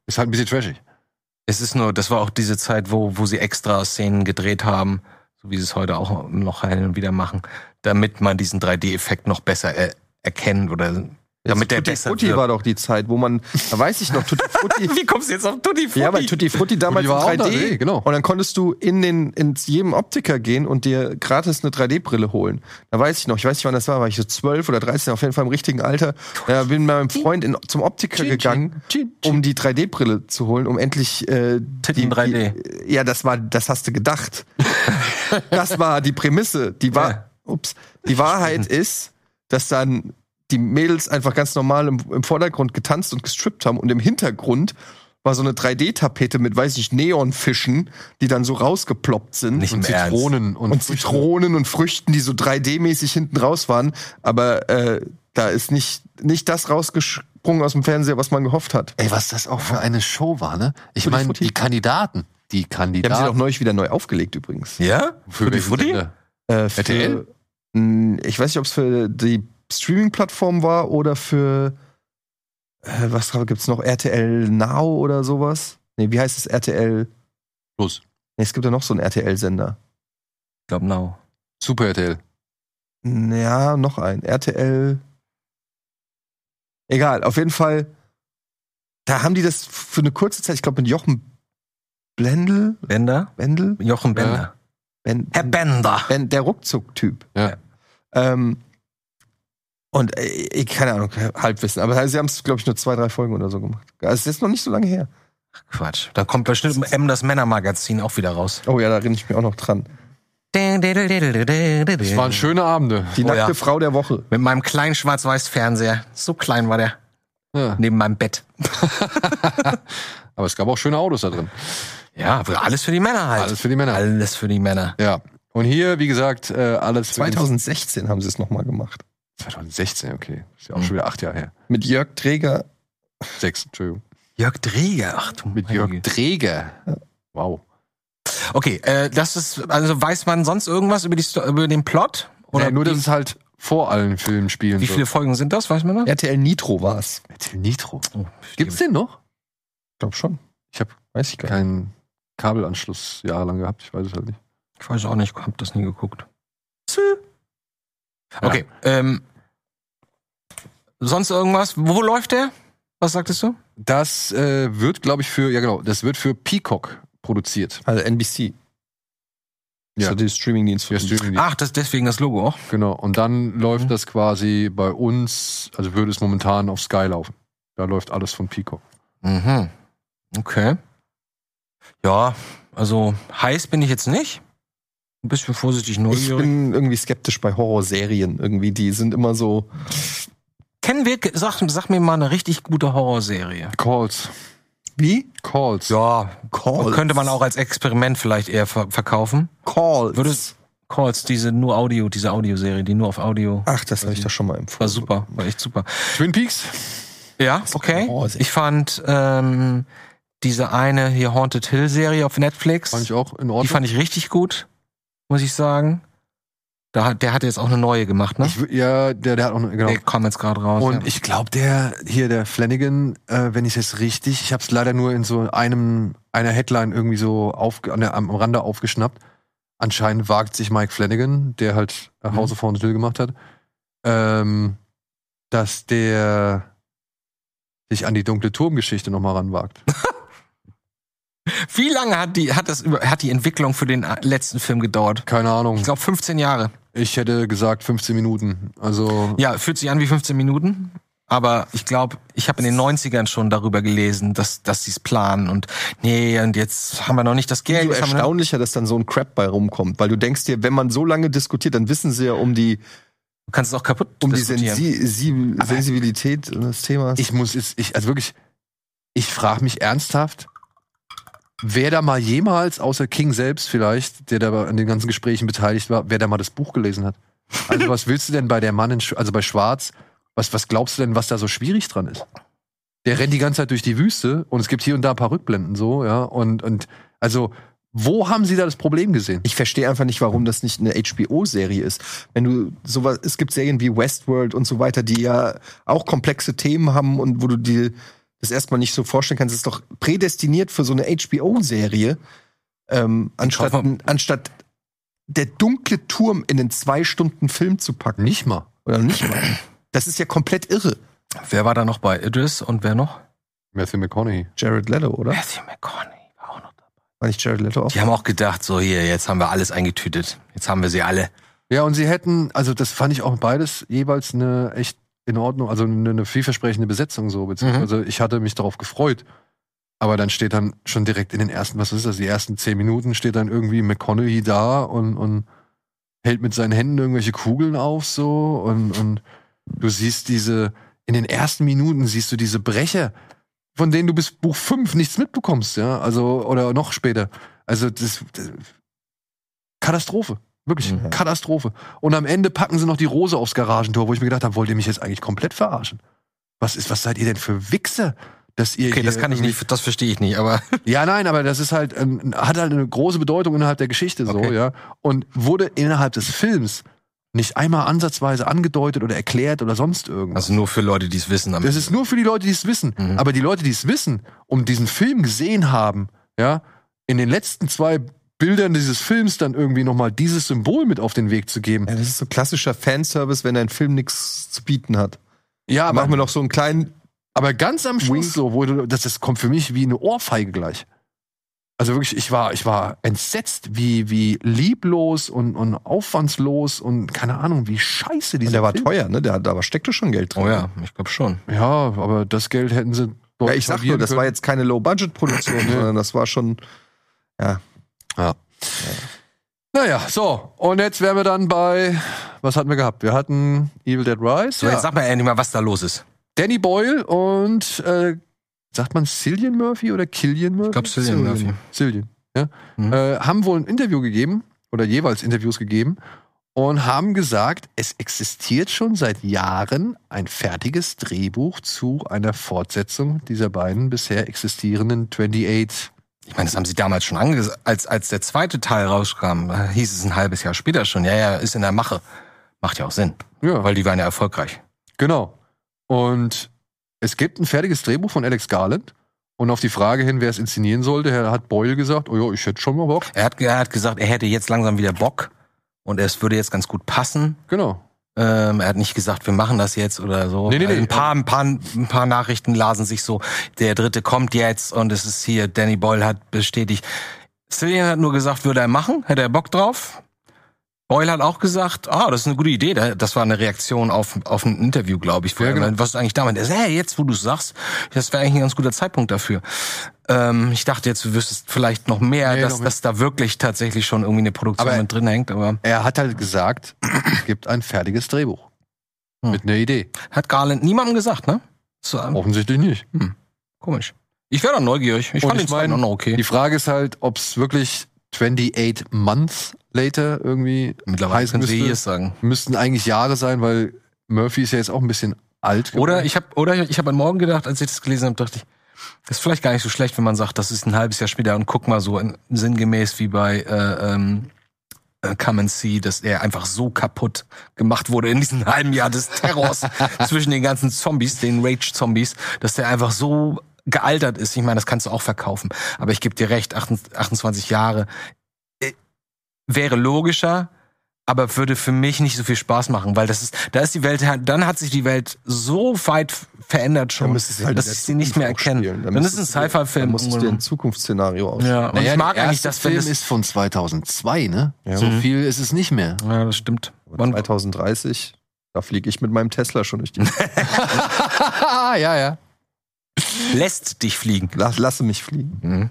Speaker 1: Ist halt ein bisschen trashig.
Speaker 2: Es ist nur, das war auch diese Zeit, wo, wo sie extra Szenen gedreht haben, so wie sie es heute auch noch hin und wieder machen, damit man diesen 3D-Effekt noch besser äh, erkennt oder damit der
Speaker 3: Tutti
Speaker 2: besser
Speaker 3: Frutti
Speaker 2: wirkt.
Speaker 3: war doch die Zeit, wo man, da weiß ich noch, Tutti
Speaker 2: [laughs]
Speaker 3: Frutti.
Speaker 2: Wie kommst du jetzt auf Tutti Frutti?
Speaker 3: ja, weil Tutti Frutti damals
Speaker 1: Tutti war auch
Speaker 3: in 3D,
Speaker 1: 3D, genau.
Speaker 3: Und dann konntest du in den, in jedem Optiker gehen und dir gratis eine 3D-Brille holen. Da weiß ich noch, ich weiß nicht, wann das war, war ich so 12 oder 13, auf jeden Fall im richtigen Alter. Da bin mit meinem Freund in, zum Optiker gegangen, um die 3D-Brille zu holen, um endlich äh,
Speaker 2: Titten 3D.
Speaker 3: Die, ja, das war, das hast du gedacht. das war die Prämisse. Die war,
Speaker 2: Ja.
Speaker 3: ups,
Speaker 2: [laughs]
Speaker 3: die Wahrheit ist, dass dann die Mädels einfach ganz normal im, im Vordergrund getanzt und gestrippt haben und im Hintergrund war so eine 3D-Tapete mit, weiß ich, Neonfischen, die dann so rausgeploppt sind.
Speaker 2: Nicht im Ernst.
Speaker 1: Zitronen und,
Speaker 3: und Zitronen und Früchten, die so 3D-mäßig hinten raus waren. Aber äh, da ist nicht, nicht das rausgesprungen aus dem Fernseher, was man gehofft hat.
Speaker 1: Ey, was das auch für eine Show war, ne? Ich
Speaker 3: Tutti
Speaker 1: meine,
Speaker 3: Frutti.
Speaker 1: die Kandidaten. Die
Speaker 3: Die haben sie doch
Speaker 1: Kandidaten.
Speaker 3: neulich wieder neu aufgelegt übrigens.
Speaker 2: Ja?
Speaker 1: Für
Speaker 2: Tutti
Speaker 1: welchen
Speaker 2: Frutti?
Speaker 1: Sender?
Speaker 3: Äh, für,
Speaker 1: RTL?
Speaker 3: Mh, Ich weiß nicht, ob es für die Streaming-Plattform war oder für äh, was gibt's noch? RTL Now oder sowas? Nee, wie heißt es RTL?
Speaker 1: Plus.
Speaker 3: Nee, es gibt ja noch so einen RTL-Sender.
Speaker 2: Ich glaube, no.
Speaker 1: Super RTL.
Speaker 3: Ja, noch ein. RTL. Egal, auf jeden Fall. Da haben die das für eine kurze Zeit, ich glaube mit Jochen Blendl,
Speaker 2: Bender?
Speaker 3: Wendel,
Speaker 2: Jochen Bender.
Speaker 3: Ben,
Speaker 2: Herr Bender.
Speaker 3: Ben, der Ruckzuck-Typ.
Speaker 1: Ja.
Speaker 3: Ähm, und äh, ich, keine Ahnung, Halbwissen. Aber sie haben es, glaube ich, nur zwei, drei Folgen oder so gemacht. Also, Es ist noch nicht so lange her.
Speaker 2: Quatsch. Da kommt bestimmt M das Männermagazin auch wieder raus.
Speaker 3: Oh ja, da erinnere ich mich auch noch dran.
Speaker 1: Es waren schöne Abende.
Speaker 3: Die
Speaker 2: Oh
Speaker 3: nackte
Speaker 2: ja.
Speaker 3: Frau der Woche.
Speaker 2: Mit meinem kleinen Schwarz-Weiß-Fernseher. So klein war der.
Speaker 1: Ja.
Speaker 2: Neben meinem Bett. [laughs]
Speaker 1: Aber es gab auch schöne Autos da drin.
Speaker 2: Ja, aber alles für die Männer halt.
Speaker 1: Alles für die Männer.
Speaker 2: Alles für die Männer.
Speaker 1: Ja. Und hier, wie gesagt, äh, alles für den-
Speaker 3: 2016 haben sie es nochmal gemacht.
Speaker 1: 2016, okay. Ist ja auch schon wieder acht Jahre her.
Speaker 3: Mit Jörg Träger.
Speaker 1: Sechs, Entschuldigung.
Speaker 2: Jörg Dreger. Ach du
Speaker 1: Mit
Speaker 2: meine
Speaker 1: Jörg
Speaker 2: Güte.
Speaker 1: Dreger. Wow.
Speaker 2: Okay, äh, das ist, also weiß man sonst irgendwas über, die, Sto- über den Plot?
Speaker 1: Oder nur,
Speaker 2: wie,
Speaker 1: dass es halt vor allen Filmen spielen
Speaker 2: wie viele Folgen sind das? Weiß man das?
Speaker 3: RTL Nitro war es.
Speaker 1: Metal Nitro.
Speaker 2: Oh,
Speaker 1: Gibt's den noch?
Speaker 3: Ich glaube schon.
Speaker 1: Ich habe
Speaker 3: Weiß ich gar nicht.
Speaker 1: keinen Kabelanschluss jahrelang gehabt. Ich weiß es halt nicht.
Speaker 2: Ich weiß auch nicht, hab das nie geguckt.
Speaker 1: Ja.
Speaker 2: Okay, ähm, sonst irgendwas? Wo läuft der? Was sagtest du?
Speaker 1: Das äh, wird, glaube ich, für, ja genau, das wird für Peacock produziert.
Speaker 3: Also NBC.
Speaker 1: Ja.
Speaker 3: Ja. Das ist der Streamingdienst
Speaker 1: Wir
Speaker 3: von
Speaker 1: streamen die.
Speaker 2: Ach, das deswegen das Logo auch.
Speaker 1: Genau. Und dann läuft das quasi bei uns, also würde es momentan auf Sky laufen. Da läuft alles von Peacock.
Speaker 2: Mhm. Okay. Ja, also heiß bin ich jetzt nicht. Ein bisschen vorsichtig
Speaker 3: Ah, Ich
Speaker 2: neugierig.
Speaker 3: bin irgendwie skeptisch bei Horrorserien. Irgendwie, die sind immer so.
Speaker 2: Kennen wir, sag, sag mir mal eine richtig gute Horrorserie.
Speaker 1: Calls.
Speaker 3: Wie?
Speaker 1: Calls.
Speaker 2: Ja,
Speaker 3: Calls.
Speaker 2: Oh, könnte man auch als Experiment vielleicht eher ver verkaufen.
Speaker 3: Calls.
Speaker 2: Würde es- Calls, diese nur Audio, diese Audioserie, die nur auf Audio
Speaker 3: Ach, das habe ich doch schon mal empfohlen.
Speaker 2: war super, war echt super.
Speaker 1: Twin Peaks?
Speaker 2: Ja,
Speaker 3: ist
Speaker 2: okay.
Speaker 3: keine Horrorserie.
Speaker 2: Ich fand ähm, diese eine hier Haunted Hill Serie auf Netflix,
Speaker 1: Fand ich auch in
Speaker 2: die
Speaker 1: Ordnung.
Speaker 2: fand ich richtig gut, muss ich sagen. Da hat, der hat jetzt auch eine neue gemacht, ne?
Speaker 1: Ich wü- ja, der, der hat auch, eine- genau.
Speaker 2: Der kommt jetzt gerade raus.
Speaker 1: Und
Speaker 2: ja.
Speaker 1: ich glaube, der hier, der Flanagan, äh, wenn ich es jetzt richtig, ich habe es leider nur in so einem einer Headline irgendwie so auf, an der, am Rande aufgeschnappt. Anscheinend wagt sich Mike Flanagan, der halt äh, House of Horns Hill gemacht hat, ähm, dass der sich an die dunkle Turmgeschichte nochmal ranwagt.
Speaker 2: Wie lange hat die, hat das, über- hat die Entwicklung für den äh, letzten Film gedauert?
Speaker 1: Keine Ahnung.
Speaker 2: Ich glaube 15 Jahre.
Speaker 1: Ich hätte gesagt 15 Minuten. Also
Speaker 2: Ja, fühlt sich an wie 15 Minuten. Aber ich glaube, ich habe in den 90ern schon darüber gelesen, dass, dass sie es planen und nee, und jetzt haben wir noch nicht das Geld.
Speaker 3: Umso
Speaker 2: jetzt haben wir noch-
Speaker 3: erstaunlicher, dass dann so ein Crap bei rumkommt, weil du denkst dir, wenn man so lange diskutiert, dann wissen sie ja um die,
Speaker 2: Du kannst es auch kaputt
Speaker 3: um die
Speaker 2: diskutieren.
Speaker 3: Sensi Sie-
Speaker 1: Aber-
Speaker 3: Sensibilität des Themas.
Speaker 1: ich muss jetzt, ich, also wirklich, ich frage mich ernsthaft, wer da mal jemals, außer King selbst vielleicht, der da an den ganzen Gesprächen beteiligt war, wer da mal das Buch gelesen hat. Also was willst du denn bei der Mann, in, Sch- also bei Schwarz, was, was glaubst du denn, was da so schwierig dran ist? der rennt die ganze Zeit durch die Wüste und es gibt hier und da ein paar Rückblenden so, ja. Und, und also, wo haben sie da das Problem gesehen?
Speaker 7: Ich verstehe einfach nicht, warum das nicht eine HBO-Serie ist. Wenn du sowas, es gibt Serien wie Westworld und so weiter, die ja auch komplexe Themen haben und wo du dir das erstmal nicht so vorstellen kannst, Das ist doch prädestiniert für so eine HBO-Serie, ähm, anstatt,
Speaker 2: hoffe-
Speaker 7: n- anstatt der dunkle Turm in den zwei Stunden Film zu packen.
Speaker 1: Nicht mal.
Speaker 7: Oder nicht mal. Das ist ja komplett irre.
Speaker 2: Wer war da noch bei Idris und wer noch?
Speaker 1: Matthew McConaughey.
Speaker 7: Jared Leto, oder?
Speaker 2: Matthew McConaughey war auch noch dabei.
Speaker 7: War nicht Jared Leto auch?
Speaker 2: Die haben auch gedacht, so hier, jetzt haben wir alles eingetütet. Jetzt haben wir sie alle.
Speaker 1: Ja, und sie hätten, also das fand ich auch beides jeweils eine echt in Ordnung, also eine, eine vielversprechende Besetzung so. Beziehungsweise ich hatte mich darauf gefreut. Aber dann steht dann schon direkt in den ersten, was ist das, die ersten zehn Minuten steht dann irgendwie McConaughey da und, und hält mit seinen Händen irgendwelche Kugeln auf so und, und du siehst diese, in den ersten Minuten siehst du diese Brecher, von denen du bis Buch 5 nichts mitbekommst, ja, also, oder noch später. Also das, das Katastrophe. Wirklich,
Speaker 2: Mhm.
Speaker 1: Katastrophe. Und am Ende packen sie noch die Rose aufs Garagentor, wo ich mir gedacht habe, wollt ihr mich jetzt eigentlich komplett verarschen? Was ist, was seid ihr denn für Wichser, dass ihr
Speaker 2: Okay, das
Speaker 1: hier
Speaker 2: kann ich
Speaker 1: irgendwie-
Speaker 2: nicht, das verstehe ich nicht, aber
Speaker 1: ja, nein, aber das ist halt, ähm, hat halt eine große Bedeutung innerhalb der Geschichte so,
Speaker 2: Okay.
Speaker 1: ja. Und wurde innerhalb des Films nicht einmal ansatzweise angedeutet oder erklärt oder sonst irgendwas.
Speaker 2: [laughs] also nur für Leute, die es wissen. am
Speaker 1: das
Speaker 2: Ende.
Speaker 1: ist nur für die Leute, die es wissen.
Speaker 2: Mhm.
Speaker 1: Aber die Leute, die es wissen und diesen Film gesehen haben, ja, in den letzten zwei Bildern dieses Films dann irgendwie nochmal dieses Symbol mit auf den Weg zu geben.
Speaker 7: Ja, das ist so klassischer Fanservice, wenn dein Film nichts zu bieten hat.
Speaker 1: Ja, aber,
Speaker 7: Machen wir noch so einen kleinen
Speaker 1: aber ganz am Schluss
Speaker 7: Wink.
Speaker 1: so, wo du, das, das kommt für mich wie eine Ohrfeige gleich. Also wirklich, ich war, ich war entsetzt, wie, wie lieblos und, und aufwandslos und keine Ahnung, wie scheiße
Speaker 7: Und
Speaker 1: dieser
Speaker 7: der war
Speaker 1: Film.
Speaker 7: teuer, ne? Der, da steckte schon Geld drin.
Speaker 2: Oh ja, ich glaube schon.
Speaker 1: Ja, aber das Geld hätten sie
Speaker 7: Ja,
Speaker 1: deutlich
Speaker 7: ich sag nur,
Speaker 1: halbieren
Speaker 7: das
Speaker 1: können.
Speaker 7: war jetzt keine Low-Budget-Produktion, sondern das war schon.
Speaker 1: Naja, so. Und jetzt wären wir dann bei, was hatten wir gehabt? Wir hatten Evil Dead Rise,
Speaker 2: So,
Speaker 1: ja.
Speaker 2: jetzt sag mal endlich mal, was da los ist.
Speaker 1: Danny Boyle und, äh, sagt man Cillian Murphy oder Killian Murphy? Ich
Speaker 2: glaub, Cillian Murphy.
Speaker 1: Cillian, ja.
Speaker 2: Mhm.
Speaker 1: Äh, haben wohl ein Interview gegeben oder jeweils Interviews gegeben und haben gesagt, es existiert schon seit Jahren ein fertiges Drehbuch zu einer Fortsetzung dieser beiden bisher existierenden 28
Speaker 2: Ich meine, das haben sie damals schon angesagt. Als, als der zweite Teil rauskam, äh, hieß es ein halbes Jahr später schon. Ja, ja, ist in der Mache. Macht ja auch Sinn,
Speaker 1: ja.
Speaker 2: weil die waren ja erfolgreich.
Speaker 1: Genau. Und es gibt ein fertiges Drehbuch von Alex Garland. Und auf die Frage hin, wer es inszenieren sollte, Herr- hat Boyle gesagt, oh ja, ich hätte schon mal Bock.
Speaker 2: Er hat, er hat gesagt, er hätte jetzt langsam wieder Bock und es würde jetzt ganz gut passen.
Speaker 1: Genau.
Speaker 2: Ähm, er hat nicht gesagt, wir machen das jetzt oder so. Also
Speaker 1: Nee, ähm, nee, nee.
Speaker 2: Ein, paar, ein, paar, ein paar Nachrichten lasen sich so, der dritte kommt jetzt und es ist hier, Danny Boyle hat bestätigt. Cillian hat nur gesagt, würde er machen, hätte er Bock drauf. Boyle hat auch gesagt, ah, das ist eine gute Idee. Da- Das war eine Reaktion auf, auf ein Interview, glaube ich. wo
Speaker 1: Ja,
Speaker 2: er
Speaker 1: genau.
Speaker 2: meinte, Was ist eigentlich damit? Er sagt, hey, jetzt, wo du sagst, das wäre eigentlich ein ganz guter Zeitpunkt dafür. Ähm, ich dachte jetzt, du wüsstest vielleicht noch mehr,
Speaker 1: Nee,
Speaker 2: dass,
Speaker 1: noch mehr.
Speaker 2: dass da wirklich tatsächlich schon irgendwie eine Produktion
Speaker 1: Aber-
Speaker 2: mit drin hängt. Aber
Speaker 1: Er hat halt gesagt, es gibt ein fertiges Drehbuch.
Speaker 2: Hm.
Speaker 1: Mit einer Idee.
Speaker 2: hat Garland niemandem gesagt, ne? So,
Speaker 1: Offensichtlich nicht.
Speaker 2: Komisch. Ich wäre doch neugierig. Ich
Speaker 1: Und
Speaker 2: fand
Speaker 1: ich
Speaker 2: den zweiten
Speaker 1: mein,
Speaker 2: auch noch okay.
Speaker 1: Die Frage ist halt, ob es wirklich 28 Months later irgendwie
Speaker 2: Mittlerweile
Speaker 1: heißen
Speaker 2: können sie
Speaker 1: müsste.
Speaker 2: hier sagen.
Speaker 1: müssten eigentlich Jahre sein, weil Murphy ist ja jetzt auch ein bisschen alt. geworden.
Speaker 2: Oder ich habe oder ich habe an morgen gedacht, als ich das gelesen habe, dachte ich, das ist vielleicht gar nicht so schlecht, wenn man sagt, das ist ein halbes Jahr später und guck mal so in, sinngemäß wie bei äh, ähm, äh, Come and See, dass er einfach so kaputt gemacht wurde in diesem [laughs] halben Jahr
Speaker 1: [laughs]
Speaker 2: des Terrors zwischen den ganzen Zombies, den Rage-Zombies, dass der einfach so gealtert ist. Ich meine, das kannst du auch verkaufen. Aber ich gebe dir recht, 28 28 Jahre äh, wäre logischer, aber würde für mich nicht so viel Spaß machen, weil das ist, da ist die Welt, dann hat sich die Welt so weit verändert schon,
Speaker 7: müsstest du halt
Speaker 2: dass
Speaker 7: in
Speaker 2: ich
Speaker 7: der
Speaker 2: sie nicht mehr
Speaker 7: Zukunft auch
Speaker 2: erkenne.
Speaker 7: spielen. Dann
Speaker 2: Dann ist ein
Speaker 7: müsstest du dir- Da
Speaker 2: Sci-Fi-Film.
Speaker 7: musst du dir ein Zukunftsszenario aus.
Speaker 2: ja, und
Speaker 1: Naja,
Speaker 2: ich mag
Speaker 1: der
Speaker 2: eigentlich
Speaker 1: erste
Speaker 2: das, wenn
Speaker 1: Film
Speaker 2: das, Mhm.
Speaker 1: ist von 2002, ne? So viel ist es nicht
Speaker 2: [laughs]
Speaker 1: mehr.
Speaker 2: ja, das stimmt.
Speaker 7: Aber
Speaker 2: Wann,
Speaker 7: 2030, da fliege ich mit meinem Tesla
Speaker 2: [laughs]
Speaker 7: schon durch die.
Speaker 1: ja, ja.
Speaker 2: lässt dich fliegen.
Speaker 7: Lass, lasse mich fliegen.
Speaker 1: Mhm.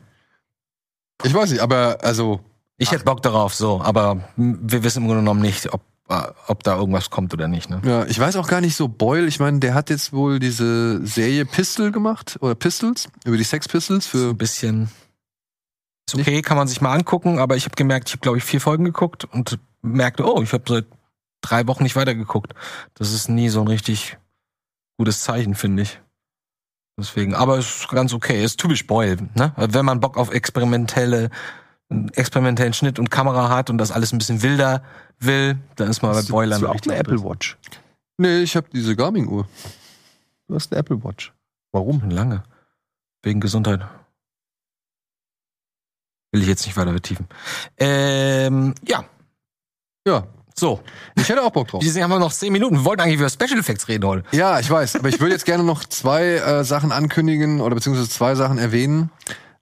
Speaker 1: Ich weiß nicht, aber also
Speaker 2: Ich hätte Bock darauf, so, aber m, wir wissen im Grunde genommen nicht, ob, äh, ob da irgendwas kommt oder nicht. Ne?
Speaker 1: Ja, ich weiß auch gar nicht so, Boyle, ich meine, der hat jetzt wohl diese Serie Pistol gemacht, oder Pistols, über die Sex Pistols
Speaker 2: So
Speaker 1: für.
Speaker 2: ein bisschen. Ist okay, kann man sich mal angucken, aber ich habe gemerkt, ich habe, glaube ich, vier Folgen geguckt und merkte, oh, ich habe seit drei Wochen nicht weitergeguckt. Das ist nie so ein richtig gutes Zeichen, finde ich. Deswegen, aber ist ganz okay. Ist typisch Boyle, ne? Wenn man Bock auf experimentelle, experimentellen Schnitt und Kamera hat und das alles ein bisschen wilder will, dann ist man bei Boyle dann
Speaker 7: auch
Speaker 2: richtig
Speaker 7: eine Apple Watch.
Speaker 1: Nee, ich habe diese Garmin-Uhr.
Speaker 7: Du hast eine Apple Watch.
Speaker 2: Warum? Lange. Wegen Gesundheit. Will ich jetzt nicht weiter vertiefen. Ähm, ja.
Speaker 1: Ja.
Speaker 2: So.
Speaker 1: Ich hätte auch Bock drauf.
Speaker 2: Deswegen haben wir noch 10 Minuten. Wir wollten eigentlich über Special Effects reden heute.
Speaker 1: Ja, ich weiß, aber ich würde jetzt gerne noch zwei äh, Sachen ankündigen oder beziehungsweise zwei Sachen erwähnen.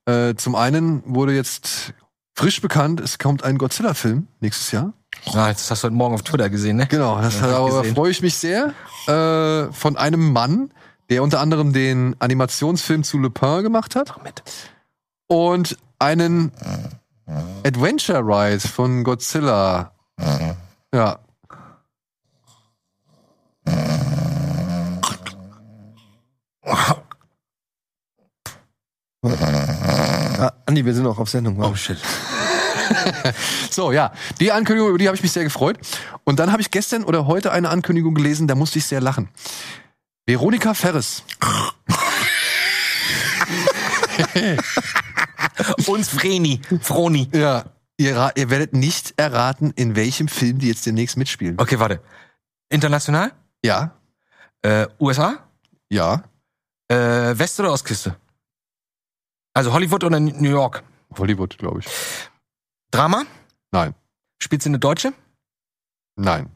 Speaker 1: Äh, zum einen wurde jetzt frisch bekannt, es kommt ein Godzilla-Film nächstes Jahr.
Speaker 2: Ah, das hast du heute Morgen auf Twitter gesehen, ne?
Speaker 1: Genau, das,
Speaker 2: Ja, hab ich
Speaker 1: darüber
Speaker 2: gesehen.
Speaker 1: freue ich mich sehr. Äh, von einem Mann, der unter anderem den Animationsfilm zu Le Pen gemacht hat. Und einen Adventure Ride von Godzilla. Ja.
Speaker 7: Ah, Andi, wir sind noch auf Sendung. Oh, shit.
Speaker 1: So, ja. Die Ankündigung, über die habe ich mich sehr gefreut. Und dann habe ich gestern oder heute eine Ankündigung gelesen, da musste ich sehr lachen. Veronika Ferres.
Speaker 2: Uns Vreni. Froni.
Speaker 1: Ja. Ihr, ra- ihr werdet nicht erraten, in welchem Film die jetzt demnächst mitspielen.
Speaker 2: Okay, warte. International?
Speaker 1: Ja,
Speaker 2: Äh, USA?
Speaker 1: ja.
Speaker 2: Äh, West- oder Ostküste? Also Hollywood oder New York?
Speaker 1: Hollywood, glaube ich.
Speaker 2: Drama?
Speaker 1: Nein.
Speaker 2: Spielt sie eine Deutsche?
Speaker 1: Nein.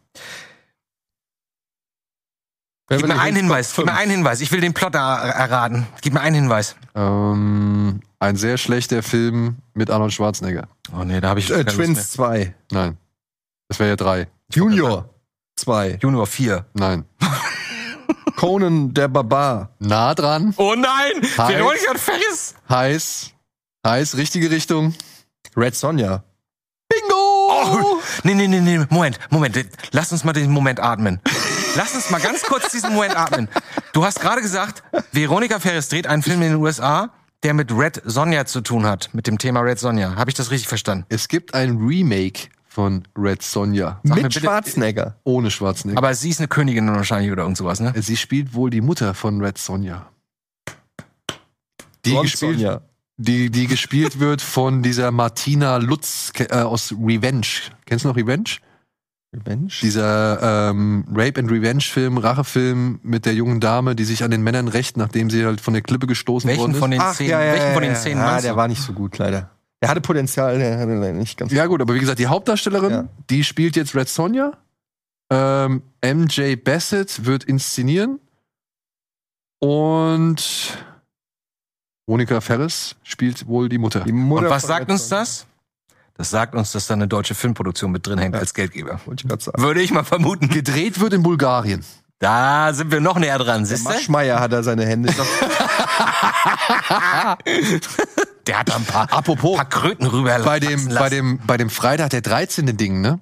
Speaker 2: Gib mir einen Hinweis. Gib mir einen Hinweis. Ich will den Plot er erraten. Gib mir einen Hinweis.
Speaker 1: Ähm, ein sehr schlechter Film mit Arnold Schwarzenegger.
Speaker 2: Oh nee, da habe ich keine
Speaker 7: Äh,
Speaker 2: Lust
Speaker 7: Twins 2.
Speaker 1: Nein. Das wäre ja drei.
Speaker 7: Junior 2.
Speaker 2: mehr. Junior 4.
Speaker 1: Nein.
Speaker 7: Conan der Barbar.
Speaker 1: Nah dran.
Speaker 2: Oh nein!
Speaker 1: Heiß.
Speaker 2: Veronica Ferris!
Speaker 1: Heiß. Heiß, richtige Richtung.
Speaker 7: Red Sonja.
Speaker 2: Oh! Nee, nee, nee, nee. Moment, Moment. Lass uns mal den Moment atmen. Lass uns mal ganz kurz diesen Moment atmen. Du hast gerade gesagt, Veronica Ferris dreht einen Film in den USA, der mit Red Sonja zu tun hat. Mit dem Thema Red Sonja. Habe ich das richtig verstanden?
Speaker 1: Es gibt ein Remake von Red Sonja.
Speaker 2: Sag mir
Speaker 7: Mit
Speaker 2: bitte-
Speaker 7: Schwarzenegger.
Speaker 1: Ohne Schwarzenegger. Äh,
Speaker 2: Aber sie ist eine Königin wahrscheinlich oder irgend sowas, ne?
Speaker 1: Sie spielt wohl die Mutter von Red Sonja. Die
Speaker 7: Ron
Speaker 1: gespielt,
Speaker 7: Sonja.
Speaker 1: die, die gespielt wird von dieser Martina Lutz ke- äh, aus Revenge. Kennst du noch Revenge?
Speaker 7: Mensch.
Speaker 1: Dieser ähm, Rape and Revenge-Film, Rachefilm mit der jungen Dame, die sich an den Männern rächt, nachdem sie halt von der Klippe gestoßen
Speaker 2: Welchen
Speaker 1: worden ist.
Speaker 2: von den zehn, welchen von den zehn
Speaker 7: ja, Ah,
Speaker 2: meinst
Speaker 7: der
Speaker 2: du?
Speaker 7: war nicht so gut, leider. Der hatte Potenzial, der hatte leider nicht ganz.
Speaker 1: ja gut, aber wie gesagt, die Hauptdarstellerin,
Speaker 7: Ja.
Speaker 1: die spielt jetzt Red Sonja. Ähm, MJ Bassett wird inszenieren. Und Monika Ferris spielt wohl die Mutter.
Speaker 7: Die Mutter
Speaker 2: Und was
Speaker 7: von
Speaker 2: sagt
Speaker 7: Red
Speaker 2: uns
Speaker 7: Sonja.
Speaker 2: das? Das sagt uns, dass da eine deutsche Filmproduktion mit drin hängt als Geldgeber.
Speaker 7: Wollte ich gerade sagen.
Speaker 2: Würde ich mal vermuten.
Speaker 1: Gedreht wird in Bulgarien.
Speaker 2: Da sind wir noch näher dran,
Speaker 7: Der
Speaker 2: siehst du?
Speaker 7: Maschmeier hat da seine Hände.
Speaker 2: Der hat da ein paar,
Speaker 1: Apropos,
Speaker 2: paar Kröten rüber
Speaker 1: bei dem, bei, dem, bei dem Freitag der 13. Ding, ne?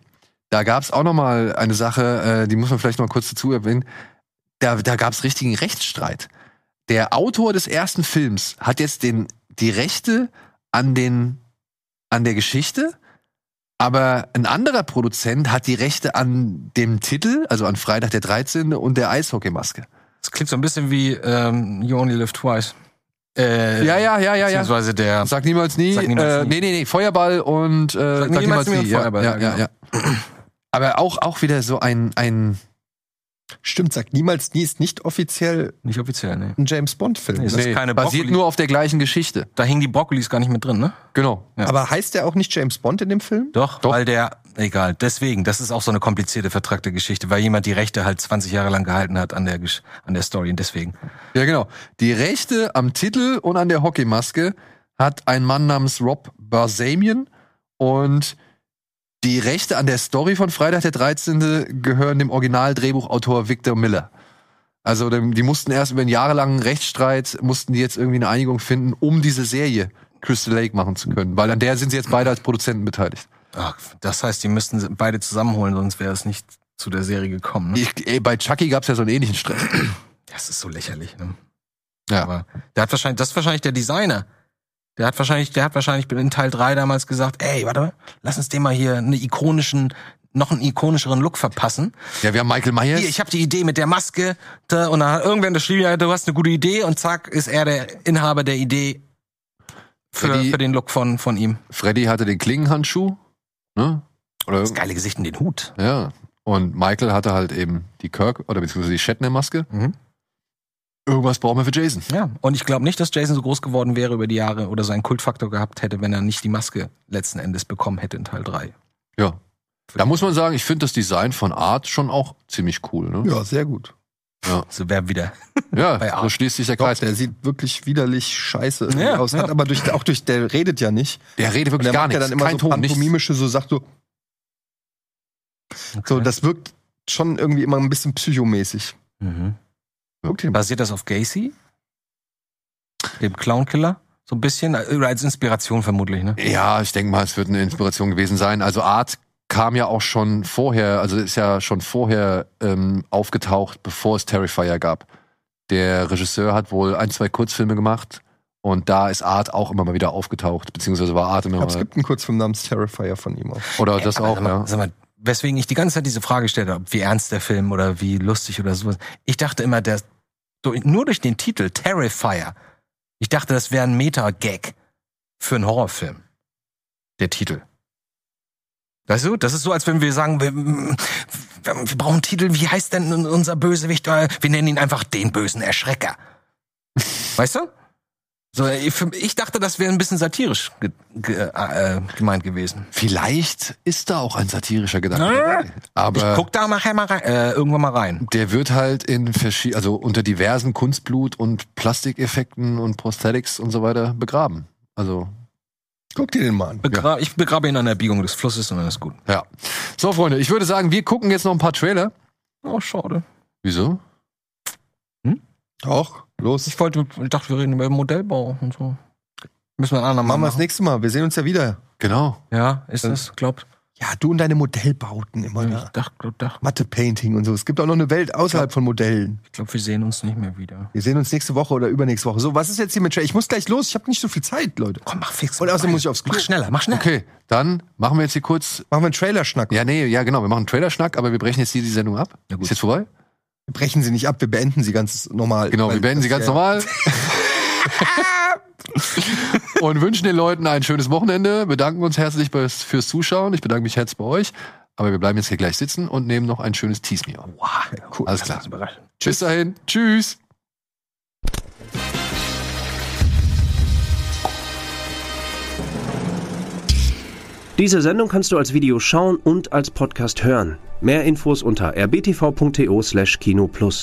Speaker 1: Da gab's auch noch mal eine Sache, äh, die muss man vielleicht noch mal kurz dazu erwähnen. Da, da gab's richtigen Rechtsstreit. Der Autor des ersten Films hat jetzt den, die Rechte an, den, an der Geschichte, aber ein anderer Produzent hat die Rechte an dem Titel, also an Freitag der 13. und der Eishockeymaske.
Speaker 2: Das klingt so ein bisschen wie ähm, You Only Live Twice. Äh,
Speaker 1: Ja, ja, ja, ja, ja.
Speaker 2: Beziehungsweise der.
Speaker 1: Sag niemals nie.
Speaker 2: Sag niemals
Speaker 1: äh,
Speaker 2: nie.
Speaker 1: Nee, nee, nee. Feuerball und äh, sag, niemals, nie.
Speaker 2: und Feuerball, genau.
Speaker 1: ja,
Speaker 2: ja,
Speaker 1: ja, ja, ja. Aber auch, auch wieder so ein, ein
Speaker 7: Stimmt, sagt niemals nie, ist nicht offiziell
Speaker 2: Nicht offiziell, nee.
Speaker 7: ein James Bond-Film. ne?
Speaker 2: Nee, ist das keine
Speaker 1: basiert
Speaker 2: Brokkoli?
Speaker 1: nur auf der gleichen Geschichte.
Speaker 2: Da hingen die Brokkolis gar nicht mit drin, ne?
Speaker 1: Genau.
Speaker 2: Ja.
Speaker 7: Aber heißt der auch nicht James Bond in dem Film?
Speaker 2: Doch, weil der. Egal, deswegen, das ist auch so eine komplizierte vertragte Geschichte, weil jemand die Rechte halt 20 Jahre lang gehalten hat an der, Gesch- an der Story und deswegen.
Speaker 1: Ja, genau. Die Rechte am Titel und an der Hockeymaske hat ein Mann namens Rob Barsamian und die Rechte an der Story von Freitag der 13. gehören dem Originaldrehbuchautor Victor Miller. Also dem- die mussten erst über einen jahrelangen Rechtsstreit, mussten die jetzt irgendwie eine Einigung finden, um diese Serie Crystal Lake machen zu können. Weil an der sind sie jetzt beide als Produzenten beteiligt.
Speaker 2: Ach, das heißt, die müssten sie beide zusammenholen, sonst wäre es nicht zu der Serie gekommen. Ne?
Speaker 1: Ich, ey, bei Chucky gab es ja so einen ähnlichen Stress.
Speaker 2: Das ist so lächerlich. Ne?
Speaker 1: Ja.
Speaker 2: Aber der hat wahrscheinlich, das ist wahrscheinlich der Designer. Der hat wahrscheinlich, der hat wahrscheinlich in Teil 3 damals gesagt, ey, warte mal, lass uns den mal hier einen ikonischen noch einen ikonischeren Look verpassen.
Speaker 1: Ja, wir haben Michael Myers.
Speaker 2: Hier, ich habe die Idee mit der Maske. Da, und dann hat irgendwann geschrieben, ja, du hast eine gute Idee und zack, ist er der Inhaber der Idee für,
Speaker 1: Ja, die-
Speaker 2: für den Look von, von ihm.
Speaker 1: Freddy hatte den Klingenhandschuh. Ne? Oder,
Speaker 2: Das geile Gesicht und den Hut.
Speaker 1: ja. Und Michael hatte halt eben die Kirk oder beziehungsweise die Shatner-Maske.
Speaker 2: Mhm.
Speaker 1: Irgendwas brauchen wir für Jason.
Speaker 2: Ja, und ich glaube nicht, dass Jason so groß geworden wäre über die Jahre oder seinen Kultfaktor gehabt hätte, wenn er nicht die Maske letzten Endes bekommen hätte in Teil 3.
Speaker 1: Ja. Da muss man sagen, ich finde das Design von Art schon auch ziemlich cool. Ne?
Speaker 3: Ja, sehr gut.
Speaker 2: So wäre wieder.
Speaker 1: Ja,
Speaker 2: Bei
Speaker 1: so
Speaker 2: Art.
Speaker 1: schließt sich der
Speaker 3: Doch,
Speaker 1: Kreis.
Speaker 3: der sieht wirklich widerlich scheiße irgendwie
Speaker 2: Ja,
Speaker 3: aus. Hat
Speaker 2: ja.
Speaker 3: aber durch, auch durch, der redet ja nicht.
Speaker 1: Der redet
Speaker 3: Und
Speaker 1: wirklich
Speaker 3: der
Speaker 1: gar
Speaker 3: macht ja
Speaker 1: nichts.
Speaker 3: dann immer
Speaker 1: Kein
Speaker 3: so
Speaker 1: Ton, nichts.
Speaker 3: pantomimische, so sagt so, so, das wirkt schon irgendwie immer ein bisschen psychomäßig.
Speaker 2: Mhm.
Speaker 3: Guck dir mal.
Speaker 2: Basiert das auf Gacy? Dem Clownkiller? So ein bisschen? Oder als Inspiration vermutlich, ne?
Speaker 1: Ja, ich denke mal, es wird eine Inspiration gewesen sein. Also Art kam ja auch schon vorher, also ist ja schon vorher ähm, aufgetaucht, bevor es Terrifier gab. Der Regisseur hat wohl ein, zwei Kurzfilme gemacht und da ist Art auch immer mal wieder aufgetaucht, beziehungsweise war Art immer
Speaker 3: Ich glaube, es
Speaker 1: mal.
Speaker 3: gibt einen Kurzfilm namens Terrifier von ihm auch.
Speaker 1: Oder das
Speaker 2: Aber
Speaker 1: auch,
Speaker 2: sag mal,
Speaker 1: ja.
Speaker 2: Sag mal, weswegen ich die ganze Zeit diese Frage gestellt habe, wie ernst der Film oder wie lustig oder sowas. Ich dachte immer, der, durch- nur durch den Titel Terrifier, ich dachte, das wäre ein Meta-Gag für einen Horrorfilm. Der Titel. Weißt du, das ist so, als wenn wir sagen, wir, wir brauchen einen Titel, wie heißt denn unser Bösewicht? Äh, Wir nennen ihn einfach den bösen
Speaker 1: [laughs]
Speaker 2: Erschrecker. Weißt du? So, ich, für- ich dachte, das wäre ein bisschen satirisch ge, ge, äh, gemeint gewesen.
Speaker 1: Vielleicht ist da auch ein satirischer Gedanke
Speaker 2: Äh,
Speaker 1: dabei.
Speaker 2: Ich
Speaker 1: Aber
Speaker 2: guck da nachher mal rein, äh, irgendwann mal rein.
Speaker 1: der wird halt in verschiedenen, also unter diversen Kunstblut und Plastikeffekten und Prosthetics und so weiter begraben. Also
Speaker 3: Guck dir den mal an.
Speaker 2: Begra Ich begrabe ihn an der Biegung des Flusses und dann ist gut.
Speaker 1: Ja. So, Freunde, ich würde sagen, wir gucken jetzt noch ein paar Trailer.
Speaker 2: Oh, schade.
Speaker 1: Wieso?
Speaker 3: Auch, los.
Speaker 2: Ich wollte, ich dachte, wir reden über Modellbau und so. Müssen wir einen anderen
Speaker 3: Machen wir das
Speaker 2: machen.
Speaker 3: nächste Mal. Wir sehen uns ja wieder.
Speaker 1: Genau.
Speaker 2: Ja, ist das, glaubt.
Speaker 3: Ja, du und deine Modellbauten immer.
Speaker 2: Ich dachte, glaub, dachte,
Speaker 3: Mathe-Painting und so. Es gibt auch noch eine Welt außerhalb von Modellen.
Speaker 2: ich glaube, wir sehen uns nicht mehr wieder.
Speaker 3: Wir sehen uns nächste Woche oder übernächste Woche. So, was ist jetzt hier mit Trailer? Ich muss gleich los. Ich habe nicht so viel Zeit, Leute.
Speaker 2: Komm, mach fix.
Speaker 3: Und außerdem muss ich aufs Klo.
Speaker 2: Mach schneller, mach schneller.
Speaker 1: Okay, dann machen wir jetzt hier kurz.
Speaker 3: Machen wir einen Trailerschnack.
Speaker 1: Ja, nee, ja, genau. Wir machen einen Trailerschnack, aber wir brechen jetzt hier die Sendung ab.
Speaker 2: Na gut.
Speaker 1: Ist jetzt vorbei?
Speaker 3: Wir brechen sie nicht ab. Wir beenden sie ganz normal.
Speaker 1: Genau,
Speaker 3: Weil
Speaker 1: wir beenden sie
Speaker 3: das
Speaker 1: ganz
Speaker 3: ja-
Speaker 1: normal.
Speaker 2: [laughs]
Speaker 1: Und wünschen den Leuten ein schönes Wochenende. Bedanken uns herzlich fürs, fürs Zuschauen. Ich bedanke mich herzlich bei euch. Aber wir bleiben jetzt hier gleich sitzen und nehmen noch ein schönes Tease Me auf.
Speaker 2: Wow, cool.
Speaker 1: Alles klar.
Speaker 2: Überraschend.
Speaker 1: Bis dahin. Tschüss.
Speaker 8: Diese Sendung kannst du als Video schauen und als Podcast hören. Mehr Infos unter rbtv.to/kinoplus.